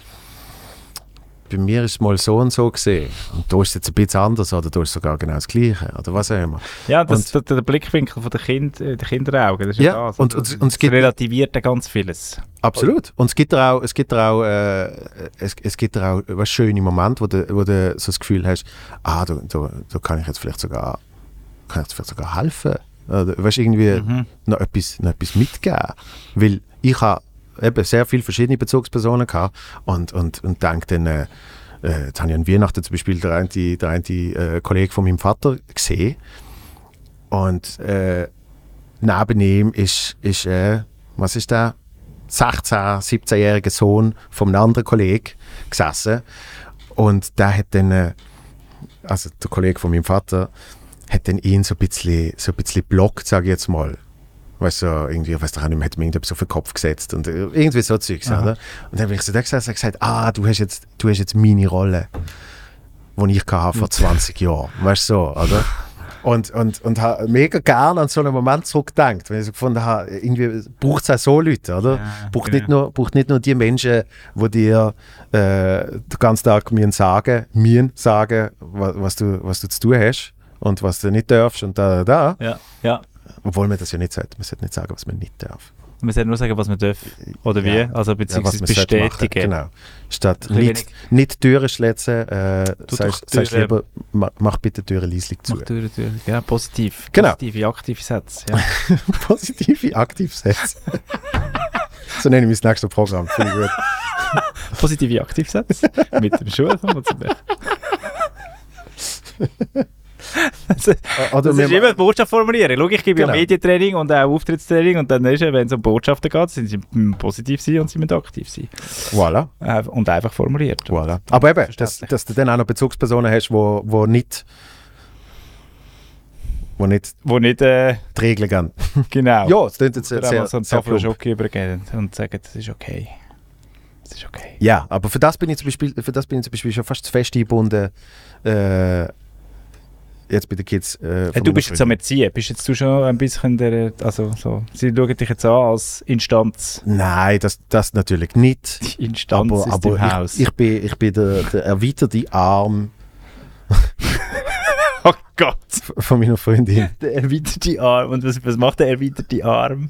A: bei mir ist es mal so und so gesehen. Und da ist es jetzt ein bisschen anders oder da ist es sogar genau das Gleiche oder was auch immer.
B: Ja, das, der, der Blickwinkel von der, kind, äh, der Kinderaugen, das ist
A: Ja,
B: ja das.
A: und-
B: Also,
A: und- und es
B: das
A: gibt-
B: relativiert ja ganz vieles.
A: Absolut. Und es gibt da auch, es gibt da auch, äh, es, es gibt da auch was schöne Momente, wo du, wo du so das Gefühl hast, ah, da, da, da kann ich jetzt vielleicht sogar, kann ich jetzt vielleicht sogar helfen. Oder, weißt du, irgendwie noch, etwas, noch etwas mitgeben. Weil ich habe eben sehr viele verschiedene Bezugspersonen gehabt und, und, und denke dann, äh, äh, jetzt habe ich an Weihnachten zum Beispiel der eine, der eine äh, Kollege von meinem Vater gesehen und äh, neben ihm ist, ist äh, was ist der? 16-, 17-jähriger Sohn von einem anderen Kollegen gesessen. Und der hat dann, äh, also der Kollege von meinem Vater, hat dann ihn so ein bisschen, so ein bisschen blockt, sage ich jetzt mal. Weißt du, irgendwie, ich weiß doch auch nicht mehr, hat mir irgendetwas auf den Kopf gesetzt und äh, irgendwie so Zeugs, oder? Und dann habe ich so da gesessen und gesagt, ah, du hast jetzt, du hast jetzt meine Rolle, die ich hatte vor 20 Jahren, weißt du, so, oder? Und, und, und habe mega gerne an so einen Moment zurückgedacht, weil ich so gefunden habe, irgendwie braucht es auch so Leute, oder?
B: Ja,
A: braucht,
B: genau.
A: nicht nur, braucht nicht nur die Menschen, die dir äh, den ganzen Tag müssen sagen, müssen sagen was, was, du, was du zu tun hast und was du nicht darfst und da, da, da.
B: Ja, ja.
A: Obwohl man das ja nicht sagt. Man sollte nicht sagen, was man nicht darf.
B: Man sollte nur sagen, was man darf. Oder wie.
A: Ja.
B: Also
A: Ja, was
B: beziehungsweise
A: man sollte machen.
B: bestätigen.
A: Genau. Statt
B: bisschen
A: nicht, nicht Türen schlätzen, äh,
B: doch
A: sagst sagst
B: Türen-
A: lieber, ma- mach bitte Türen leislich zu.
B: Mach durch, durch. Ja, positiv.
A: Genau.
B: Positive, aktive Sätze. Ja.
A: Positive Aktivsätze. so nenne ich mein nächstes Programm. Finde ich gut.
B: Positive Aktivsätze mit dem Schuh kommen zum Beispiel. Das,
A: Äh, Oder
B: das
A: Also, wir
B: ist
A: ma-
B: immer die Botschaft formulieren. Schau, ich gebe ja
A: Genau.
B: Medientraining und auch Auftrittstraining und dann ist ja, wenn es um Botschaften geht, sind sie müssen positiv sein und sie müssen aktiv sein.
A: voilà.
B: Äh, Und einfach formuliert.
A: Voilà. Aber eben, dass,
B: Verständlich.
A: dass du dann auch noch Bezugspersonen hast, wo, wo nicht wo nicht
B: Wo nicht, äh,
A: die Regeln gehen.
B: genau.
A: Ja, es klingt jetzt sehr,
B: Oder einmal
A: sehr,
B: so einen
A: sehr plump.
B: Tafelschock übergeben und sagen, das ist okay. Das ist okay.
A: Ja, aber für das bin ich zum Beispiel, für das bin ich zum Beispiel schon fast zu fest eingebunden. Äh, jetzt bei den Kids. Äh,
B: Hey,
A: von
B: du
A: meiner
B: bist jetzt am
A: Freundin.
B: Erziehen. Bist jetzt du schon ein bisschen der, also so, sie schauen dich jetzt an als Instanz.
A: Nein, das, das natürlich nicht.
B: Die Instanz ist im
A: ich,
B: Haus.
A: ich bin, ich bin der, der erweiterte Arm
B: oh Gott!
A: von meiner Freundin.
B: Der erweiterte Arm. Und was, was macht der erweiterte Arm?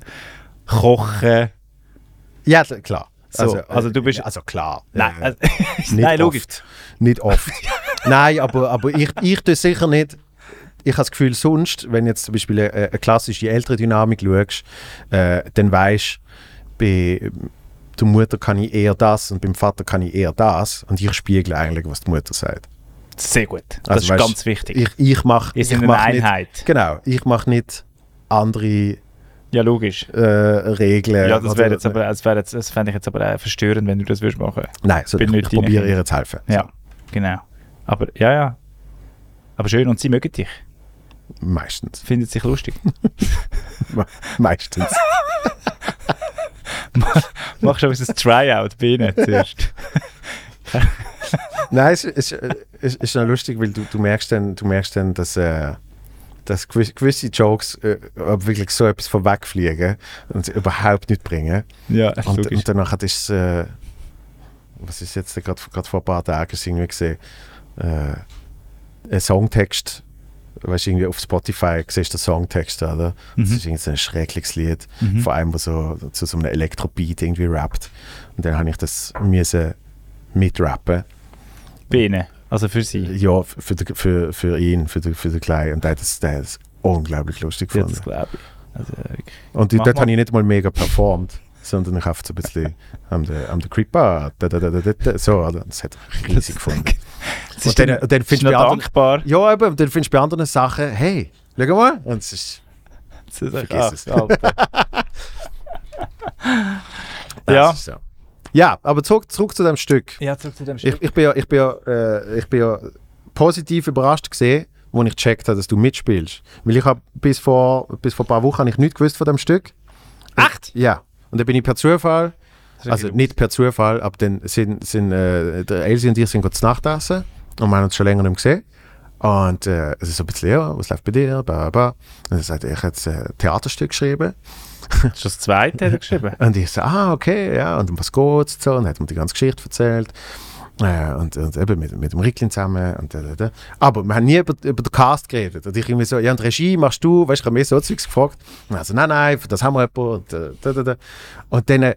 B: Kochen.
A: Ja, klar.
B: So, also du bist-
A: Also klar.
B: Nein,
A: Äh,
B: also,
A: Nicht
B: nein
A: oft.
B: logisch.
A: Nicht oft. Nein, aber, aber ich, ich tue sicher nicht. ich habe das Gefühl, sonst, wenn jetzt zum Beispiel eine, eine klassische ältere Dynamik schaust, äh, dann weißt du, bei der Mutter kann ich eher das und beim Vater kann ich eher das. Und ich spiegle eigentlich, was die Mutter sagt.
B: Sehr gut. Das
A: Also
B: ist
A: weißt,
B: ganz wichtig.
A: Ich, ich mache
B: Ihr
A: ich
B: seid eine
A: mach nicht,
B: Einheit.
A: genau, ich mache nicht andere
B: Ja, logisch.
A: äh, Regeln.
B: Ja, das
A: oder-
B: wäre jetzt aber, das, wäre jetzt, das fände ich jetzt aber auch verstörend, wenn du das würdest machen.
A: Nein, so,
B: bin
A: ich, ich
B: nicht deine
A: probiere
B: Kinder.
A: ihr zu helfen.
B: Ja, genau. Aber ja, ja. Aber schön, und sie mögen dich.
A: Meistens.
B: Findet sich lustig.
A: Me- Meistens.
B: Machst du ein Tryout bei ihnen zuerst.
A: Nein, es ist, es ist, ist noch lustig, weil du, du, merkst, dann, du merkst dann, dass, äh, dass gewiss- gewisse Jokes äh, wirklich so etwas von wegfliegen und sie überhaupt nicht bringen.
B: ja,
A: Und,
B: logisch.
A: und danach hat es, äh, was ist jetzt gerade gerade vor ein paar Tagen ist irgendwie gesehen, äh, ein Songtext, weißt du, irgendwie auf Spotify siehst du den Songtext, oder? Das ist irgendwie so ein schreckliches Lied,
B: Mhm.
A: vor allem, wo so zu so einem Elektrobeat irgendwie rappt. Und dann habe ich das müssen mitrappen.
B: Bei ihnen. Also für sie.
A: Ja, f- für, den- für, für ihn, für den, für den Kleinen. Und der hat das, der hat das unglaublich lustig
B: Ja,
A: gefunden.
B: das glaube ich. Also, wirklich.
A: Und
B: Mach
A: dort
B: mal.
A: habe ich nicht mal mega performt, sondern ich habe so ein bisschen am der, am der Creeper, da, da, da, da, da, da, so, oder? das hat er riesig gefunden.
B: Das
A: Und dann, und dann
B: ist
A: findest du
B: noch
A: bei anderen,
B: dankbar.
A: ja, eben, und dann findest du bei anderen Sachen, hey, schau mal, und es ist,
B: Das ist echt-
A: Vergiss es.
B: ah, Alter.
A: das
B: Ja.
A: ist so. Ja, aber zurück, zurück zu dem Stück.
B: ja, zurück zu dem Stück.
A: Ich, ich bin ja, ich bin ja, äh, ich bin ja positiv überrascht gesehen, wo ich gecheckt habe, dass du mitspielst. Weil ich habe bis vor, bis vor ein paar Wochen habe ich nichts gewusst von dem Stück.
B: Echt?
A: Ja. Und dann bin ich per Zufall Also nicht per Zufall, aber dann sind, sind äh, der Elsie und ich sind kurz Nacht essen und wir haben uns schon länger nicht mehr gesehen. Und äh, es ist so ein bisschen, ja, was läuft bei dir? Bla, bla, bla. Und dann sagt er, ich habe jetzt ein Theaterstück geschrieben.
B: Das ist das zweite, hat er geschrieben.
A: Und ich so, ah, okay, ja, und um was geht's? und So, und hat mir die ganze Geschichte erzählt. Äh, und, und eben mit, mit dem Ricklin zusammen. Und, da, da, da. Aber wir haben nie über, über den Cast geredet. Und ich irgendwie so, ja, und Regie machst du? Weißt du, ich habe mir so Zeugs gefragt. Und also, nein, nein, für das haben wir jemanden. Und, äh, da, da, da. und dann äh,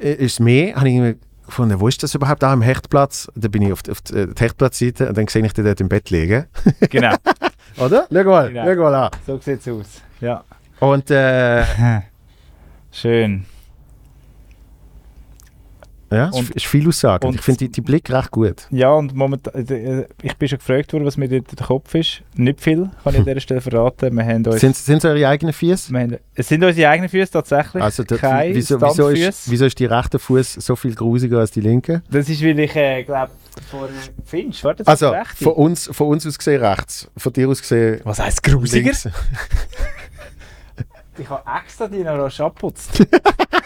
A: ist mehr, habe ich irgendwie gefunden, wo ist das überhaupt? Da am Hechtplatz. Dann bin ich auf, die- auf die äh, die Hechtplatzseite und dann sehe ich dich dort im Bett liegen.
B: Genau.
A: Oder? Schau mal,
B: Genau.
A: schau mal an.
B: So sieht es aus. Ja.
A: Und äh,
B: Schön.
A: ja, es
B: Und-
A: ist viel aussagend.
B: und-
A: Ich finde die, die Blick recht gut.
B: Ja, und momentan, äh, ich bin schon gefragt worden, was mir dort in den Kopf ist. Nicht viel, kann ich an dieser Stelle verraten. Wir haben uns,
A: Sind es eure eigenen Füße?
B: wir haben, es sind unsere eigenen Füße tatsächlich.
A: Also der,
B: Kein
A: wieso, wieso, ist,
B: Stampffüße.
A: wieso ist die rechte Fuß so viel grusiger als die linke?
B: Das ist, weil ich, äh, glaube vor Finch, warte, das
A: Also
B: ist recht.
A: von uns, von uns aus gesehen rechts, von dir aus gesehen
B: Was heisst grusiger?
A: links.
B: Ich habe extra die noch rasch abputzt.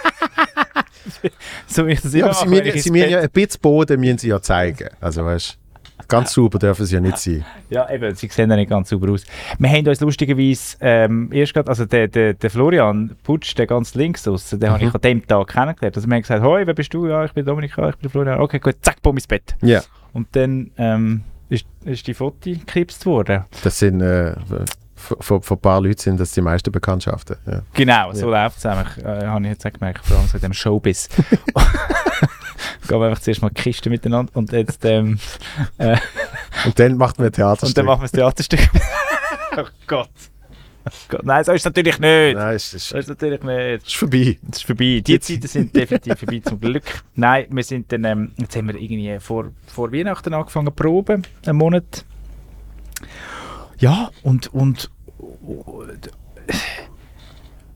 B: so wie ich das immer
A: Ja, aber sie
B: mache, wenn
A: müssen,
B: ich
A: sie
B: ins
A: müssen
B: Bett-
A: ja ein bisschen Boden müssen sie ja zeigen. Also weißt, ganz super dürfen sie ja nicht sein.
B: Ja, eben, sie sehen ja nicht ganz sauber aus. Wir haben uns lustigerweise ähm, erst gerade, also der, der, der Florian Putsch, der ganz links draussen, den
A: Mhm.
B: habe ich an dem Tag kennengelernt. Also wir haben gesagt, hoi, wer bist du? Ja, ich bin Dominik, ja, ich bin der Florian. Okay, gut, zack, bumm ins Bett.
A: Ja,
B: Und dann ähm, ist, ist die Foto geknipst worden.
A: das sind äh, von- von von ein paar Leuten sind das die meisten Bekanntschaften. Ja.
B: Genau, so läuft es einfach. Äh, habe ich jetzt auch gemerkt, vor allem so in dem Showbiz. Gehen wir einfach zuerst mal die Kiste miteinander und jetzt ähm,
A: Und dann macht man ein
B: und dann
A: Theaterstück.
B: machen wir das Theaterstück. oh Gott. Oh Gott. Nein, so ist es natürlich nicht.
A: Nein, es ist,
B: So
A: es
B: ist es natürlich nicht.
A: ist vorbei.
B: Das ist vorbei. Die Zeiten sind definitiv vorbei, zum Glück. Nein, wir sind dann, ähm, jetzt haben wir irgendwie vor, vor Weihnachten angefangen zu proben, einen Monat. Ja, und, und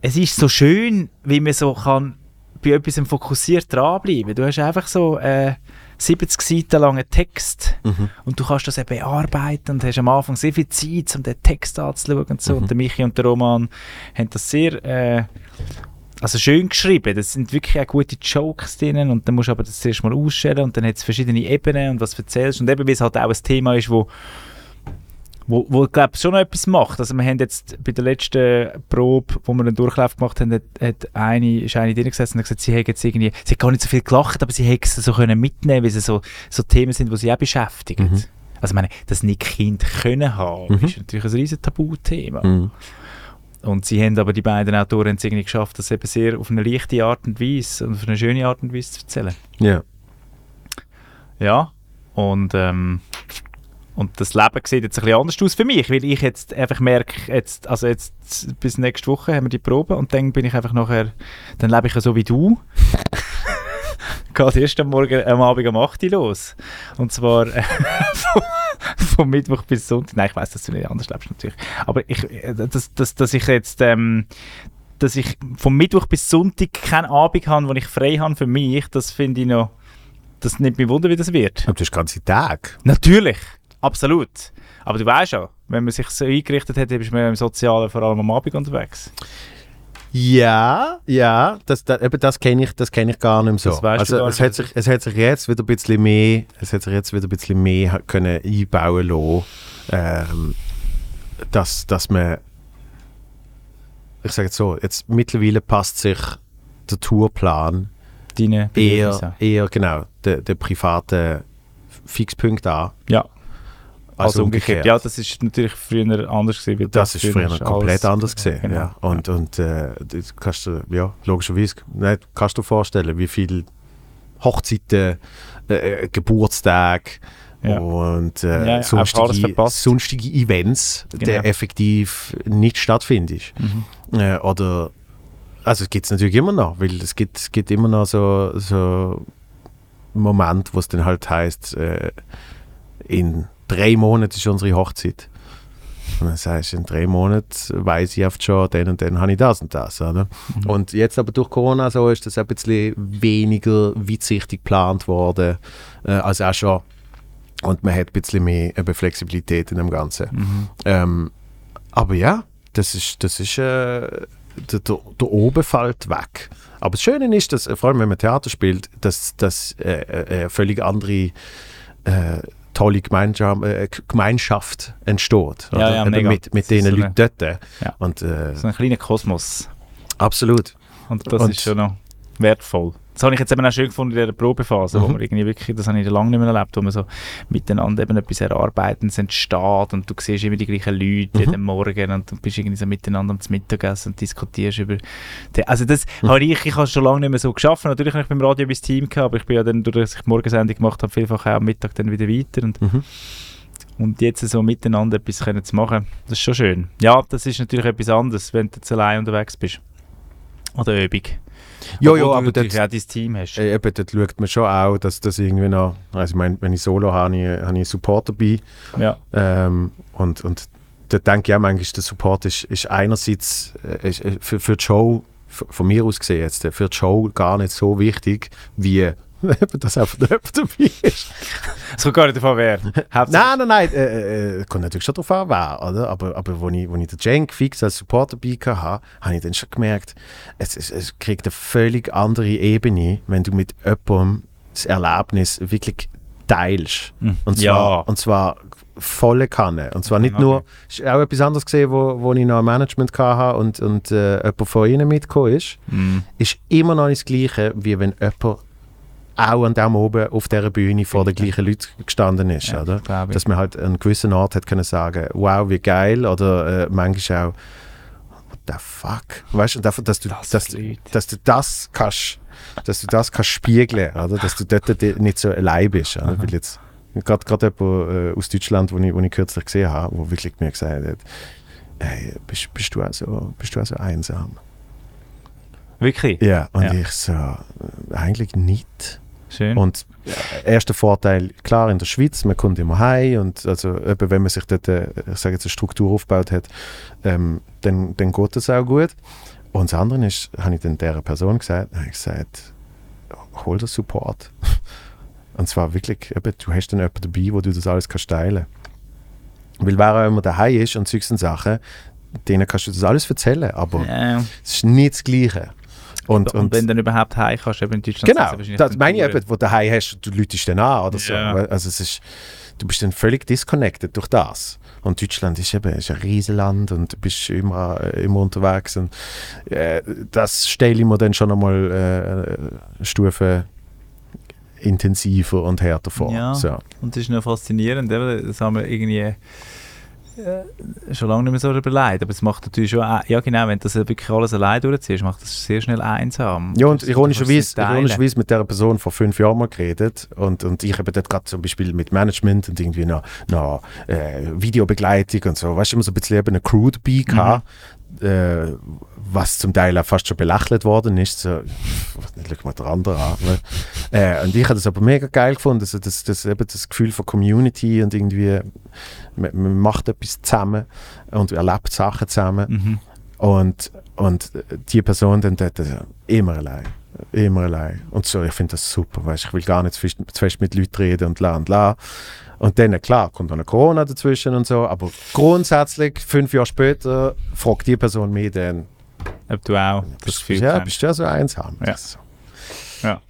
B: es ist so schön, wie man so kann bei etwas fokussiert dranbleiben. Du hast einfach so äh, 70 Seiten langen Text und du kannst das eben bearbeiten und hast am Anfang sehr viel Zeit, um den Text anzuschauen und so. Und der Michi und der Roman haben das sehr... Äh, also schön geschrieben, das sind wirklich auch gute Jokes drinnen und dann musst du aber das zuerst mal ausschälen und dann hat es verschiedene Ebenen und was du erzählst und eben, weil es halt auch ein Thema ist, wo wo, wo ich glaube schon noch etwas macht. Also wir haben jetzt bei der letzten Probe, wo wir einen Durchlauf gemacht haben, hat, hat eine, ist eine drin gesessen und hat gesagt, sie hätte jetzt irgendwie, sie hat gar nicht so viel gelacht, aber sie hätte es so können mitnehmen, weil es so, so Themen sind, die sie auch beschäftigen. Also ich meine, dass nicht Kind können haben, ist natürlich ein riesen Tabuthema.
A: Mhm.
B: Und sie haben aber die beiden Autoren haben es irgendwie geschafft, das eben sehr auf eine leichte Art und Weise und auf eine schöne Art und Weise zu erzählen.
A: Ja.
B: Ja. Und ähm, Und das Leben sieht jetzt ein bisschen anders aus für mich, weil ich jetzt einfach merke, jetzt, also jetzt bis nächste Woche haben wir die Probe und dann bin ich einfach nachher, dann lebe ich ja so wie du. Geht erst am, Morgen, am Abend um 8 Uhr los. Und zwar äh, von, von Mittwoch bis Sonntag. Nein, ich weiß, dass du nicht anders lebst natürlich. Aber ich, äh, dass, dass, dass ich jetzt ähm, dass ich vom Mittwoch bis Sonntag keinen Abend habe, wo ich frei habe für mich, das finde ich noch, das nimmt mich wunder, wie das wird.
A: Aber du hast ganze Tag.
B: Natürlich, absolut. Aber du weißt ja, wenn man sich so eingerichtet hat, dann ist man ja im Sozialen vor allem am Abend unterwegs.
A: Ja, ja, das, das, eben das kenne ich, das kenn ich gar nicht mehr so.
B: Das weißt du
A: also
B: gar
A: es,
B: nicht
A: hat sich, es hat sich jetzt wieder ein bisschen mehr, es hat sich jetzt wieder ein bisschen mehr ha- können einbauen lassen, ähm, dass, dass man, ich sage jetzt so, jetzt mittlerweile passt sich der Tourplan
B: Deine Bedürfnisse.
A: eher, eher genau, der der privaten Fixpunkt an.
B: Ja,
A: als umgekehrt.
B: Also Ja, das ist natürlich früher anders gewesen. weil
A: Das ist früher komplett
B: alles-
A: anders gesehen.
B: Genau.
A: Ja. Und, und äh, das kannst du, ja, logischerweise, nicht, kannst du dir vorstellen, wie viele Hochzeiten, äh, Geburtstage
B: Ja.
A: und
B: Ja,
A: äh,
B: ja, einfach alles
A: sonstige,
B: verpasst.
A: sonstige Events,
B: Genau.
A: der effektiv nicht stattfindet.
B: Mhm.
A: Äh, oder, also es gibt es natürlich immer noch, weil es gibt, es gibt immer noch so, so Momente, wo es dann halt heißt, äh, in drei Monaten ist unsere Hochzeit. Und dann sagst du, in drei Monaten weiß ich oft schon, dann und dann habe ich das und das. Oder?
B: Mhm.
A: Und jetzt aber durch Corona so ist das ein bisschen weniger weitsichtig geplant worden äh, als auch schon. Und man hat ein bisschen mehr eben Flexibilität in dem Ganzen.
B: Mhm.
A: Ähm, aber ja, das ist, das ist äh, der, der, der oben fällt weg. Aber das Schöne ist, dass, äh, vor allem wenn man Theater spielt, dass das äh, äh, völlig andere äh, tolle Gemeinschaft, äh, G- Gemeinschaft entsteht.
B: Ja,
A: oder?
B: ja,
A: Eben
B: mega.
A: Mit, mit
B: Das ist
A: den
B: so
A: Leuten dort.
B: Ja.
A: Und äh,
B: So ein kleiner Kosmos.
A: absolut.
B: Und das
A: Und-
B: ist schon noch wertvoll. Das habe ich jetzt eben auch schön gefunden in dieser Probephase, wo
A: Mhm.
B: man irgendwie wirklich, das habe ich lange nicht mehr erlebt, wo man so miteinander eben etwas Erarbeitendes entsteht und du siehst immer die gleichen Leute jeden
A: Mhm.
B: Morgen und du bist irgendwie so miteinander am Mittagessen und diskutierst über... Die, also das
A: Mhm.
B: habe ich, ich habe schon lange nicht mehr so geschafft. Natürlich habe ich beim Radio mein Team gehabt, aber ich bin ja dann, dadurch, dass ich die Morgensendung gemacht habe, vielfach auch am Mittag dann wieder weiter und
A: Mhm.
B: und jetzt so miteinander etwas können zu machen, das ist schon schön. Ja, das ist natürlich etwas anderes, wenn du jetzt allein unterwegs bist. Oder Übung.
A: Ja,
B: Obwohl
A: ja,
B: du
A: aber
B: natürlich
A: dort,
B: auch dein Team hast.
A: äh, eben, dort schaut man schon auch, dass das irgendwie noch. Also, ich meine, wenn ich Solo habe, habe ich, habe ich Support dabei.
B: Ja,
A: Ähm, und, und da denke ich auch manchmal, der Support ist, ist einerseits äh, ist, äh, für, für die Show, f- von mir aus gesehen jetzt, äh, für die Show gar nicht so wichtig, wie das einfach jemand dabei ist.
B: es kommt gar nicht davon wer. Hauptsache-
A: Nein, nein, nein, äh, äh, kommt natürlich schon darauf an, wer, oder? Aber, aber wo ich, wo ich den Cenk fix als Support dabei hatte, habe ich dann schon gemerkt, es, es, es kriegt eine völlig andere Ebene, wenn du mit jemandem das Erlebnis wirklich teilst.
B: Hm.
A: Und zwar,
B: ja.
A: und zwar volle Kanne. Und zwar nicht
B: Okay.
A: nur, ich habe auch etwas anderes gesehen, wo, wo ich noch im Management hatte und, und äh, jemand von ihnen mitgekommen ist,
B: Hm.
A: ist immer noch nicht das Gleiche, wie wenn jemand auch an dem oben auf dieser Bühne vor den gleichen Leuten gestanden ist.
B: Ja,
A: oder?
B: glaub ich.
A: Dass man halt an einem gewissen Ort hat können sagen, wow, wie geil, oder äh, manchmal auch, what the fuck? Weißt du, und dafür, dass du
B: Das
A: dass,
B: blüht.
A: dass du das kannst, dass du das kannst spiegeln, oder? Dass du dort di- nicht so allein bist, oder? Weil jetzt gerade gerade jemand äh, aus Deutschland, wo ich, wo ich kürzlich gesehen habe, wo wirklich mir gesagt hat, hey, bist, bist du auch so, bist du auch so einsam?
B: Wirklich?
A: Ja, und
B: Ja.
A: ich so, äh, eigentlich nicht.
B: Schön.
A: Und äh, erster Vorteil, klar, in der Schweiz, man kommt immer heim und also eben, wenn man sich dort, äh, ich sage jetzt, eine Struktur aufgebaut hat, ähm, dann, dann geht das auch gut. Und das andere ist, habe ich dann dieser Person gesagt, habe ich gesagt, hol den Support. Und zwar wirklich, eben, du hast dann jemanden dabei, wo du das alles kannst teilen. Weil wer auch immer daheim ist und solche Sachen, denen kannst du das alles erzählen, aber
B: Ja.
A: es ist nicht das Gleiche. Und,
B: Und, wenn du dann überhaupt heim kannst, eben in Deutschland
A: Genau,
B: sind sie wahrscheinlich
A: das
B: dann
A: meine ich
B: Touren.
A: eben, wo du daheim hast, du läutest dann an oder so.
B: Ja.
A: Weil- Also es ist, du bist dann völlig disconnected durch das. Und Deutschland ist eben ist ein Riesenland und du bist immer, äh, immer unterwegs. Und, äh, das stelle ich mir dann schon einmal äh, eine Stufe intensiver und härter vor.
B: Ja.
A: So.
B: Und das ist noch faszinierend, eben. das haben wir irgendwie äh, schon lange nicht mehr so überlegt, aber es macht natürlich schon, auch- ja genau, wenn du das wirklich alles allein durchziehst, macht das sehr schnell einsam.
A: Ja, und
B: Du kannst es nicht
A: ironischerweise,
B: teilen.
A: ironischerweise mit dieser Person vor fünf Jahren mal geredet und, und ich habe dort gerade zum Beispiel mit Management und irgendwie noch, noch äh, Videobegleitung und so, weißt du, immer so ein bisschen eben eine Crew dabei
B: Mhm.
A: gehabt, äh, was zum Teil auch fast schon belächelt worden ist, so, was nicht, schau mal der andere an. Ne? Äh, und ich habe das aber mega geil gefunden, also das, das, eben das Gefühl von Community und irgendwie, man, man macht etwas zusammen und erlebt Sachen zusammen.
B: Mhm.
A: Und, und die Person dann dort also, immer allein. Immer allein. Und so, ich finde das super. Weißt, ich will gar nicht zu fest- zu fest mit Leuten reden und la und la. Und dann, klar, kommt auch noch Corona dazwischen und so. Aber grundsätzlich, fünf Jahre später, fragt die Person mich dann,
B: Ob du auch das
A: bist,
B: Gefühl
A: ja,
B: ja,
A: bist du ja so einsam?
B: Ja.
A: So.
B: Ja.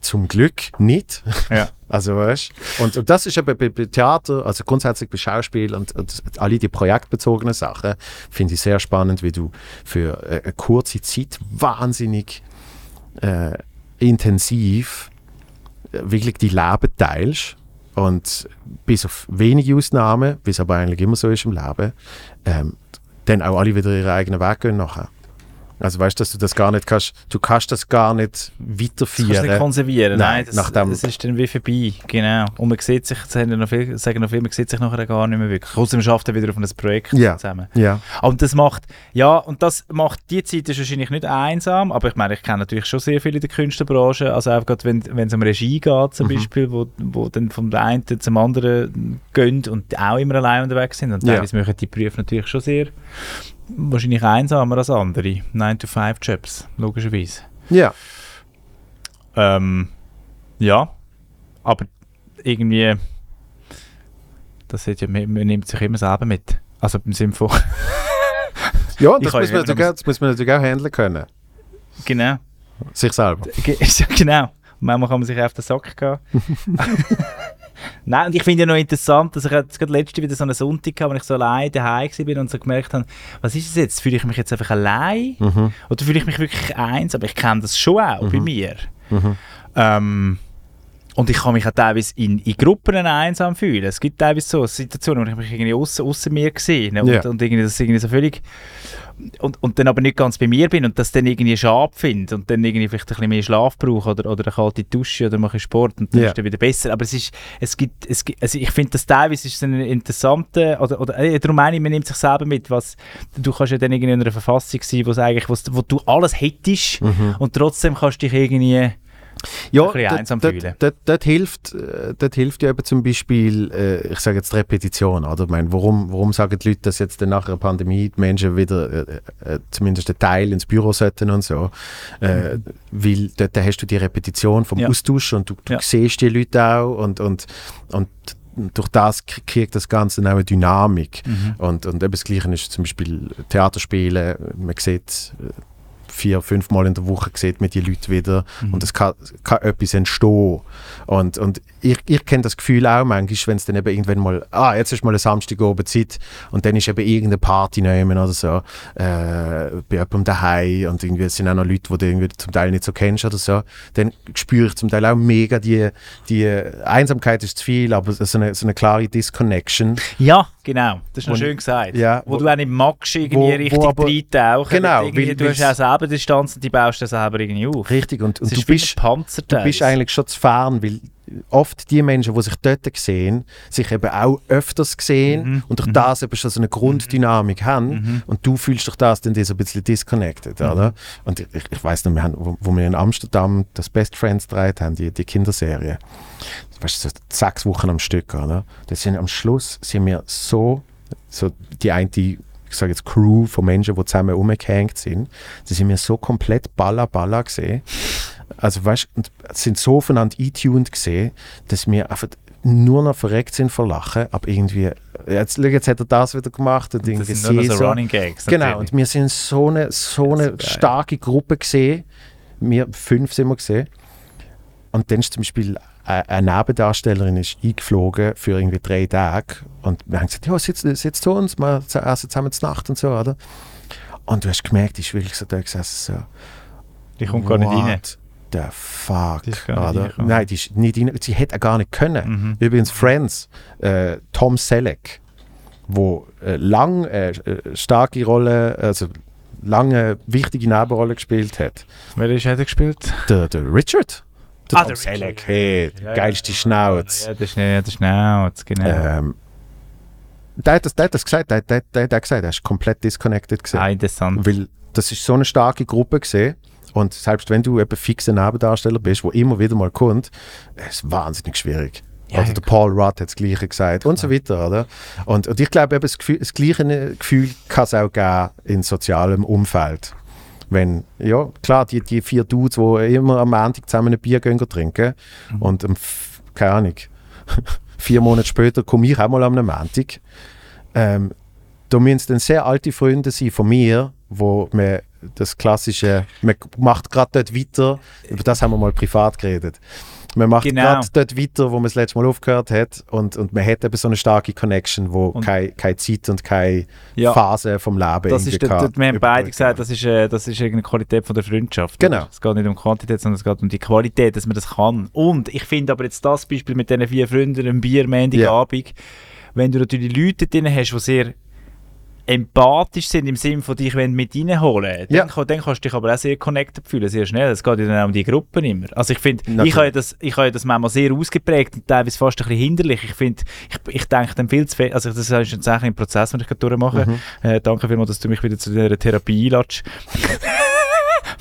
A: Zum Glück nicht.
B: Ja.
A: Also weißt und, und das ist eben bei, bei Theater, also grundsätzlich bei Schauspiel und, und alle die projektbezogenen Sachen, finde ich sehr spannend, wie du für äh, eine kurze Zeit wahnsinnig äh, intensiv äh, wirklich die Leben teilst. Und bis auf wenige Ausnahmen, wie es aber eigentlich immer so ist im Leben, ähm, dann auch alle wieder ihren eigenen Weg gehen nachher. Also weißt du, dass du das gar nicht kannst, du kannst das gar nicht
B: Das kannst du nicht
A: weiterführen.
B: konservieren.
A: Nein,
B: Nein, das,
A: nach dem-
B: das ist dann wie vorbei. Genau. Und man sieht sich, das haben ja noch viel, sagen noch viel, man sieht sich nachher gar nicht mehr wirklich. Außerdem schafft er wieder auf ein Projekt
A: Ja.
B: zusammen.
A: Ja,
B: Und das macht, ja, und das macht, die Zeit ist wahrscheinlich nicht einsam, aber ich meine, ich kenne natürlich schon sehr viele in der Künstlerbranche, also auch gerade wenn wenn es um Regie geht zum
A: Mhm.
B: Beispiel, wo, wo dann vom einen zum anderen gehen und auch immer allein unterwegs sind und
A: Ja.
B: teilweise machen die Berufe natürlich schon sehr, wahrscheinlich einsamer als andere, 9-to-5-Jobs, logischerweise.
A: ja.
B: Ähm, ja, aber irgendwie, das sieht ja, man, man nimmt sich immer selber mit, also im Sinne von,
A: Ja,
B: Ich
A: das
B: kann
A: muss,
B: ja
A: man
B: hören,
A: natürlich, auch- das muss man natürlich auch handeln können.
B: genau.
A: Sich selber.
B: Ge- Ja, genau. Und manchmal kann man sich auch auf den Sack gehen. Nein, und ich finde ja noch interessant, dass ich jetzt gerade letzte wieder so einen Sonntag hatte, wo ich so allein daheim war und so gemerkt habe, was ist das jetzt? Fühle ich mich jetzt einfach allein?
A: Mhm.
B: Oder fühle ich mich wirklich eins? Aber ich kenne das schon auch bei mir.
A: Mhm.
B: Ähm, und ich kann mich auch teilweise in, in Gruppen einsam fühlen. Es gibt teilweise so Situationen, wo ich mich irgendwie außer, außer mir gesehen und,
A: Ja.
B: und irgendwie das irgendwie so völlig und, und dann aber nicht ganz bei mir bin und das dann irgendwie schade finde und dann irgendwie vielleicht ein bisschen mehr Schlaf brauche oder, oder eine kalte Dusche oder mache Sport und dann
A: Ja.
B: ist dann wieder besser. Aber es ist, es gibt, es gibt also ich finde das teilweise ist es eine interessante, oder, oder äh, darum meine ich, man nimmt sich selber mit, was, du kannst ja dann irgendwie in einer Verfassung sein, wo es eigentlich, wo's- wo du alles hättest
A: Mhm.
B: und trotzdem kannst du dich irgendwie
A: Ja,
B: Ein bisschen
A: dort-
B: einsam
A: dort-
B: fühlen.
A: dort- dort hilft, äh, dort hilft ja eben zum Beispiel, äh, ich sage jetzt Repetition, oder? Ich meine, warum, warum sagen die Leute, dass jetzt dann nach einer Pandemie die Menschen wieder äh, äh, zumindest einen Teil ins Büro sollten und so? Äh, Weil dort hast du die Repetition vom
B: Ja.
A: Austausch und du, du
B: Ja.
A: siehst die Leute auch und, und, und durch das k- kriegt das Ganze auch eine Dynamik. Und, und eben das Gleiche ist zum Beispiel Theaterspielen. Man sieht äh, vier, fünf Mal in der Woche sieht man die Leute wieder
B: Mhm.
A: und es kann, kann etwas entstehen. Und, und ich, ich kenne das Gefühl auch manchmal, wenn es dann eben irgendwann mal, ah, jetzt ist mal ein Samstag oben Zeit und dann ist eben irgendeine Party nehmen oder so, äh, bei jemandem daheim und irgendwie es sind auch noch Leute, die du irgendwie zum Teil nicht so kennst oder so, dann spüre ich zum Teil auch mega die, die Einsamkeit ist zu viel, aber so eine, so eine klare Disconnection.
B: Ja, genau. Das ist noch
A: Und-
B: schön gesagt.
A: ja,
B: wo,
A: wo-
B: du auch nicht magst, irgendwie
A: wo- wo
B: richtig
A: aber-
B: reintauchen.
A: Genau,
B: weil irgendwie
A: weil-
B: du hast
A: weil's-
B: auch selber Distanz und die baust du selber irgendwie auf.
A: Richtig, und,
B: Es
A: und du
B: ist wie
A: bist...
B: ein Panzer
A: du bist eigentlich schon zu fern, weil oft die Menschen, die sich dort sehen, sich eben auch öfters
B: Mhm.
A: sehen und durch das eben schon so eine Grunddynamik haben und du fühlst durch das dann so ein bisschen disconnected,
B: Mhm.
A: oder? Und ich, ich weiß noch, wir haben, wo, wo wir in Amsterdam das Best Friends dreht haben, die, die Kinderserie, weißt du, so sechs Wochen am Stück, oder? Das sind am Schluss sind wir so, so die eine, die ich sage jetzt Crew von Menschen, die zusammen rumgehängt sind, die sind mir so komplett balla balla gesehen. Also weißt du, sind so voneinander eintuned gesehen, dass wir einfach nur noch verreckt sind vor Lachen, aber irgendwie, jetzt, schau, jetzt hat er das wieder gemacht und
B: Das
A: irgendwie
B: sind nur noch
A: sie
B: so Running Gags.
A: Genau,
B: natürlich.
A: und wir sind so eine, so
B: Das ist
A: eine
B: geil.
A: starke Gruppe gesehen. Wir fünf sind wir gesehen. Und dann ist zum Beispiel eine eine Nebendarstellerin ist eingeflogen für irgendwie drei Tage. Und wir haben gesagt, ja, sitz, sitz zu uns, wir z- essen zusammen zu Nacht und so, oder? Und du hast gemerkt, die ist wirklich so da gesessen, so.
B: Die kommt gar nicht
A: What
B: rein.
A: The fuck.
B: Die ist gar nicht
A: oder?
B: reingekommen.
A: Nein, die ist nicht rein. Sie hätte auch gar nicht können.
B: Mhm.
A: Übrigens, Friends, äh, Tom Selleck. wo äh, lang äh, äh, starke Rolle, also lange wichtige Nebenrolle gespielt hat.
B: Welche hat er gespielt?
A: Der, der Richard. Der
B: Ah,
A: Tom
B: der
A: Selleck.
B: Richard.
A: Hey,
B: Ja,
A: geilste Schnauze.
B: Ja, der Schnee, der Schnauz, genau.
A: Ähm, der, hat das, der hat das gesagt, der, der, der, der hat gesagt, er ist komplett disconnected gewesen.
B: ah, interessant.
A: Weil das ist so eine starke Gruppe gesehen. Und selbst wenn du eben fixer Nebendarsteller bist, wo immer wieder mal kommt, ist wahnsinnig schwierig.
B: Ja,
A: also
B: ja,
A: der Paul Rudd hat das Gleiche gesagt und so weiter, oder? Und, und ich glaube eben, das, Gefühl, das gleiche Gefühl kann es auch geben in sozialem Umfeld. Wenn, ja, klar, die, die vier Dudes, die immer am Montag zusammen ein Bier gehen trinken
B: Mhm.
A: und, am F- keine Ahnung, vier Monate später komme ich auch mal am Montag. Ähm, da müssen es dann sehr alte Freunde sein von mir, wo man das klassische, man macht gerade dort weiter, über das haben wir mal privat geredet. Man macht
B: Genau.
A: gerade dort weiter, wo man das letzte Mal aufgehört hat und, und man hat eben so eine starke Connection, wo
B: Und-
A: keine keine Zeit und keine
B: Ja.
A: Phase vom Leben
B: Das ist,
A: irgendwie
B: der, der,
A: kann
B: wir haben beide
A: überbrücken.
B: gesagt, das ist, äh, das ist irgendeine Qualität von der Freundschaft.
A: Genau.
B: Es geht nicht um Quantität, sondern es geht um die Qualität, dass man das kann. Und ich finde aber jetzt das Beispiel mit diesen vier Freunden, einem Bier, Montagabend, wenn du natürlich Leute drin hast, die sehr empathisch sind im Sinne von dich wollen mit reinholen,
A: Ja.
B: dann, kann- dann kannst du dich aber auch sehr connected fühlen, sehr schnell. Es geht ja dann auch um die Gruppen immer. Also ich finde,
A: Natürlich.
B: ich habe ja das, ich habe ja das manchmal sehr ausgeprägt und teilweise fast ein bisschen hinderlich. Ich finde, ich, ich denke dann viel zu viel, also das ist jetzt eigentlich ein Prozess, den ich gerade durchmache. Äh, danke vielmals, dass du mich wieder zu dieser Therapie einlatschst.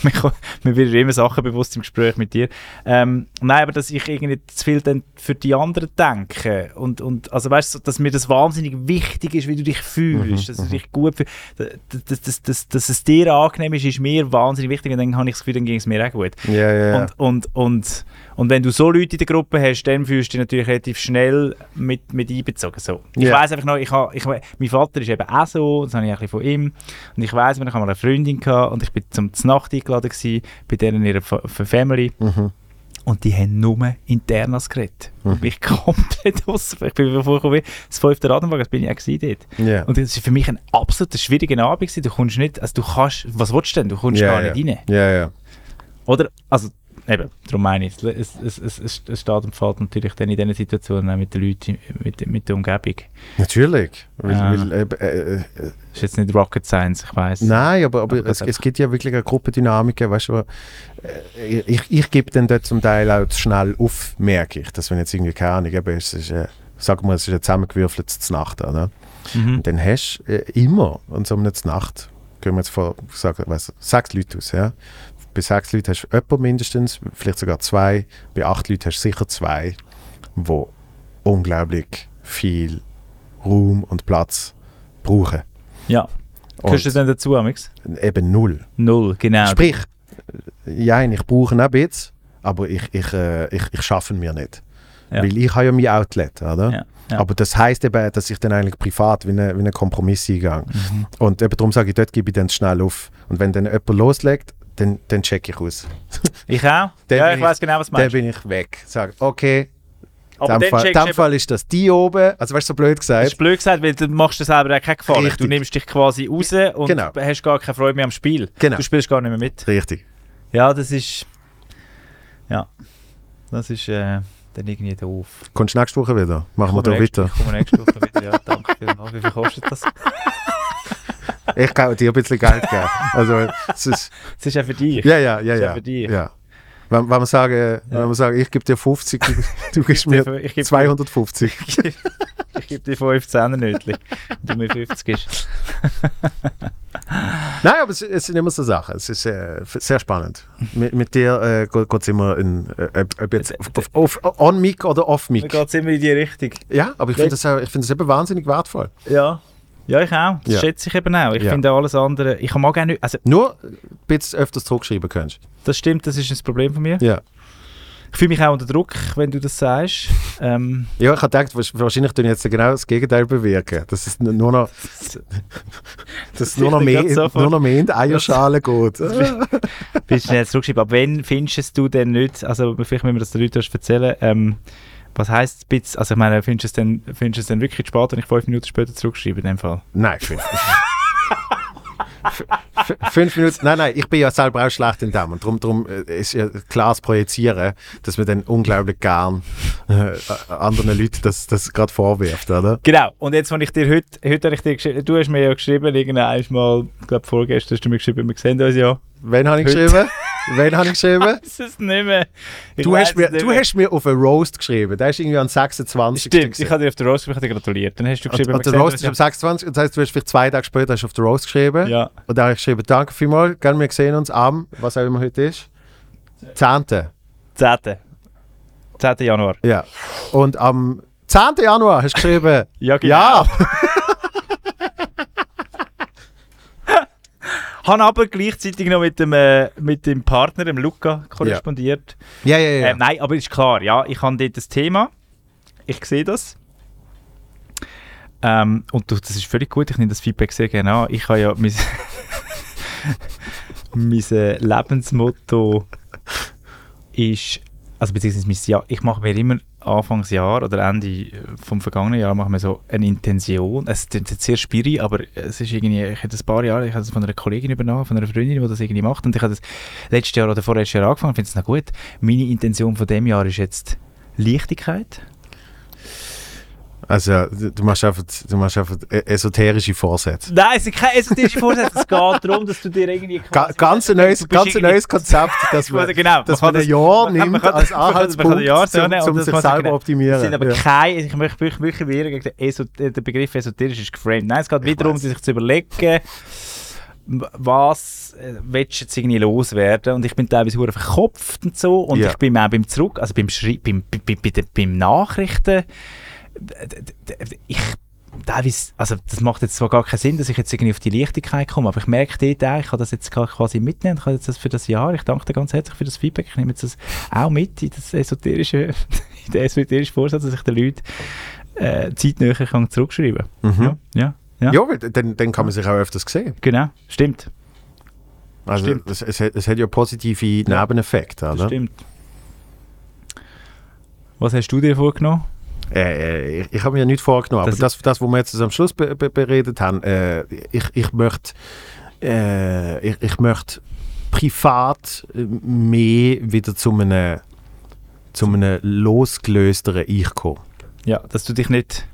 B: Mir ko- mir werden immer Sachen bewusst im Gespräch mit dir. Ähm, nein, aber dass ich irgendwie zu viel dann für die anderen denke. Und, und also weißt du, dass mir das wahnsinnig wichtig ist, wie du dich fühlst, dass du dich gut fühlst. Dass, dass, dass, dass, dass es dir angenehm ist, ist mir wahnsinnig wichtig. Und dann habe ich das Gefühl, dann ging es mir auch gut.
A: Ja, ja, ja.
B: Und, und, und, und wenn du so Leute in der Gruppe hast, dann fühlst du dich natürlich relativ schnell mit, mit einbezogen. So. Ich
A: Ja.
B: weiss einfach noch, ich hab, ich, we- mein Vater ist eben auch so, das habe ich ein bisschen von ihm. Und ich weiss, ich habe mal eine Freundin gehabt und ich bin zum Nacht eingeladen gewesen, bei denen ihrer Fa- Fa- Family.
A: Mhm.
B: Und die haben nur internas geredet. Und mich komplett aus. Ich bin vorgekommen, wie das fünfte Radenwagen, das bin ich auch gewesen dort.
A: Ja.
B: Und das war für mich ein absolut schwieriger Abend. Gewesen. Du kommst nicht, also du kannst, was willst du denn? Du kommst
A: ja,
B: gar
A: ja.
B: nicht rein.
A: Ja, ja.
B: Oder, also, eben, darum meine ich, es, es, es, es, es steht und fällt natürlich dann in diesen Situationen auch mit den Leuten, mit, mit der Umgebung.
A: Natürlich. Weil,
B: Ah.
A: weil, eben, äh, äh,
B: Das ist jetzt nicht Rocket Science, ich weiß.
A: Nein, aber, aber
B: Aber
A: es,
B: das-
A: es gibt ja wirklich eine Gruppendynamik, weißt du, wo, äh, ich, ich gebe dann dort zum Teil auch zu schnell auf, merke ich, dass wenn jetzt irgendwie keine Ahnung, eben, es ist, äh, sag mal, es ist ein zusammengewürfeltes Znacht, oder?
B: Mhm.
A: Und dann hast du äh, immer an so einer Znacht, gehen wir jetzt von sag, weiss, sechs Leuten aus, ja? Bei sechs Leuten hast du jemanden mindestens, vielleicht sogar zwei, bei acht Leuten hast du sicher zwei, wo unglaublich viel Raum und Platz brauchen.
B: Ja. Gehörst du
A: Und
B: denn dazu, Amix?
A: eben null.
B: Null, genau.
A: Sprich, ja, ich brauche ihn auch ein bisschen, aber ich, ich, äh, ich, ich schaffe ihn mir nicht.
B: Ja.
A: Weil ich habe ja mein Outlet, oder?
B: Ja, ja.
A: Aber das heißt eben, dass ich dann eigentlich privat wie einen wie eine Kompromiss eingehe.
B: Mhm.
A: Und eben darum sage ich, dort gebe ich dann schnell auf. Und wenn dann jemand loslegt, dann, dann checke ich aus.
B: Ich auch?
A: Dann
B: ja,
A: bin
B: ich weiß genau, was du
A: Dann
B: meinst.
A: bin ich weg. Sage, okay, in
B: Aber
A: dem,
B: dann
A: Fall,
B: checkst du
A: dem
B: eben,
A: Fall ist das die oben. Also weißt du, so blöd
B: das ist
A: gesagt.
B: blöd gesagt, weil du machst dir selber auch keinen Gefallen.
A: Richtig.
B: Du nimmst dich quasi raus und
A: Genau.
B: hast gar keine Freude mehr am Spiel.
A: Genau.
B: Du spielst gar nicht mehr mit.
A: Richtig.
B: Ja, das ist... Ja. Das ist äh, dann irgendwie doof.
A: Kommst du nächste Woche wieder? Machen wir
B: Kommen
A: da
B: nächste-
A: weiter.
B: Kommen nächste Woche wieder, ja, danke vielmals. Wie viel kostet das?
A: Ich kann dir ein bisschen Geld geben. Also, es ist...
B: Das ist ja für dich.
A: Ja, ja, ja,
B: Ist ja
A: ja.
B: für dich.
A: ja. Wenn, wenn, wir sagen, wenn wir sagen, ich gebe dir 50, du, du gibst
B: geb dir
A: mir
B: fün- ich geb dir-
A: 250.
B: Ich gebe dir 15 Nötchen, wenn du mir 50 gibst.
A: Nein, aber es, es sind immer so Sachen. Es ist äh, f- sehr spannend. Mit, mit dir äh, geht es immer in, äh, ob- ob jetzt auf, auf, auf, on mic oder off
B: Dann
A: mic.
B: geht es immer in die Richtung.
A: Ja, aber ich finde das, auch- ich find das eben wahnsinnig wertvoll.
B: Ja. Ja, ich auch. Das
A: Ja.
B: schätze ich eben auch. Ich
A: Ja.
B: finde alles andere... Ich mag auch nicht... Also,
A: Nur, bitte öfters zurückschreiben kannst.
B: das stimmt, das ist ein Problem von mir.
A: Ja.
B: Ich fühle mich auch unter Druck, wenn du das sagst. Ähm,
A: Ja, ich habe gedacht, wahrsch- wahrscheinlich tun jetzt genau das Gegenteil bewirken. Dass es nur noch, dass es nur noch,
B: Ich
A: mehr,
B: bin
A: in-
B: grad sofort-
A: nur noch mehr in die Eierschale geht.
B: bist schnell zurückgeschrieben. Aber wenn findest du denn nicht... Also, vielleicht müssen wir das den Leuten erst erzählen. Ähm, was heisst Spitz? Also, ich meine, findest du es denn, findest du es denn wirklich zu spät, wenn ich fünf Minuten später zurückschreibe in dem Fall?
A: Nein, ich finde f- f- fünf Minuten. Nein, nein, ich bin ja selber auch schlecht in dem. Und darum, darum ist ja klar das Projizieren, dass man dann unglaublich gern äh, anderen Leuten das, das gerade vorwirft, oder?
B: Genau, und jetzt, wenn ich dir heute, heute habe ich dir geschrieben, du hast mir ja geschrieben, irgendwann mal, ich glaube vorgestern hast du mir geschrieben, wir sehen uns ja.
A: Wen habe ich
B: Heute.
A: geschrieben? Wen habe ich geschrieben?
B: Das ist nicht mehr. Ich
A: Du
B: weiss
A: hast, mir,
B: es nicht
A: du
B: mehr.
A: hast mir auf einen Roast geschrieben. Der ist irgendwie an 26.
B: Stimmt,
A: gewesen.
B: ich habe dir auf der Roast ich habe dir gratuliert. Dann hast du geschrieben,
A: und, und der
B: wir
A: Roast ist
B: sehen
A: am
B: uns
A: 26. Das heißt, du hast vielleicht zwei Tage später hast du auf den Roast geschrieben.
B: ja.
A: Und da habe ich geschrieben, danke vielmals, gell, wir sehen uns am, was auch immer heute ist, 10.
B: ja, 10. 10. Januar.
A: Ja. Und am 10. Januar hast du geschrieben,
B: Ja, genau.
A: ja,
B: Habe aber gleichzeitig noch mit dem, äh, mit dem Partner, dem Luca, korrespondiert.
A: ja, ja, ja.
B: Ähm, nein, aber ist klar, ja, ich habe dort das Thema. Ich sehe das. Ähm, und du, das ist völlig gut, ich nehme das Feedback sehr gerne an. Ich habe ja mein, mein äh, Lebensmotto ist, also beziehungsweise mein Jahr, ich mache mir immer Anfangsjahr oder Ende äh, vom vergangenen Jahr mache mir so eine Intention. Es klingt jetzt sehr spiri, aber es ist irgendwie, ich hatte ein paar Jahre, ich habe das von einer Kollegin übernommen, von einer Freundin, die das irgendwie macht und ich habe das letztes Jahr oder vorletztes Jahr angefangen, finde es noch gut. Meine Intention von dem Jahr ist jetzt Leichtigkeit.
A: Also, du du machst einfach, du machst einfach e- esoterische Vorsätze.
B: Nein, es ist kein esoterischer Vorsatz, es geht darum, dass du dir irgendwie...
A: Ga
B: quasi-
A: ganz ein neues,
B: Du bist
A: ganz ein
B: irgendwie-
A: neues Konzept, dass
B: Ich weiß,
A: man,
B: genau,
A: dass
B: man
A: man
B: kann
A: ein Jahr
B: man kann- man
A: nimmt
B: kann-
A: als
B: man kann- man kann
A: Anhaltspunkt,
B: ein Jahr
A: um,
B: nehmen und
A: um
B: das
A: sich
B: kann-
A: selber
B: genau. Es sind
A: optimieren.
B: aber
A: Ja.
B: keine, ich möchte mich wirklich wehren gegen den, Eso- äh, der Begriff esoterisch ist geframed. Nein, es geht wieder darum,
A: weiss.
B: sich zu überlegen, w- was äh, willst du jetzt irgendwie loswerden? Und ich bin teilweise hure verkopft und so. Und
A: Ja.
B: ich bin auch beim Zurück, also beim Schrei beim, bei, bei, bei, den- beim Nachrichten, d- d- d- ich teilweise, also das macht jetzt zwar gar keinen Sinn, dass ich jetzt irgendwie auf die Leichtigkeit komme, aber ich merke dort auch, ich kann das jetzt gra- quasi mitnehmen, ich kann jetzt das für das Jahr, ich danke dir ganz herzlich für das Feedback, ich nehme jetzt das auch mit in das esoterische, in den esoterischen Vorsatz, dass ich den Leuten äh, zeitnäher kann zurückschreiben
A: Mhm.
B: kann. Ja, ja, ja,
A: Ja, weil dann, dann kann man sich auch öfters sehen.
B: genau, stimmt,
A: Also,
B: Stimmt.
A: es, es, hat- es hat ja positive Nebeneffekte,
B: das
A: oder?
B: stimmt. Was hast du dir vorgenommen?
A: Äh, ich ich habe mir ja nichts vorgenommen,
B: Das-
A: aber das, das, was wir jetzt am Schluss be be beredet haben, äh, ich, ich möchte äh, ich, ich möchte privat äh, mehr wieder zu einem, zu einem losgelösteren Ich kommen.
B: Ja, dass du dich nicht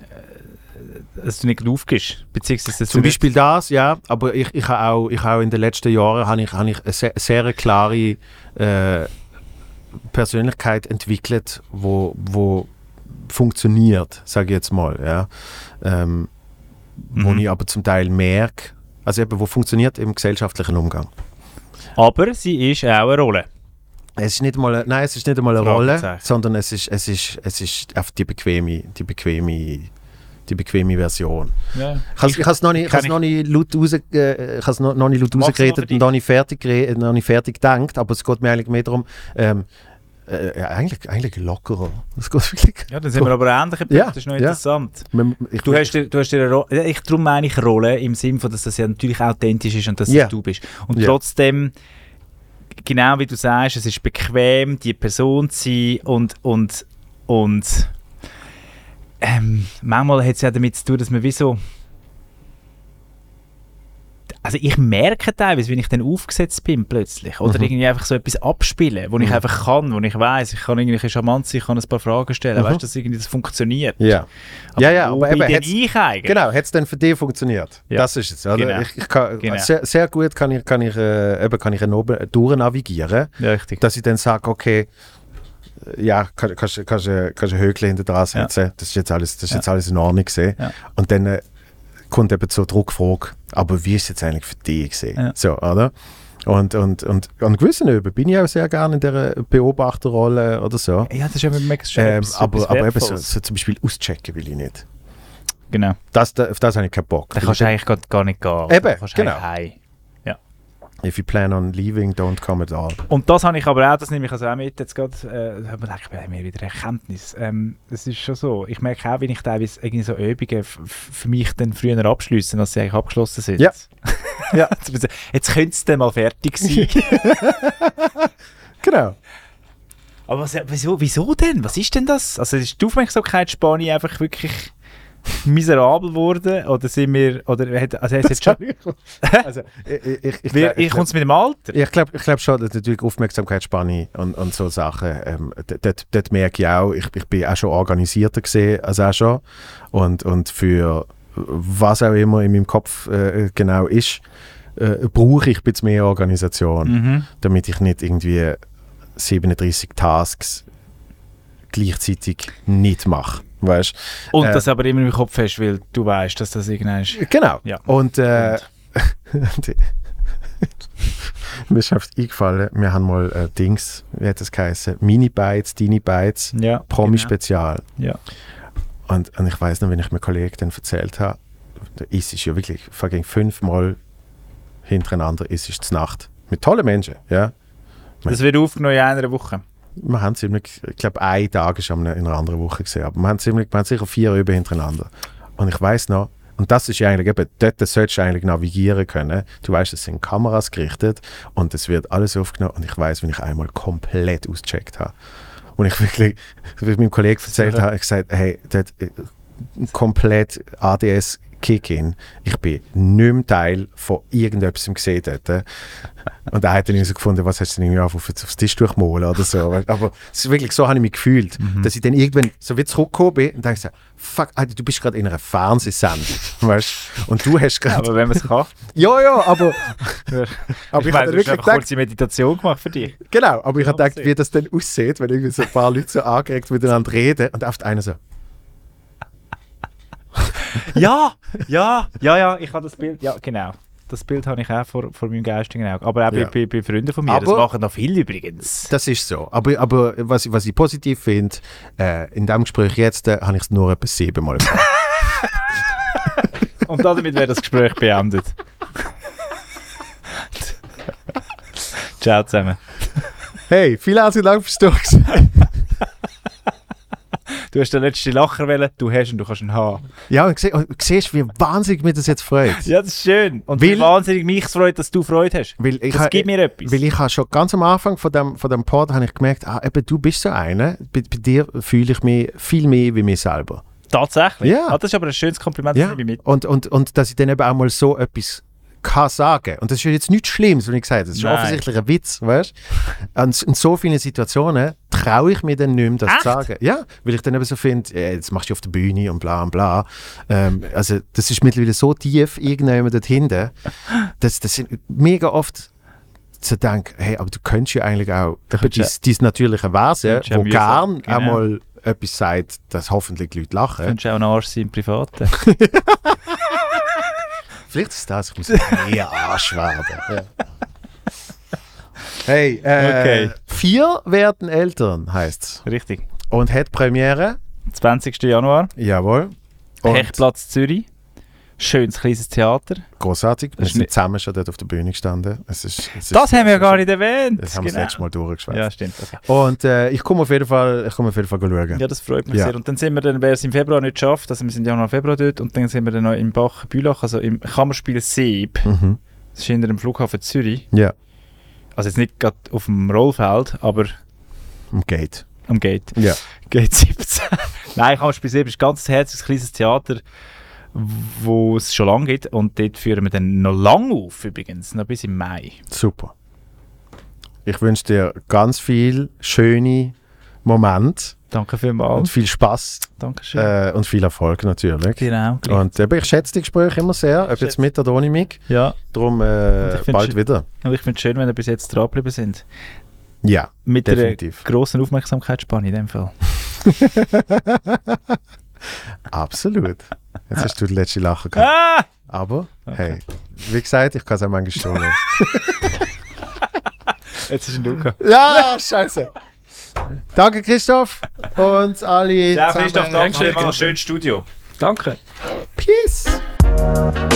B: äh, dass du nicht aufgibst, beziehungsweise dass
A: Zum
B: du nicht-
A: Beispiel das, ja, aber ich, ich habe auch, ich habe auch in den letzten Jahren habe ich, habe ich eine sehr, sehr klare äh, Persönlichkeit entwickelt, wo, wo funktioniert, sage ich jetzt mal, ja. Ähm, wo
B: Mhm.
A: ich aber zum Teil merke, also eben, wo funktioniert im gesellschaftlichen Umgang.
B: Aber sie ist auch eine Rolle.
A: Es ist nicht mal, eine- nein, es ist nicht einmal eine Rolle,
B: Fragezeichen.
A: sondern es ist, es ist, es ist einfach die bequeme, die bequeme, die bequeme Version.
B: Ja.
A: Ich has- Ich habe es noch nicht, ich
B: kann
A: has noch nicht laut raus, äh, ich has noch, noch nicht laut
B: Mach's noch
A: rausgeredet
B: für
A: und noch nicht fertig, gere- äh, noch nicht fertig gedacht, aber es geht mir eigentlich mehr darum, ähm, äh, ja, eigentlich, eigentlich lockerer. Es geht wirklich.
B: ja, dann sind wir aber ähnlich.
A: Ja,
B: das ist noch
A: ja.
B: interessant.
A: Man- ich-
B: Du hast, dir- du hast dir eine Rolle, ich darum meine ich Rolle im Sinne von, dass das ja natürlich authentisch ist und dass
A: Ja.
B: das du bist. Und
A: Ja.
B: trotzdem, genau wie du sagst, es ist bequem, die Person zu sein und, und, und ähm, manchmal hat es ja damit zu tun, dass man wie so also ich merke teilweise, wenn ich dann aufgesetzt bin plötzlich oder
A: Mhm.
B: irgendwie einfach so etwas abspielen, wo ich
A: Mhm.
B: einfach kann, wo ich weiß, ich kann irgendwie ein bisschen charmant sein, ich kann ein paar Fragen stellen,
A: Mhm.
B: weißt du, dass irgendwie das funktioniert.
A: ja. ja, ja, aber eben,
B: bin
A: hat's-
B: ich eigentlich?
A: Genau, hat es denn für dich funktioniert?
B: Ja.
A: Das ist es. Oder?
B: Genau.
A: Ich, ich kann,
B: Genau.
A: sehr, sehr gut kann ich, kann ich, äh, eben kann ich einen oben durchnavigieren,
B: Ja, richtig.
A: dass ich dann sage, okay, äh, ja, kann- kannst du kannst, du- kannst du Höckle hinter dran setzen, das ist jetzt alles, das ist
B: Ja.
A: jetzt alles in Ordnung gewesen.
B: Ja.
A: Und dann äh, kommt eben zur Druckfrage, aber wie ist es jetzt eigentlich für dich gewesen?
B: Ja.
A: So, oder? Und, und, und an gewissen Üben bin ich auch sehr gerne in dieser Beobachterrolle oder so.
B: Ja, das ist eben mega schön.
A: Ähm,
B: Äh, etwas- etwas
A: aber aber eben so,
B: Wertvolles.
A: so zum Beispiel auschecken will ich nicht.
B: Genau.
A: Das, da- auf das habe ich keinen Bock.
B: Da kannst du eigentlich gar- gar nicht gehen.
A: Eben,
B: Da kannst du
A: genau.
B: eigentlich heim.
A: If you plan on leaving, don't come at all.
B: Und das habe ich aber auch, das nehme ich also auch
A: "Ah,
B: mit. Jetzt gerade,
A: eh,
B: äh, da habe ich bei mir wieder Erkenntnis.
A: Ehm,
B: Ähm, es ist schon so. Ich merke auch, wenn ich teilweise irgendwie so Übungen f- f- für mich dann früher abschliessen, als sie eigentlich abgeschlossen sind.
A: Ja. Ja.
B: Jetzt- Jetzt könnte es dann mal fertig sein.
A: Genau.
B: aber was, wieso, wieso denn? Was ist denn das? Also ist die Aufmerksamkeitsspanne einfach wirklich miserabel geworden? Oder sind wir. Oder hat, also, hat jetzt schon,
A: also, ich, ich, ich,
B: wir, ich
A: ich,
B: kommt es mit dem Alter?
A: ich glaube ich glaub schon, dass natürlich Aufmerksamkeitsspanne und, und so Sachen, ähm, d- dort, dort merke ich auch, ich, ich bin auch schon organisierter gesehen als auch schon. Und, und für was auch immer in meinem Kopf äh, genau ist, äh, brauche ich ein bisschen mehr Organisation,
B: Mhm.
A: damit ich nicht irgendwie 37 Tasks gleichzeitig nicht mache. Weißt
B: Und
A: Äh.
B: das aber immer im Kopf hast, weil du weißt, dass das irgendwann ist.
A: Genau.
B: Ja.
A: Und, äh, die- mir ist einfach eingefallen, wir haben mal äh, Dings, wie hat das geheißen? Mini-Bytes, Dini-Bytes,
B: Ja.
A: Promi-Spezial.
B: Genau. Ja.
A: Und, und ich weiß noch, wenn ich meinem Kollegen dann erzählt habe, da ist es ja wirklich fucking fünfmal hintereinander, ist es Nacht. Mit tollen Menschen, ja.
B: Das wird aufgenommen in einer Woche.
A: Wir haben ziemlich, ich glaube, ein Tag ist am- in einer anderen Woche gesehen, aber wir haben ziemlich, wir haben sicher vier Üben hintereinander. Und ich weiß noch, und das ist ja eigentlich eben, dort solltest du eigentlich navigieren können. Du weißt, es sind Kameras gerichtet und es wird alles aufgenommen und ich weiß, wenn ich einmal komplett ausgecheckt habe. Und ich wirklich, wie ich meinem Kollegen erzählt habe, ich gesagt, hey, dort, äh, komplett ADS Kick-In. Ich bin nicht mehr Teil von irgendetwas gesehen dort. Und er hat dann irgendwie so gefunden, was hast du denn irgendwie auf, auf, aufs Tisch durchmalen oder so. weißt du. Aber es ist wirklich, so habe ich mich gefühlt,
B: Mhm.
A: dass ich dann irgendwann so wie zurückgekommen bin und dachte so, fuck, Alter, du bist gerade in einer Fernsehsendung, weißt du? Und du hast gerade,
B: Aber wenn man es kann.
A: ja, ja, aber, aber ich,
B: meine,
A: habe
B: du hast
A: wirklich
B: einfach
A: gedacht,
B: kurze Meditation gemacht für dich.
A: genau, aber ich habe
B: Ja,
A: gedacht, wie das dann aussieht, wenn irgendwie so ein paar Leute so angeregt miteinander reden und oft einer so,
B: Ja, ja, ja, ja, ich habe das Bild. Ja, genau. Das Bild habe ich auch vor, vor meinem geistigen Auge. Aber auch bei-
A: Ja.
B: bei, bei Freunden von mir. das
A: Aber-
B: machen noch viele übrigens.
A: Das ist so. Aber, aber was, ich- was ich positiv finde, äh, in diesem Gespräch jetzt äh, habe ich es nur etwa siebenmal gemacht.
B: Und damit wäre das Gespräch beendet. Ciao zusammen.
A: hey, vielen herzlichen Dank fürs Durchsehen.
B: Du hast den letzten Lacher wählen, du hast ihn, du kannst ihn haben.
A: Ja, und, sie- und siehst, wie wahnsinnig mich das jetzt freut.
B: Ja, das ist schön. Und
A: Weil-
B: wie wahnsinnig mich freut, dass du Freude hast.
A: Weil ich
B: Das
A: ha-
B: gibt mir etwas.
A: Weil ich habe schon ganz am Anfang von dem, von dem Pod habe ich gemerkt, ah, eben, du bist so einer, bei, bei dir fühle ich mich viel mehr wie mich selber.
B: Tatsächlich.
A: Ja.
B: Ah, das ist aber ein schönes Kompliment, das
A: Ja.
B: nehme ich mit.
A: Und, und, und dass ich dann eben auch mal so etwas kann sagen. Und das ist ja jetzt nichts Schlimmes, wenn ich gesagt habe. Das ist ja
B: Nein.
A: offensichtlich ein Witz, weißt du? Und in so vielen Situationen traue ich mir dann nicht mehr, das
B: Echt?
A: zu sagen. Ja, weil ich dann eben so finde, äh, jetzt machst du auf der Bühne und bla und bla. Ähm, also das ist mittlerweile so tief irgendjemand dort hinten, dass das sind mega oft zu denken, hey, aber du könntest ja eigentlich auch eben dein,
B: könntest
A: dein natürliche Wesen,
B: könntest ja
A: wo
B: mühsam-
A: gern
B: genau.
A: einmal etwas sagt, dass hoffentlich die Leute lachen.
B: Du könntest auch ein Arsch sein im Privaten.
A: Vielleicht ist das, ich muss mehr Arsch werden. Ja. Hey, äh,
B: Okay.
A: vier werden Eltern heißt's.
B: Richtig.
A: Und hat Premiere.
B: 20. Januar,
A: Jawohl. Und
B: Hechtplatz Zürich. Schönes kleines Theater.
A: großartig. Wir
B: Das ist
A: sind
B: nicht-
A: zusammen schon dort auf der Bühne gestanden. Es ist, es
B: Das
A: ist,
B: haben wir ja gar nicht erwähnt. Genau.
A: Das haben wir das letzte Mal durchgeschwätzt.
B: Ja, stimmt. Okay.
A: Und äh, ich komme auf jeden Fall, ich komme auf jeden Fall schauen.
B: Ja, das freut mich
A: Ja.
B: sehr. Und dann sind wir dann, wer es im Februar nicht schafft, also wir sind ja noch im Februar dort und dann sind wir dann noch im Bach Bülach, also im Kammerspiel Seeb,
A: Mhm.
B: das ist hinter dem Flughafen Zürich.
A: Ja,
B: Also jetzt nicht gerade auf dem Rollfeld, aber
A: im um Gate.
B: am Gate.
A: Ja.
B: Gate 17. Nein, Kammerspiel Seeb ist ein ganz herziges kleines Theater, wo es schon lange gibt und dort führen wir dann noch lange auf übrigens, noch bis im Mai.
A: Super. Ich wünsche dir ganz viel schöne Momente
B: Danke
A: und
B: vielmals.
A: viel Spaß
B: Dankeschön.
A: äh, und viel Erfolg natürlich.
B: Genau.
A: Und eben, ich schätze die Gespräche immer sehr, ob jetzt
B: Schätze.
A: mit oder ohne mich.
B: Ja,
A: Darum
B: Und
A: äh,
B: ich find
A: bald
B: schon-
A: wieder.
B: und ich finde es schön, wenn ihr bis jetzt dran geblieben sind.
A: Ja.
B: Mit
A: Definitiv.
B: einer grossen Aufmerksamkeitsspanne in dem Fall.
A: Absolut. Jetzt hast du die letzte Lache gehabt.
B: Ah!
A: Aber, hey, wie gesagt, ich kann es auch manchmal schon. nicht.
B: Jetzt ist ein Luca.
A: ja, scheiße. Danke, Christoph. Und alle.
B: Ja,
A: zusammen.
B: Christoph, danke schön. Mann. Schönes Studio.
C: Danke.
A: Peace.